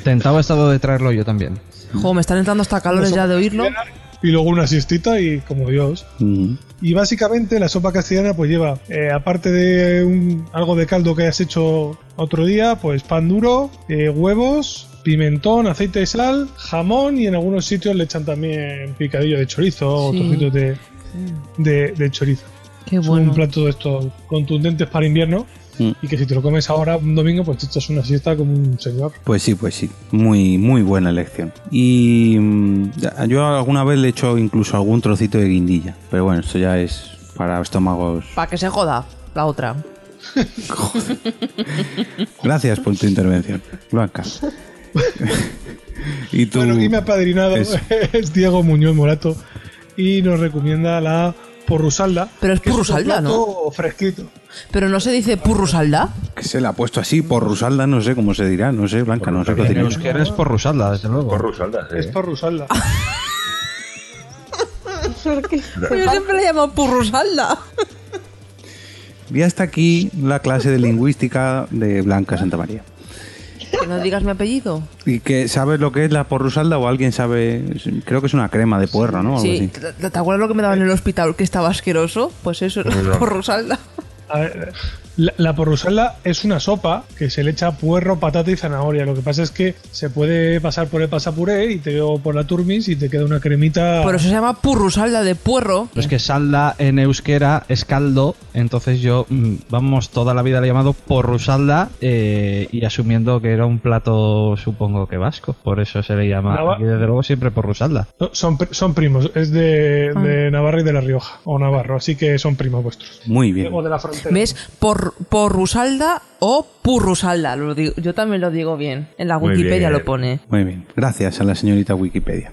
S4: Tentado he estado de traerlo yo también.
S1: Jo, me están entrando hasta calores ya de oírlo.
S3: Y luego una siestita y como Dios. Y básicamente la sopa castellana pues lleva, eh, aparte de un- algo de caldo que hayas hecho otro día, pues pan duro, eh, huevos, pimentón, aceite y sal, jamón y en algunos sitios le echan también picadillo de chorizo
S1: Sí.
S3: o trocitos de, de- de chorizo.
S1: Qué
S3: Es
S1: bueno.
S3: un plato de estos contundentes para invierno y que si te lo comes ahora un domingo pues te echas una siesta como un señor.
S2: Pues sí, pues sí. Muy, muy buena elección. Y mm, ya- yo alguna vez le he hecho incluso algún trocito de guindilla. Pero bueno, esto ya es para estómagos.
S1: Para que se joda la otra.
S2: Gracias por tu intervención, Blanca. y tú.
S3: Bueno, y me ha padrinado
S2: Eso.
S3: es Diego Muñoz Morato y nos recomienda la porrusalda.
S1: Pero es
S3: que otro
S1: porrusalda, ¿no?
S3: plato Fresquito.
S1: Pero no se dice purrusalda.
S2: que se la ha puesto así por Rusalda, no sé cómo se dirá, no sé, Blanca, no sé
S4: En
S2: cocinar.
S4: euskera es por Rusalda, desde luego.
S10: Por Rusalda, sí.
S3: Es porrusalda.
S1: Pero Yo siempre le llamo purrusalda.
S2: Y hasta aquí la clase de lingüística de Blanca Santa María.
S1: Que no digas mi apellido.
S2: ¿Y que sabes lo que es la porrusalda o alguien sabe? Creo que es una crema de puerro, ¿no? Algo
S1: Sí,
S2: así.
S1: ¿te, te acuerdas lo que me daban en el hospital que estaba asqueroso? Pues eso,
S2: Perdón.
S1: purrusalda.
S3: A ver, la, la porrusalda es una sopa que se le echa puerro, patata y zanahoria. Lo que pasa es que se puede pasar por el pasapuré y te o por la turmis y te queda una cremita.
S1: Por eso se llama purrusalda de puerro.
S2: ¿Eh?
S4: Pues que salda en euskera es caldo, entonces yo, mm, vamos, toda la vida le he llamado porrusalda eh, y asumiendo que era un plato, supongo que vasco, por eso se le
S3: Nava-
S4: llama, y desde luego siempre porrusalda.
S3: No, son, pri- son primos, es de,
S1: Ah.
S3: de Navarra y de La Rioja, o Navarro, así que son primos vuestros.
S2: Muy bien.
S3: O de la frontera.
S1: ¿Ves? Por, porrusalda o purrusalda. Lo digo- yo también lo digo bien. En la
S2: Muy
S1: Wikipedia
S2: bien.
S1: lo pone.
S2: Muy bien, gracias a la señorita Wikipedia.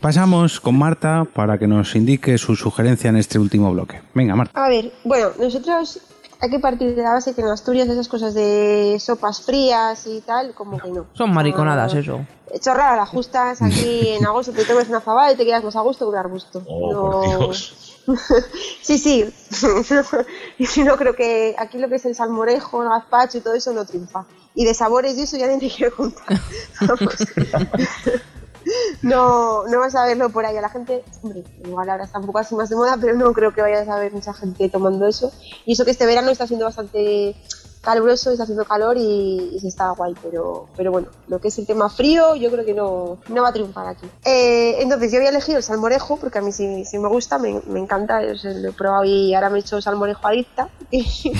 S2: Pasamos con Marta para que nos indique su sugerencia en este último bloque. Venga, Marta.
S8: A ver, bueno, nosotros hay que partir de la base que en Asturias esas cosas de sopas frías y tal, como que no.
S1: Son mariconadas
S8: Ah,
S1: eso.
S8: Chorradas las justas aquí en agosto, te tomas una fabada y te quedas más a gusto que un arbusto.
S10: Oh,
S8: No-
S10: por Dios.
S8: Sí, sí. Yo no creo que aquí lo que es el salmorejo, el gazpacho y todo eso no triunfa. Y de sabores y eso ya ni te quiero contar. No, no vas a verlo por ahí. A la gente, hombre, igual ahora está un poco así más de moda, pero no creo que vayas a ver mucha gente tomando eso. Y eso que este verano está siendo bastante caluroso, está haciendo calor y, y se está guay, pero, pero bueno, lo que es el tema frío, yo creo que no, no va a triunfar aquí. Eh, entonces, yo había elegido el salmorejo, porque a mí sí, sí me gusta, me, me encanta, o sea, lo he probado y ahora me he hecho salmorejo adicta. Y,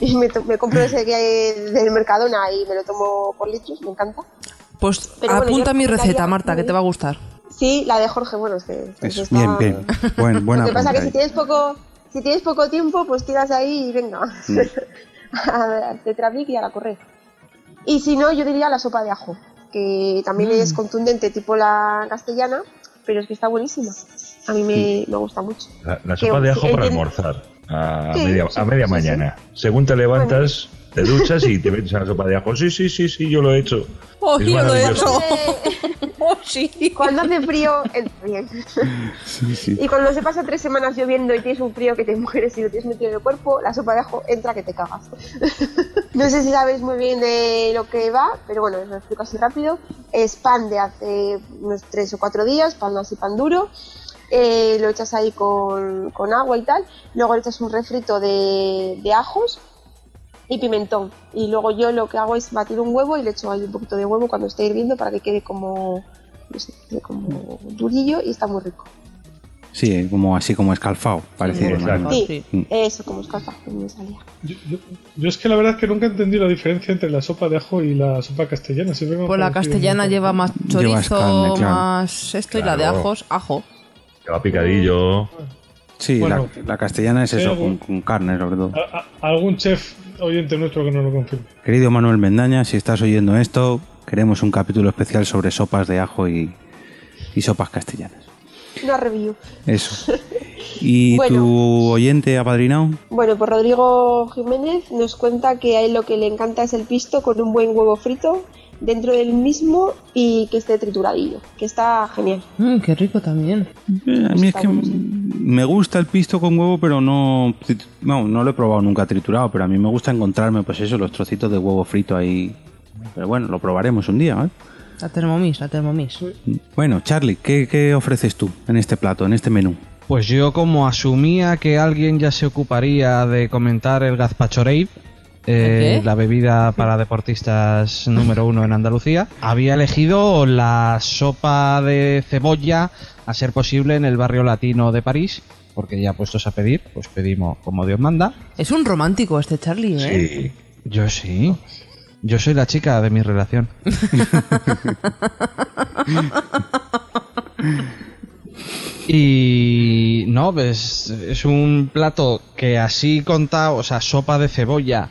S8: y me, to- me compro ese que hay del Mercadona y me lo tomo por litros, me encanta.
S1: Pues
S8: Pero bueno,
S1: apunta
S8: yo
S1: mi receta,
S8: recomendaría-
S1: Marta, que te va a gustar.
S8: Sí, la de Jorge, bueno, es que. es que
S2: Eso,
S8: está-
S2: bien, bien. Buen- buena
S8: Lo que pasa es que
S2: pregunta
S8: si
S2: ahí.
S8: tienes poco, si tienes poco tiempo, pues tiras ahí y venga.
S2: Mm.
S8: a ver, al Tetra Pak y a la correr. Y si no, yo diría la sopa de ajo, que también
S2: Mm.
S8: es contundente, tipo la castellana, pero es que está buenísima. A mí me, me gusta mucho.
S10: La, la
S8: Que-
S10: sopa de ajo
S8: que-
S10: para
S8: eh,
S10: almorzar. A
S8: Sí,
S10: media,
S8: sí,
S10: a media
S8: sí,
S10: mañana. Según te levantas, te duchas y te metes a la sopa de ajo. Sí, sí, sí, sí, yo lo he hecho.
S1: Oh,
S10: Es
S1: yo lo he
S10: maravilloso.
S1: hecho.
S8: Cuando hace frío, entra bien.
S2: Sí, sí.
S8: Y cuando se pasa tres semanas lloviendo y tienes un frío que te mueres y lo tienes metido en el cuerpo, la sopa de ajo entra que te cagas. no sé si sabéis muy bien de lo que va, pero bueno, os lo explico así rápido. Es pan de hace unos tres o cuatro días, pan así pan duro. Eh, lo echas ahí con, con agua y tal. Luego le echas un refrito de, de ajos y pimentón. Y luego yo lo que hago es batir un huevo y le echo ahí un poquito de huevo cuando esté hirviendo para que quede como, no sé, quede como durillo y está muy rico.
S2: Sí, como así como escalfado, parecido. ¿no?
S8: Sí,
S2: Mm.
S8: eso, como escalfa, no me salía.
S3: Yo es que la verdad es que nunca he entendido la diferencia entre la sopa de ajo y la sopa castellana. Siempre me ha
S1: Pues la
S3: parecido
S1: castellana
S3: un
S1: lleva más
S3: Llevas
S1: chorizo,
S3: carne, claro.
S1: más esto y la de
S2: Claro.
S1: ajos, ajo.
S10: Te va picadillo.
S2: Sí,
S3: Bueno.
S2: la, la castellana es eso,
S3: Sí,
S2: con, con carne sobre todo.
S3: poco- a- a- algún chef oyente nuestro que no lo confirme.
S2: Querido Manuel Mendaña, si estás oyendo esto, queremos un capítulo especial sobre sopas de ajo y, y sopas castellanas.
S8: Una review.
S2: Eso. ¿Y
S8: Bueno.
S2: tu oyente apadrinado?
S8: Bueno, pues Rodrigo Jiménez nos cuenta que a él lo que le encanta es el pisto con un buen huevo frito dentro del mismo y que esté trituradillo, que está genial.
S1: Mm, qué rico también.
S2: Eh, a mí es que me gusta el pisto con huevo, pero no, no, no lo he probado nunca triturado, pero a mí me gusta encontrarme, pues eso, los trocitos de huevo frito ahí. Pero bueno, lo probaremos un día, ¿eh?
S1: La Thermomix, la Thermomix.
S2: Bueno, Charlie, ¿qué, qué ofreces tú en este plato, en este menú?
S4: Pues yo como asumía que alguien ya se ocuparía de comentar el gazpachorei, eh,
S1: ¿El qué?
S4: la bebida para deportistas número uno en Andalucía, había elegido la sopa de cebolla, a ser posible, en el barrio latino de París, porque ya puestos a pedir, pues pedimos como Dios manda.
S1: Es un romántico este Charlie, ¿eh?
S4: Yo sí. Yo soy la chica de mi relación. y no, pues es un plato que así contado, o sea, sopa de cebolla.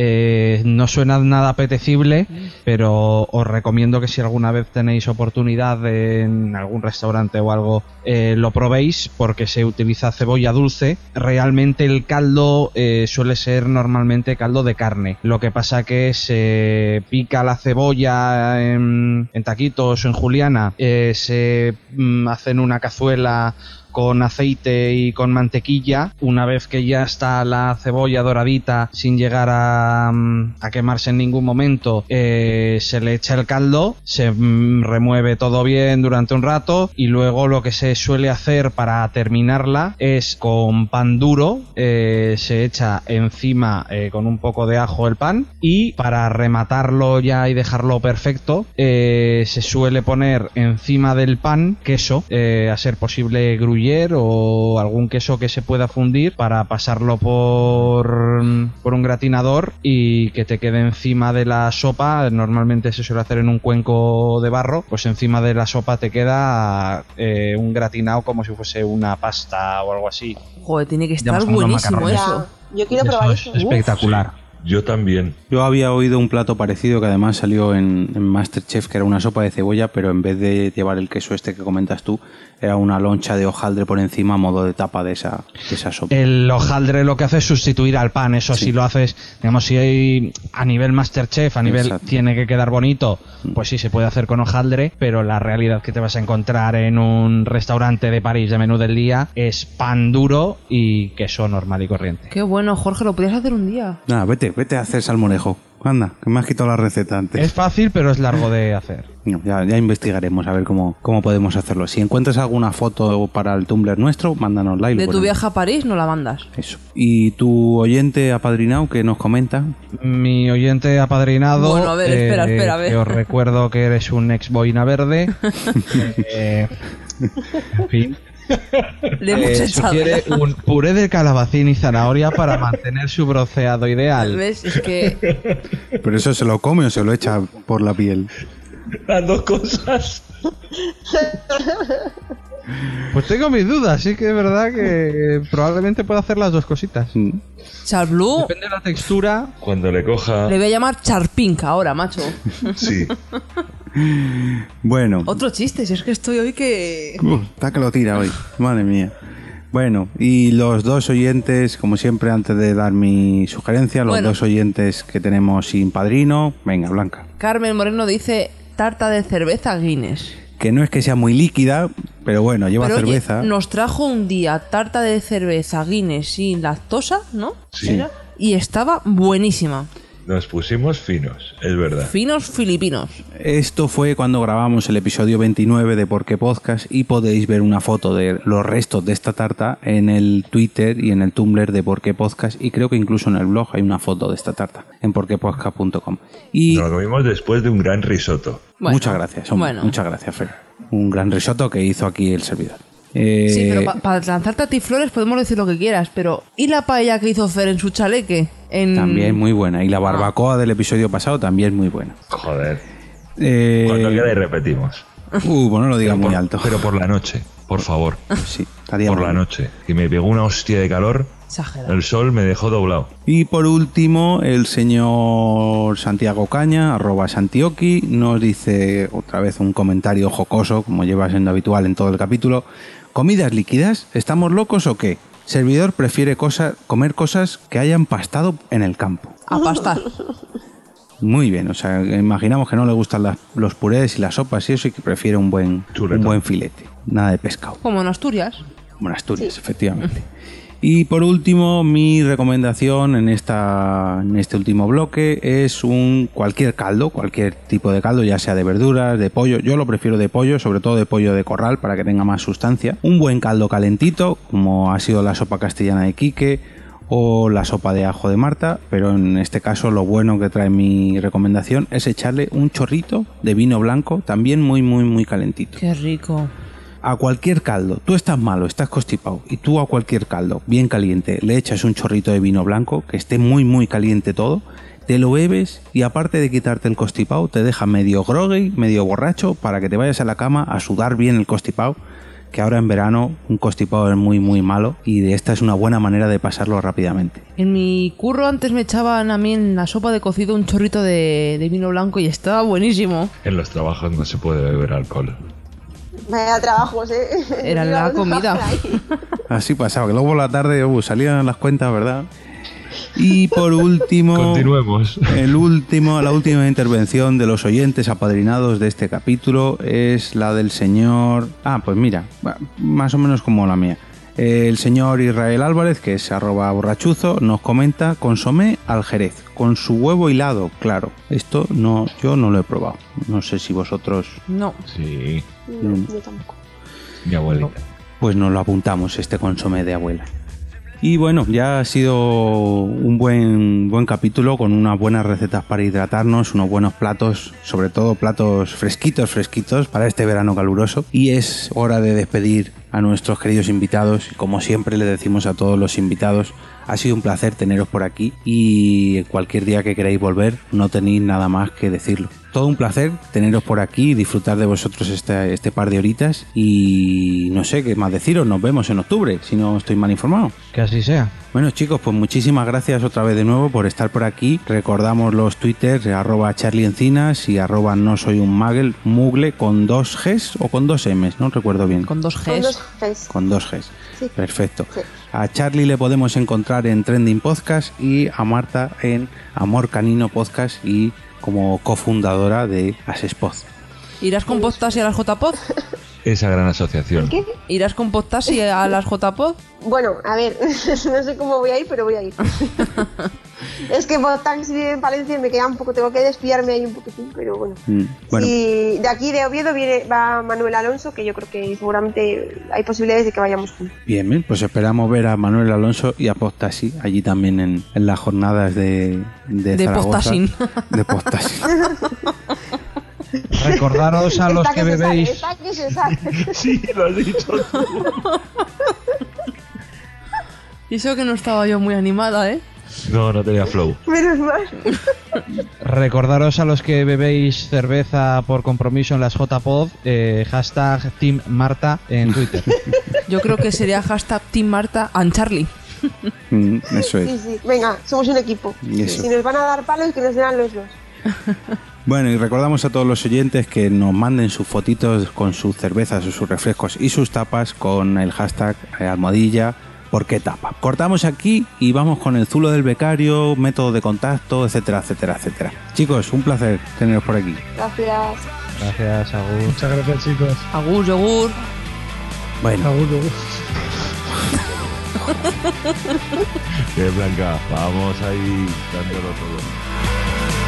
S4: eh, no suena nada apetecible, pero os recomiendo que si alguna vez tenéis oportunidad de- en algún restaurante o algo, eh, lo probéis porque se utiliza cebolla dulce. Realmente el caldo eh, suele ser normalmente caldo de carne. Lo que pasa que se pica la cebolla en, en taquitos o en juliana, eh, se mm, hacen una cazuela con aceite y con mantequilla. Una vez que ya está la cebolla doradita sin llegar a, mm, a quemarse en ningún momento, eh, se le echa el caldo, se mm, remueve todo bien durante un rato y luego lo que se suele hacer para terminarla es con pan duro, eh, se echa encima eh, con un poco de ajo el pan y para rematarlo ya y dejarlo perfecto eh, se suele poner encima del pan queso, eh, a ser posible gruyere o algún queso que se pueda fundir para pasarlo por, por un gratinador y que te quede encima de la sopa. Normalmente se suele hacer en un cuenco de barro, pues encima de la sopa te queda eh, un gratinado como si fuese una pasta o algo así.
S1: Joder, tiene que estar
S4: son los
S1: buenísimo
S4: macarrones.
S1: eso.
S8: Yo quiero
S4: Eso
S8: probar
S4: es
S8: eso.
S4: espectacular.
S10: Yo también.
S2: Yo había oído un plato parecido que además salió en, en Masterchef, que era una sopa de cebolla, pero en vez de llevar el queso este que comentas tú, era una loncha de hojaldre por encima a modo de tapa de esa, de esa sopa.
S4: El hojaldre lo que hace es sustituir al pan, eso si lo haces, digamos, si hay a nivel Masterchef, a nivel
S2: Exacto.
S4: tiene que quedar bonito, pues sí se puede hacer con hojaldre, pero la realidad que te vas a encontrar en un restaurante de París de menú del día es pan duro y queso normal y corriente.
S1: Qué bueno, Jorge, lo podías hacer un día.
S2: Nada, vete, vete a hacer salmorejo. Anda, que me has quitado la receta antes.
S4: Es fácil, pero es largo de hacer.
S2: No, ya, ya investigaremos a ver cómo, cómo podemos hacerlo. Si encuentras alguna foto para el Tumblr nuestro, mándanosla. Y lo
S1: De tu
S2: ponemos.
S1: viaje a París no la mandas.
S2: Eso. Y tu oyente apadrinado que nos comenta.
S4: Mi oyente apadrinado. eh,
S1: Bueno, a ver, espera, espera, a ver.
S4: que os recuerdo que eres un ex boina verde. Eh, en fin.
S1: Le
S4: Eh,
S1: hemos echado.
S4: sugiere un puré de calabacín y zanahoria para mantener su broceado ideal.
S1: ¿Ves? Es que
S2: ¿Pero eso se lo come o se lo echa por la piel?
S3: Las dos cosas.
S4: Pues tengo mis dudas, sí que es verdad que probablemente pueda hacer las dos cositas.
S1: Charblue
S4: Depende de la textura.
S10: Cuando le coja.
S2: Ah.
S1: le voy a llamar Charpink ahora, macho.
S10: Sí.
S2: Bueno.
S1: Otro chiste, si es que estoy hoy que.
S2: Uh, está que lo tira hoy. Madre mía. Bueno, y los dos oyentes, como siempre, antes de dar mi sugerencia, los
S1: Bueno.
S2: dos oyentes que tenemos sin padrino, venga, Blanca.
S1: Carmen Moreno dice tarta de cerveza Guinness.
S2: Que no es que sea muy líquida, pero bueno, lleva
S1: Pero oye,
S2: cerveza.
S1: nos trajo un día tarta de cerveza Guinness sin lactosa, ¿no?
S10: Sí.
S1: Era, Y estaba buenísima.
S10: Nos pusimos finos, es verdad.
S1: Finos filipinos.
S2: Eh. Esto fue cuando grabamos el episodio 29 de Por qué Podcast y podéis ver una foto de los restos de esta tarta en el Twitter y en el Tumblr de Por qué Podcast y creo que incluso en el blog hay una foto de esta tarta en porquepodcast.com. Y
S10: Nos lo comimos después de un gran risotto.
S1: Bueno.
S2: muchas gracias, hombre,
S1: Bueno.
S2: muchas gracias, Fer. Un gran risotto que hizo aquí el servidor. Eh,
S1: Sí, pero para lanzarte a ti flores podemos decir lo que quieras, pero ¿y la paella que hizo Fer en su chaleque? En...
S2: también muy buena. Y la barbacoa del episodio pasado también muy buena.
S10: Joder.
S2: Eh,
S10: Cuando queda y repetimos.
S2: uh, bueno, no lo digas muy
S10: Por-
S2: alto. Pues
S10: Pero por la noche, por favor.
S2: Sí, estaría
S10: Por
S2: muy
S10: la
S2: bien.
S10: noche. Que me pegó una hostia de calor.
S1: Exagerado.
S10: El sol me dejó doblado.
S2: Y por último, el señor Santiago Caña, arroba Santioqui, nos dice otra vez un comentario jocoso, como lleva siendo habitual en todo el capítulo. ¿Comidas líquidas? ¿Estamos locos o qué? Servidor prefiere cosa- comer cosas que hayan pastado en el campo.
S1: A pastar.
S2: Muy bien, o sea, imaginamos que no le gustan las- los purés y las sopas y eso y que prefiere un buen, un buen filete, nada de pescado.
S1: Como en Asturias.
S2: Bueno, Asturias, efectivamente. Y por último, mi recomendación en, esta, en este último bloque es un cualquier caldo, cualquier tipo de caldo, ya sea de verduras, de pollo. Yo lo prefiero de pollo, sobre todo de pollo de corral, para que tenga más sustancia. Un buen caldo calentito, como ha sido la sopa castellana de Quique o la sopa de ajo de Marta, pero en este caso lo bueno que trae mi recomendación es echarle un chorrito de vino blanco, también muy, muy, muy calentito
S1: Qué rico.
S2: a cualquier caldo, tú estás malo, estás constipado, y tú a cualquier caldo, bien caliente, le echas un chorrito de vino blanco, que esté muy muy caliente todo, te lo bebes y aparte de quitarte el constipado, te deja medio groggy, medio borracho, para que te vayas a la cama a sudar bien el constipado, que ahora en verano un constipado es muy muy malo y de esta es una buena manera de pasarlo rápidamente.
S1: En mi curro antes me echaban a mí en la sopa de cocido un chorrito de, de vino blanco y estaba buenísimo.
S10: En los trabajos no se puede beber alcohol.
S8: Vaya trabajos, ¿eh?
S1: Era la comida.
S2: Así pasaba, que luego por la tarde uh, salían las cuentas, ¿verdad? Y por último...
S10: Continuemos.
S2: El último, la última intervención de los oyentes apadrinados de este capítulo es la del señor. Ah, pues mira, va- más o menos como la mía. El señor Israel Álvarez, que es arroba borrachuzo, nos comenta consomé al jerez, con su huevo hilado, claro. Esto no, yo no lo he probado. No sé si vosotros.
S1: No.
S10: Sí, Mm.
S8: yo tampoco.
S10: mi abuelita.
S2: Pues nos lo apuntamos, este consomé de abuela. Y bueno, ya ha sido un buen, buen capítulo con unas buenas recetas para hidratarnos, unos buenos platos, sobre todo platos fresquitos, fresquitos para este verano caluroso. Y es hora de despedir a nuestros queridos invitados. Y Como siempre le decimos a todos los invitados, ha sido un placer teneros por aquí y cualquier día que queráis volver no tenéis nada más que decirlo. Todo un placer teneros por aquí y disfrutar de vosotros este, este par de horitas y no sé qué más deciros, nos vemos en octubre, si no estoy mal informado.
S4: Que así sea.
S2: Bueno chicos, pues muchísimas gracias otra vez de nuevo por estar por aquí. Recordamos los twitters eh, arroba charlieencinas y arroba no soy un muggle, mugle con dos Gs o con dos Ms, no recuerdo bien.
S1: Con dos
S8: Con los
S1: Gs.
S8: Gs.
S2: Con dos Gs.
S8: Sí.
S2: Perfecto.
S8: Sí.
S2: A Charlie le podemos encontrar en Trending Podcast y a Marta en Amor Canino Podcast y como cofundadora de Asespoz.
S1: ¿Irás con Postas y a las JPod?
S10: Esa gran asociación.
S8: ¿Qué?
S1: ¿Irás con Postas y a las JPod?
S8: Bueno, a ver, no sé cómo voy a ir, pero voy a ir. Es que Botanx vive en Palencia y me queda un poco, tengo que desviarme ahí un poquitín, pero bueno.
S2: Mm, Bueno,
S8: Y de aquí de Oviedo viene, va Manuel Alonso, que yo creo que seguramente hay posibilidades de que vayamos juntos.
S2: bien, bien, pues esperamos ver a Manuel Alonso y a Postasi allí también en, en las jornadas de, de,
S1: De
S2: Zaragoza.
S1: Postasín.
S2: De Postasín.
S4: Recordaros a los
S8: Está
S4: que
S8: se sabe,
S4: bebéis.
S8: está Ah, que se sabe.
S10: Sí, lo has dicho tú.
S1: Y eso que no estaba yo muy animada, ¿eh?
S10: No, no tenía flow.
S8: Menos mal.
S4: Recordaros a los que bebéis cerveza por compromiso en las JPod, eh, hashtag Team Marta en Twitter.
S1: Yo creo que sería hashtag Team Marta and Charlie.
S2: Mm, eso es.
S8: Sí, sí. Venga, somos un equipo.
S2: Y eso.
S8: Si nos van a dar palos, que nos den los dos.
S2: Bueno, y recordamos a todos los oyentes que nos manden sus fotitos con sus cervezas o sus refrescos y sus tapas con el hashtag eh, almohadilla. ¿Por qué tapa? Cortamos aquí y vamos con el zulo del becario, método de contacto, etcétera, etcétera, etcétera. Chicos, un placer teneros por aquí.
S8: Gracias.
S4: Gracias, Agur.
S3: Muchas gracias, chicos.
S1: Agur, yogur.
S2: Bueno,
S3: Agur, agur.
S10: Bien, Blanca, vamos ahí dándolo todo.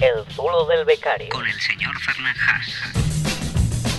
S12: El Zulo del Becario. Con el señor Fernández.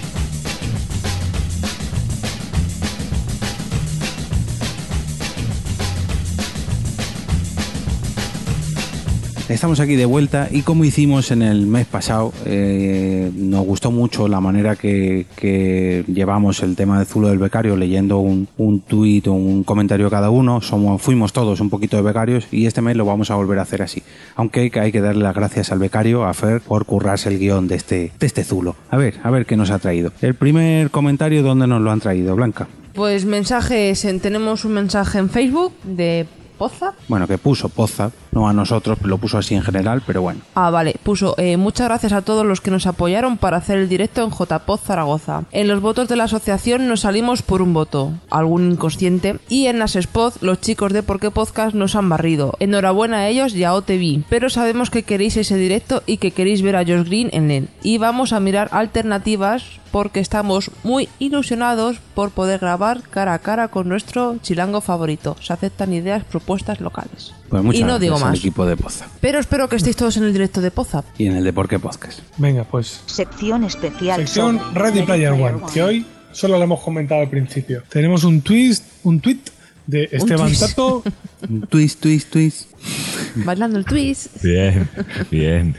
S2: Estamos aquí de vuelta y como hicimos en el mes pasado, eh, nos gustó mucho la manera que, que llevamos el tema del Zulo del Becario, leyendo un, un tuit o un comentario cada uno. Somos, fuimos todos un poquito de becarios y este mes lo vamos a volver a hacer así. Aunque hay que- hay que darle las gracias al becario, a Fer, por currarse el guión de este, de este Zulo. A ver, a ver qué nos ha traído. El primer comentario, ¿dónde nos lo han traído, Blanca?
S1: Pues mensajes, en- tenemos un mensaje en Facebook de Poza.
S2: Bueno, que puso Poza, no a nosotros, lo puso así en general, pero bueno.
S1: Ah, vale, puso eh, muchas gracias a todos los que nos apoyaron para hacer el directo en JPOZ Zaragoza. En los votos de la asociación nos salimos por un voto, algún inconsciente, y en las SPOZ los chicos de Por qué Podcast nos han barrido. Enhorabuena a ellos y a OTV, pero sabemos que queréis ese directo y que queréis ver a Josh Green en él. Y vamos a mirar alternativas porque estamos muy ilusionados por poder grabar cara a cara con nuestro chilango favorito. Se aceptan ideas, propuestas locales.
S2: Pues muchas
S1: y no
S2: gracias
S1: digo
S2: al
S1: más.
S2: equipo de Poza
S1: Pero espero que estéis todos en el directo de Poza.
S2: y en el de Por qué Podcast.
S3: Venga, pues.
S12: Sección especial.
S3: Sección
S12: sobre
S3: Ready Player One, que hoy solo lo hemos comentado al principio. Tenemos un twist, un tweet de Esteban
S1: twist.
S3: Tato.
S2: twist, twist, twist.
S1: Bailando el twist.
S10: Bien, bien.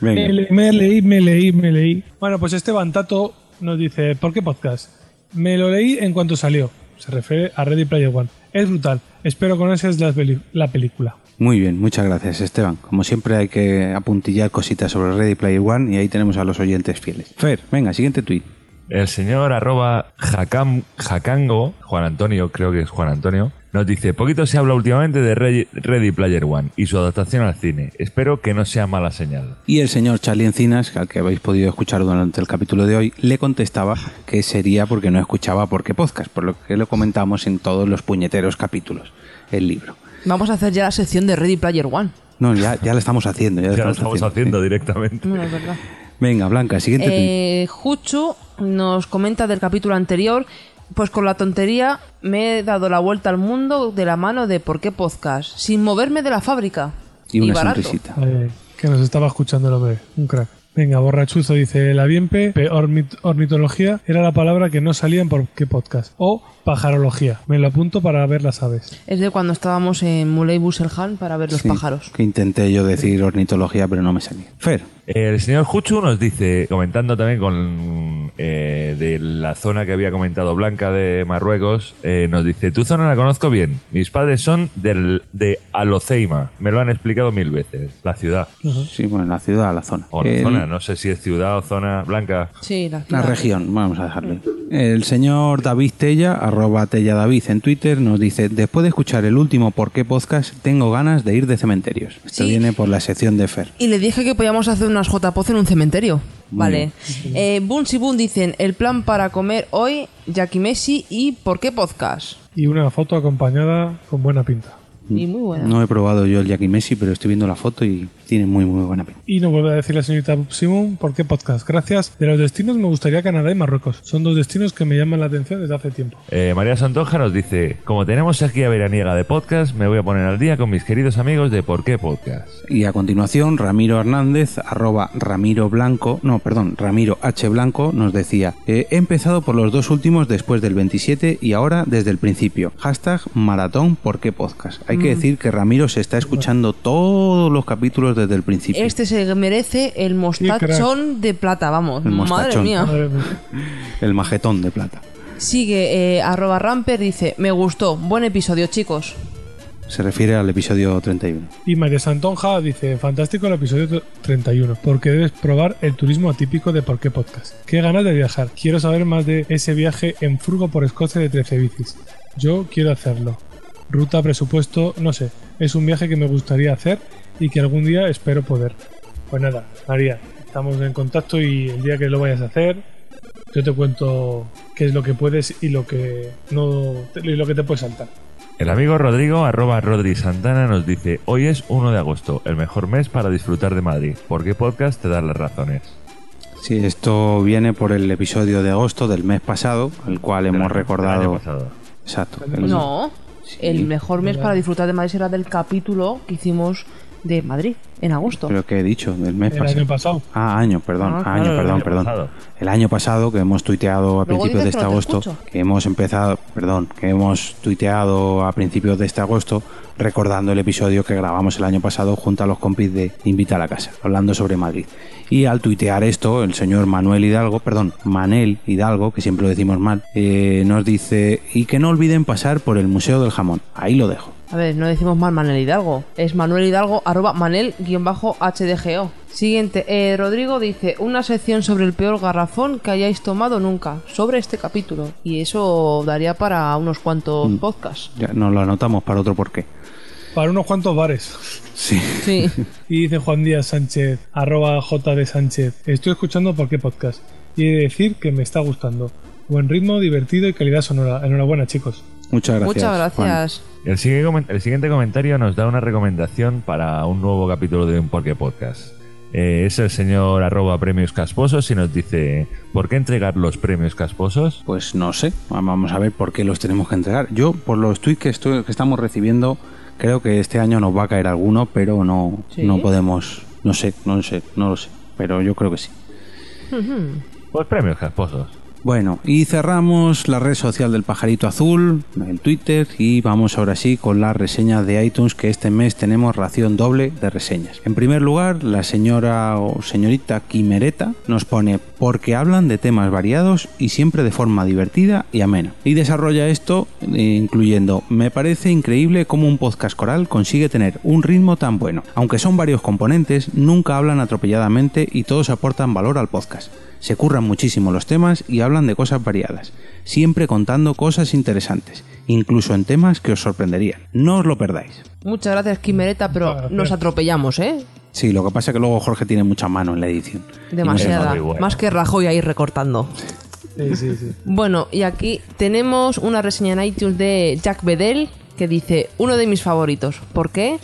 S3: Me, le- me leí, me leí, me leí. Bueno, pues Esteban Tato nos dice, ¿por qué podcast? Me lo leí en cuanto salió. Se refiere a Ready Player One. Es brutal. Espero conoces la, peli- la película.
S2: Muy bien, muchas gracias Esteban. Como siempre hay que apuntillar cositas sobre Ready Player One y ahí tenemos a los oyentes fieles. Fer, venga, siguiente tuit.
S10: El señor arroba Jacam, Jacango, Juan Antonio, creo que es Juan Antonio, nos dice, poquito se habla últimamente de Re- Ready Player One y su adaptación al cine. Espero que no sea mala señal.
S2: Y el señor Charlie Encinas, al que habéis podido escuchar durante el capítulo de hoy, le contestaba que sería porque no escuchaba porque podcast, por lo que lo comentamos en todos los puñeteros capítulos, el libro.
S1: Vamos a hacer ya la sección de Ready Player One.
S2: No, ya, ya lo estamos haciendo. Ya lo
S10: Ya lo
S2: estamos,
S10: estamos
S2: haciendo,
S10: haciendo directamente.
S1: No, no es verdad.
S2: Venga, Blanca, siguiente tuit.
S1: Eh, Juchu nos comenta del capítulo anterior. Pues con la tontería me he dado la vuelta al mundo de la mano de por qué podcast, sin moverme de la fábrica.
S2: Y una
S1: barato.
S2: sonrisita.
S3: Eh, que nos estaba escuchando el hombre. Un crack. Venga, borrachuzo, dice la Bienpe, pe- ornit- ornitología era la palabra que no salía en por qué podcast. O pajarología. Me lo apunto para ver las aves.
S1: Es de cuando estábamos en Muley Busselhan para ver los
S2: Sí,
S1: pájaros.
S2: Que intenté yo decir ornitología, pero no me salía. Fer.
S10: El señor Juchu nos dice, comentando también con eh, de la zona que había comentado Blanca de Marruecos, eh, nos dice, tu zona la conozco bien. Mis padres son del, de Aloceima. Me lo han explicado mil veces. La ciudad.
S2: Sí, bueno, la ciudad, la zona.
S10: O la
S2: El-
S10: zona, no sé si es ciudad o zona blanca.
S1: Sí, la,
S2: La región, vamos a dejarle. El señor David Tella, arroba Tella David en Twitter, nos dice, después de escuchar el último Por qué podcast, tengo ganas de ir de cementerios. Esto viene por la sección de Fer.
S1: Y le dije que podíamos hacer unas JPOZ en un cementerio.
S2: Muy
S1: vale. Eh, Buns y Bun dicen, el plan para comer hoy, Jackie Messi y ¿por qué podcast?
S3: Y una foto acompañada con buena pinta.
S2: Mm.
S1: Y muy buena.
S2: No he probado yo el Jackie Messi, pero estoy viendo la foto y tiene muy, muy buena pinta.
S3: Y nos vuelve a decir la señorita Simon por qué podcast. Gracias. De los destinos me gustaría Canadá y Marruecos. Son dos destinos que me llaman la atención desde hace tiempo.
S10: Eh, María Santoja nos dice, como tenemos sequía veraniega de podcast, me voy a poner al día con mis queridos amigos de Por qué Podcast.
S2: Y a continuación, Ramiro Hernández, arroba Ramiro Blanco, no, perdón, Ramiro H. Blanco, nos decía, "Eh, he empezado por los dos últimos después del 27 y ahora desde el principio. Hashtag maratón por qué podcast. Hay que
S1: Mm.
S2: decir que Ramiro se está escuchando todos los capítulos desde el principio.
S1: Este se merece el mostachón de plata, vamos.
S2: El
S1: Madre
S2: mostachón.
S1: mía.
S2: El majetón de plata.
S1: Sigue, eh, arroba Ramper dice, me gustó, buen episodio chicos.
S2: Se refiere al episodio 31.
S3: Y María Santonja dice, fantástico el episodio tr- 31, porque debes probar el turismo atípico de Por qué Podcast. Qué ganas de viajar. Quiero saber más de ese viaje en furgo por Escocia de 13 bicis. Yo quiero hacerlo. Ruta, presupuesto, no sé. Es un viaje que me gustaría hacer y que algún día espero poder. Pues nada, María, estamos en contacto y el día que lo vayas a hacer, yo te cuento qué es lo que puedes y lo que no y lo que te puedes saltar.
S10: El amigo Rodrigo, arroba Rodri Santana, nos dice, hoy es 1 de agosto, el mejor mes para disfrutar de Madrid. ¿Por qué podcast te da las razones?
S2: Sí, esto viene por el episodio de agosto del mes pasado, el cual hemos recordado.
S10: año pasado.
S2: Exacto. el-
S1: No, el mejor mes para disfrutar de Madrid será del capítulo que hicimos de Madrid en agosto.
S2: Pero que he dicho, del mes
S1: El
S2: pasado.
S1: año
S3: pasado.
S2: Ah, año, perdón,
S1: Ah,
S2: año,
S1: claro, el
S2: perdón,
S1: año
S2: perdón.
S1: pasado.
S2: El año pasado que hemos tuiteado a
S1: Luego
S2: principios de
S1: dices
S2: este
S1: que no te
S2: agosto,
S1: escucho.
S2: que hemos empezado, perdón, que hemos tuiteado a principios de este agosto recordando el episodio que grabamos el año pasado junto a los compis de Invita a la casa, hablando sobre Madrid. Y al tuitear esto, el señor Manuel Hidalgo, perdón, Manel Hidalgo, que siempre lo decimos mal, eh, nos dice, y que no olviden pasar por el Museo del Jamón. Ahí lo dejo.
S1: A ver, no decimos mal Manuel Hidalgo. Es Manuel Hidalgo, arroba Manel-HDGO. Siguiente, eh, Rodrigo dice, una sección sobre el peor garrafón que hayáis tomado nunca, sobre este capítulo. Y eso daría para unos cuantos
S2: Mm.
S1: podcasts.
S2: Ya nos lo anotamos para otro porqué.
S3: Para unos cuantos bares.
S2: Sí.
S1: Sí.
S3: Y dice Juan Díaz Sánchez, arroba J de Sánchez. Estoy escuchando por qué podcast. Y he de decir que me está gustando. Buen ritmo, divertido y calidad sonora. Enhorabuena, chicos.
S2: Muchas
S10: El, sigue comen- el siguiente comentario nos da una recomendación para un nuevo capítulo de un Porqué Podcast. Eh, es el señor arroba premios casposos y nos dice, ¿por qué entregar los premios casposos?
S2: Pues no sé, vamos a ver por qué los tenemos que entregar. Yo, por los tweets que, estoy- que estamos recibiendo, creo que este año nos va a caer alguno, pero no,
S1: ¿Sí?
S2: no podemos, no sé, no sé, no lo sé, pero yo creo que sí.
S1: Ujú.
S10: Pues premios casposos.
S2: Bueno, y cerramos la red social del pajarito azul, el Twitter, y vamos ahora sí con la reseña de iTunes, que este mes tenemos ración doble de reseñas. En primer lugar, la señora o señorita Quimereta nos pone porque hablan de temas variados y siempre de forma divertida y amena. Y desarrolla esto eh, incluyendo, me parece increíble cómo un podcast coral consigue tener un ritmo tan bueno. Aunque son varios componentes, nunca hablan atropelladamente y todos aportan valor al podcast. Se curran muchísimo los temas y hablan de cosas variadas, siempre contando cosas interesantes, incluso en temas que os sorprenderían. No os lo perdáis.
S1: Muchas gracias, Quimereta, pero nos atropellamos, ¿eh?
S2: Sí, lo que pasa es que luego Jorge tiene mucha mano en la edición. Y no es
S1: Demasiada.
S2: muy bueno.
S1: Más que Rajoy ahí recortando.
S3: Sí, sí, sí.
S1: Bueno, y aquí tenemos una reseña en iTunes de Jack Bedell que dice, uno de mis favoritos. ¿Por qué?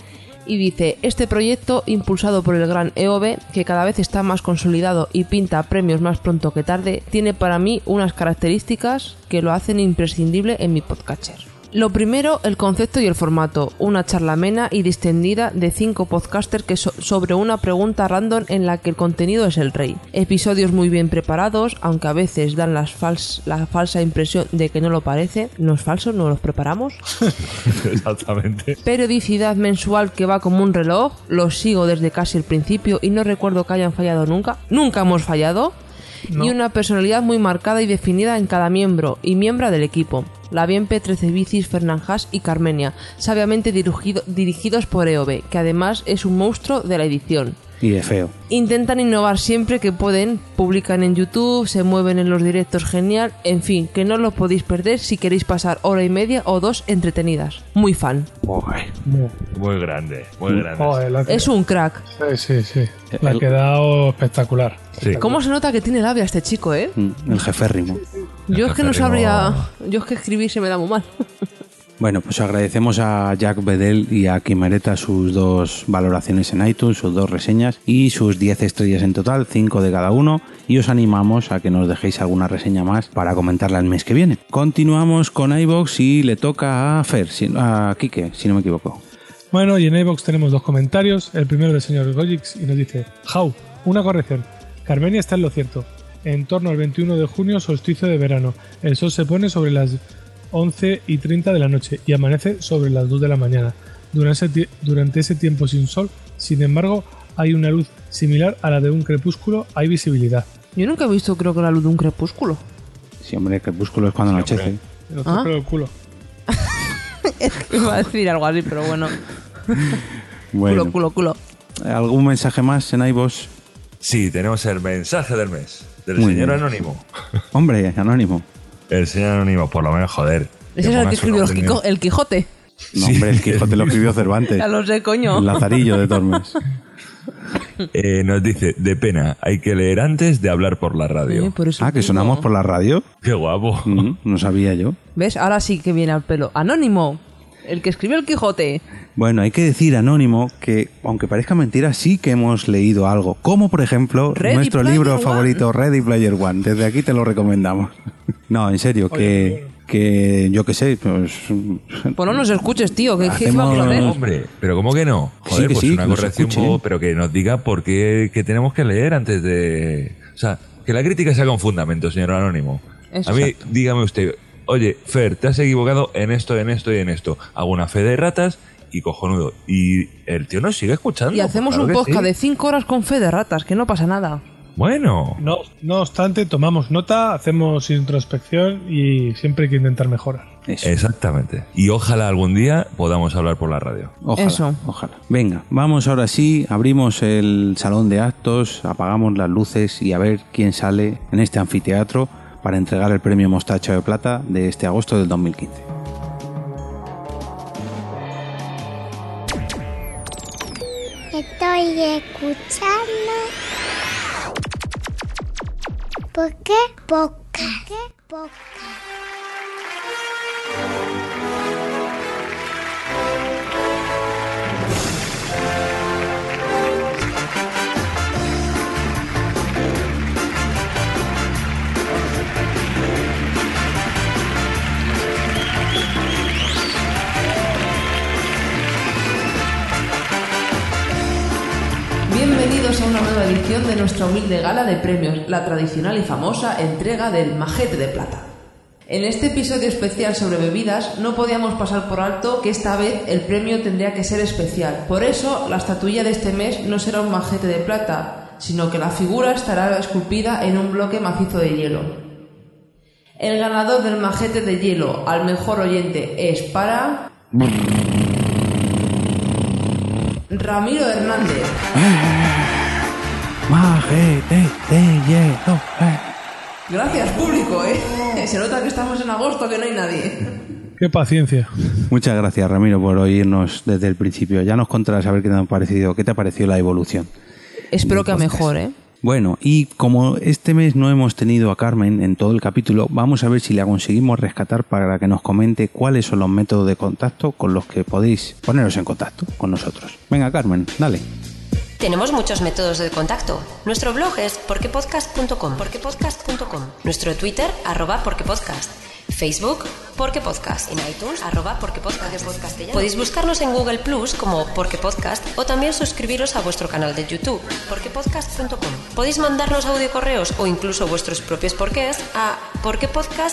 S1: Y dice, este proyecto impulsado por el gran EOB, que cada vez está más consolidado y pinta premios más pronto que tarde, tiene para mí unas características que lo hacen imprescindible en mi podcatcher. Lo primero, el concepto y el formato. Una charla amena y distendida de cinco podcasters que so- sobre una pregunta random en la que el contenido es el rey. Episodios muy bien preparados, aunque a veces dan las fals- la falsa impresión de que no lo parece. No es falso, no los preparamos.
S10: Exactamente.
S1: Periodicidad mensual que va como un reloj. Los sigo desde casi el principio y no recuerdo que hayan fallado nunca. Nunca hemos fallado. Y una personalidad muy marcada y definida en cada miembro y miembro del equipo. La Bienpe, 13 Bicis, Fernanjas y Carmenia, sabiamente dirigido- dirigidos por EOB, que además es un monstruo de la edición.
S2: Y es feo.
S1: Intentan innovar siempre que pueden, publican en YouTube, se mueven en los directos genial, en fin, que no los podéis perder si queréis pasar hora y media o dos entretenidas. Muy fan.
S10: Muy grande, muy grande. Eh,
S3: Joder, la que-
S1: Es un crack.
S3: Sí, sí, sí. Le ha quedado espectacular.
S1: ¿Cómo se nota que tiene labia este chico, eh?
S2: Mm, El jeférrimo.
S1: Yo es que no
S2: Jeférrimo.
S1: sabría. Yo es que escribir se me da muy mal.
S2: Bueno, pues agradecemos a Jack Bedell y a Quimereta sus dos valoraciones en iTunes, sus dos reseñas y sus 10 estrellas en total, 5 de cada uno. Y os animamos a que nos dejéis alguna reseña más para comentarla el mes que viene. Continuamos con iBox y le toca a Fer, si- a Quique, si no me equivoco.
S3: Bueno, y en iVoox tenemos dos comentarios. El primero del señor Gojix y nos dice: How, una corrección. Carmenia está en lo cierto. En torno al 21 de junio, solsticio de verano. El sol se pone sobre las 11 y 30 de la noche y amanece sobre las 2 de la mañana. Durante ese, ti- durante ese tiempo sin sol, sin embargo, hay una luz similar a la de un crepúsculo, hay visibilidad.
S1: Yo nunca he visto, creo que la luz de un crepúsculo.
S2: Sí, hombre, el crepúsculo es cuando anochece.
S3: Lo
S1: Ah.
S3: toco el culo.
S1: Iba a decir algo así, pero bueno.
S2: Bueno,
S1: Culo, culo, culo.
S2: ¿algún mensaje más en iBox?
S10: Sí, tenemos el mensaje del mes, del
S2: Muy
S10: señor
S2: bien.
S10: anónimo.
S2: Hombre, anónimo.
S10: El señor anónimo, por lo menos, joder.
S1: Ese es el que escribió el, Quico-
S10: eh.
S1: el Quijote.
S2: No, hombre, el Quijote lo escribió Cervantes.
S1: Ya lo sé, coño.
S2: Lazarillo de Tormes.
S10: Eh, nos dice, de pena, hay que leer antes de hablar por la radio.
S1: Eh, por eso
S2: ah, que sonamos por la radio.
S10: Qué guapo.
S2: no sabía yo.
S1: ¿Ves? Ahora sí que viene al pelo. Anónimo. El que escribió el Quijote.
S2: Bueno, hay que decir anónimo que, aunque parezca mentira, sí que hemos leído algo. Como por ejemplo
S1: Ready
S2: nuestro
S1: Player
S2: libro
S1: One.
S2: favorito, Ready Player One. Desde aquí te lo recomendamos. No, en serio, que, que yo qué sé, pues.
S1: Pues no nos escuches, tío. Que que
S2: Hacemos-
S1: vamos a ver.
S10: Hombre, pero ¿cómo que no?
S2: Sí,
S10: Joder,
S2: que
S10: pues
S2: sí,
S10: una
S2: que nos
S10: corrección,
S2: escuche.
S10: po- pero que nos diga por qué que tenemos que leer antes de... O sea, que la crítica sea con fundamento, señor anónimo.
S1: Eso.
S10: A mí, dígame usted, oye, Fer, te has equivocado en esto, en esto y en esto. Hago una fe de ratas y cojonudo. Y el tío nos sigue escuchando. pues
S1: Y hacemos
S10: claro
S1: un
S10: que
S1: podcast
S10: sí.
S1: de 5 horas con fe de ratas, que no pasa nada.
S10: Bueno.
S3: No, no obstante, tomamos nota, hacemos introspección y siempre hay que intentar mejorar.
S10: Exactamente. Y ojalá algún día podamos hablar por la radio.
S2: Ojalá, ojalá. Venga, vamos ahora sí, abrimos el salón de actos, apagamos las luces y a ver quién sale en este anfiteatro para entregar el premio Mostacho de Plata de este agosto del 2015.
S13: Estoy escuchando. ¿Por qué? Podcast.
S1: Bienvenidos a una nueva edición de nuestra humilde gala de premios, la tradicional y famosa entrega del Majete de Plata. En este episodio especial sobre bebidas no podíamos pasar por alto que esta vez el premio tendría que ser especial. Por eso la estatuilla de este mes no será un majete de plata, sino que la figura estará esculpida en un bloque macizo de hielo. El ganador del majete de hielo al mejor oyente es para... Ramiro Hernández.
S2: Majete de hielo.
S1: Gracias, público, ¿eh? Se nota que estamos en agosto, que no hay nadie.
S3: Qué paciencia.
S2: Muchas gracias, Ramiro, por oírnos desde el principio. Ya nos contarás a ver qué te ha parecido, qué te ha parecido la evolución.
S1: Espero que a mejor, ¿eh?
S2: Bueno, y como este mes no hemos tenido a Carmen en todo el capítulo, vamos a ver si la conseguimos rescatar para que nos comente cuáles son los métodos de contacto con los que podéis poneros en contacto con nosotros. Venga, Carmen, dale.
S14: Tenemos muchos métodos de contacto. Nuestro blog es porquepodcast.com, porquepodcast.com. Nuestro Twitter, arroba porquepodcast. Facebook, Porque Podcast, en iTunes, arroba Porque Podcast. Podéis buscarnos en Google Plus como Porque Podcast o también suscribiros a vuestro canal de YouTube, porquepodcast.com. Podéis mandarnos audio correos o incluso vuestros propios porqués a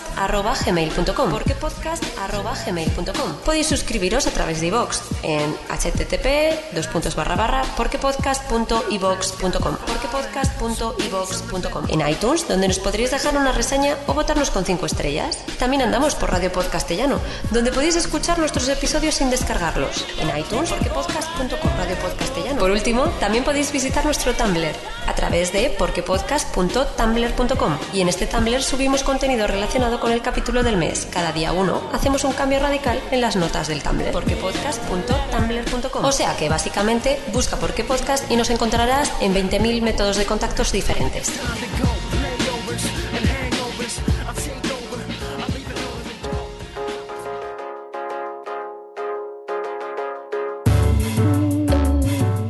S14: porquepodcast.gmail.com porquepodcast.gmail.com Podéis suscribiros a través de iVox en http dos puntos barra barra porquepodcast.ivox.com porquepodcast.ivox.com en iTunes, donde nos podréis dejar una reseña o votarnos con 5 estrellas. También andamos por Radio Pod Castellano, donde podéis escuchar nuestros episodios sin descargarlos en iTunes, porquepodcast.com, Radio Pod Castellano. Por último, también podéis visitar nuestro Tumblr a través de porquepodcast.tumblr.com y en este Tumblr subimos contenido relacionado con el capítulo del mes. Cada día uno hacemos un cambio radical en las notas del Tumblr, porquepodcast.tumblr.com. O sea que básicamente busca Porqué Podcast y nos encontrarás en 20.000 métodos de contactos diferentes.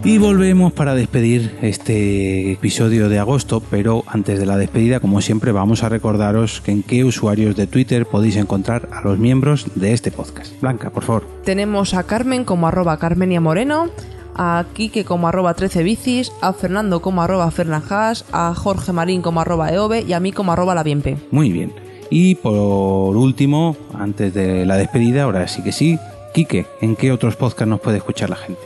S2: Y volvemos para despedir este episodio de agosto, pero antes de la despedida, como siempre, vamos a recordaros que en qué usuarios de Twitter podéis encontrar a los miembros de este podcast. Blanca, por favor.
S1: Tenemos a Carmen como arroba Carmenia Moreno, a Quique como arroba 13 bicis, a Fernando como arroba Fernajas, a Jorge Marín como arroba Eove y a mí como arroba la Bienpe.
S2: Muy bien. Y por último, antes de la despedida, ahora sí que sí, Quique, ¿en qué otros podcasts nos puede escuchar la gente?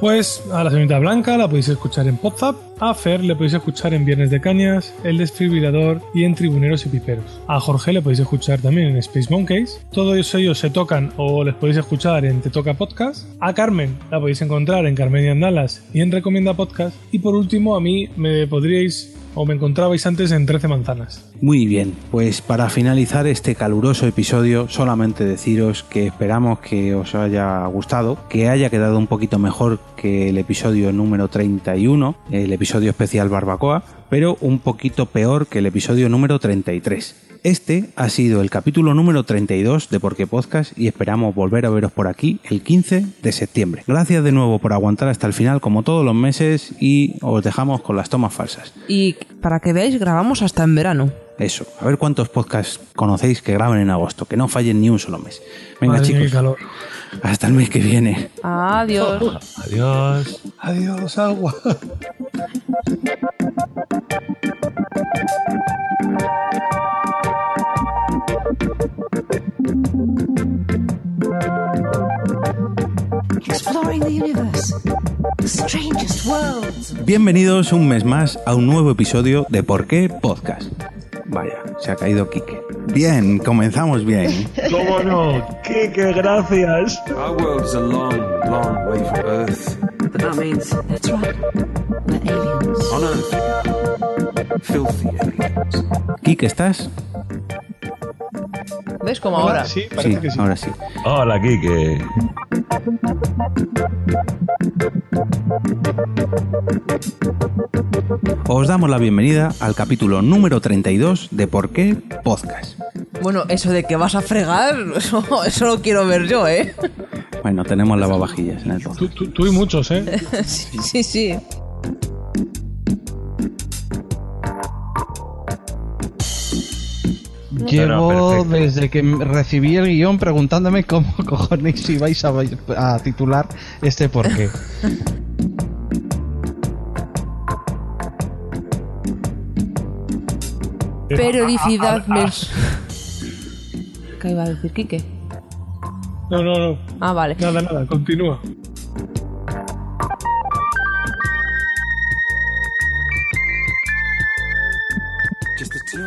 S3: Pues a la señorita Blanca la podéis escuchar en Podzap, a Fer le podéis escuchar en Viernes de Cañas, El Desfibrilador y en Tribuneros y Piperos. A Jorge le podéis escuchar también en Space Monkeys. Todos ellos se tocan o les podéis escuchar en Te Toca Podcast. A Carmen la podéis encontrar en Carmenian Dallas y en Recomienda Podcast. Y por último a mí me podríais o me encontrabais antes en 13 Manzanas.
S2: Muy bien, pues para finalizar este caluroso episodio, solamente deciros que esperamos que os haya gustado, que haya quedado un poquito mejor que el episodio número 31, el episodio especial Barbacoa, pero un poquito peor que el episodio número 33. Este ha sido el capítulo número 32 de Porque Podcast y esperamos volver a veros por aquí el 15 de septiembre. Gracias de nuevo por aguantar hasta el final como todos los meses y os dejamos con las tomas falsas.
S1: Y para que veáis, grabamos hasta en verano.
S2: Eso, a ver cuántos podcasts conocéis que graban en agosto, que no fallen ni un solo mes. Venga
S3: Madre mía,
S2: chicos,
S3: qué calor.
S2: hasta el mes que viene.
S1: Adiós.
S3: Adiós. Adiós, agua.
S15: Exploring the universe, the strangest worlds.
S2: Bienvenidos un mes más a un nuevo episodio de Por qué Podcast. Vaya, se ha caído Quique. Bien, comenzamos bien.
S3: ¿Cómo no? ¡Qué, gracias!
S16: Our world's a long, long way from Earth.
S15: But that means that's right. We're aliens.
S16: On Earth, filthy aliens.
S2: Quique, ¿estás?
S1: ¿Ves como ahora?
S3: Sí, parece que sí.
S2: ahora sí.
S10: Hola, Kike.
S2: Os damos la bienvenida al capítulo número 32 de Por qué Podcast.
S1: Bueno, eso de que vas a fregar, eso, eso lo quiero ver yo, ¿eh?
S2: Bueno, tenemos lavavajillas en el podcast.
S3: Tú, tú- tú y muchos, ¿eh?
S1: Sí, sí, sí.
S4: Llevo
S10: Era perfecto.
S4: desde que recibí el guión preguntándome cómo cojones ibais a, a titular este porqué.
S1: Periodicidad mes. ¿Qué iba a decir Quique?
S3: No, no, no.
S1: Ah, vale.
S3: Nada, nada, continúa.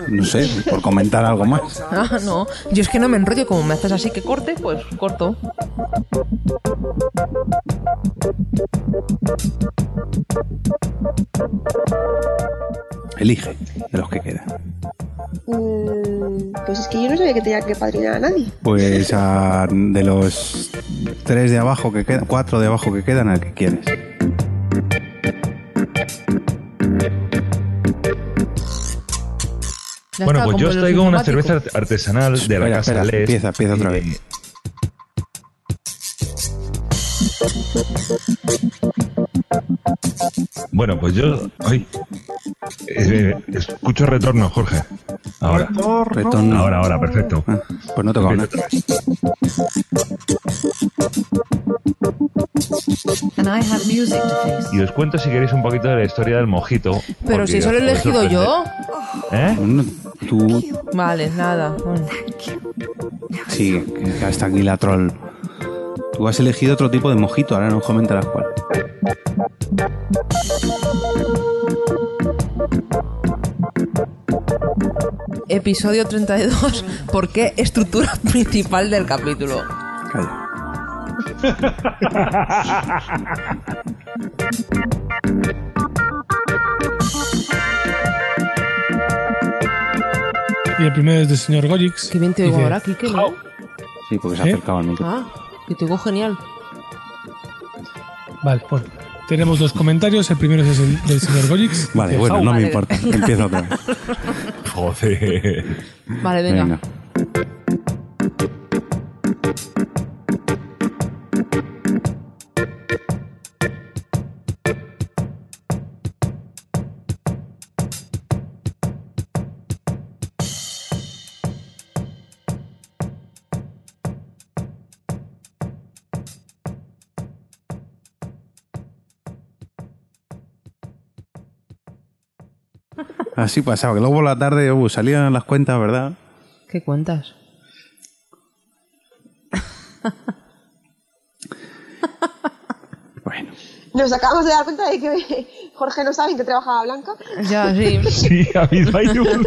S2: No sé, por comentar algo más.
S1: Ah, no. Yo es que no me enrollo. Como me haces así que corte, pues corto.
S2: Elige de los que quedan.
S8: Mm, pues es que yo no sabía que tenía que padrinar a nadie.
S2: Pues a- de los tres de abajo que quedan, cuatro de abajo que quedan, al que quieres.
S1: Ya
S10: Bueno,
S1: está,
S10: pues
S1: como
S10: yo os
S1: los
S10: traigo una
S1: informáticos.
S10: cerveza artesanal de la
S2: Espera,
S10: casa
S2: espera,
S10: Les.
S2: empieza, empieza otra
S10: Eh,
S2: vez.
S10: Bueno, pues yo. Ay, Eh, escucho retorno, Jorge. Ahora.
S2: Retorno.
S10: Ahora, ahora, perfecto.
S2: Ah, pues no toca nada.
S15: And I have music to face.
S10: Y os cuento si queréis un poquito de la historia del mojito.
S1: Pero
S10: porque
S1: si
S10: os
S1: solo he
S10: puede
S1: elegido
S10: sorprender.
S1: yo.
S10: ¿Eh?
S2: Tú,
S1: Vale, nada. bueno.
S2: sí, que hasta aquí la troll. Tú has elegido otro tipo de mojito, ahora nos comentarás cuál.
S1: Episodio 32. ¿Por qué estructura principal del capítulo?
S2: Calla.
S3: Y el primero es del señor Goyix.
S1: Qué bien te oigo ahora, Kike, ¿no?
S2: Sí, porque se
S3: ¿Eh?
S2: ha acercado al micro.
S1: Ah, que te oigo genial.
S3: Vale, bueno. Tenemos dos comentarios. El primero es el del señor Goyix.
S2: Vale,
S3: Dice,
S2: bueno,
S3: "Jau".
S2: no me importa. Empieza otra vez.
S10: Joder.
S1: Vale, venga.
S2: Venga. Así pasaba, que luego por la tarde uh, salían las cuentas, ¿verdad?
S1: ¿Qué cuentas?
S8: Nos acabamos de dar cuenta de que Jorge no sabe en qué trabajaba Blanca.
S1: Ya, sí.
S10: Sí, habéis ahí un-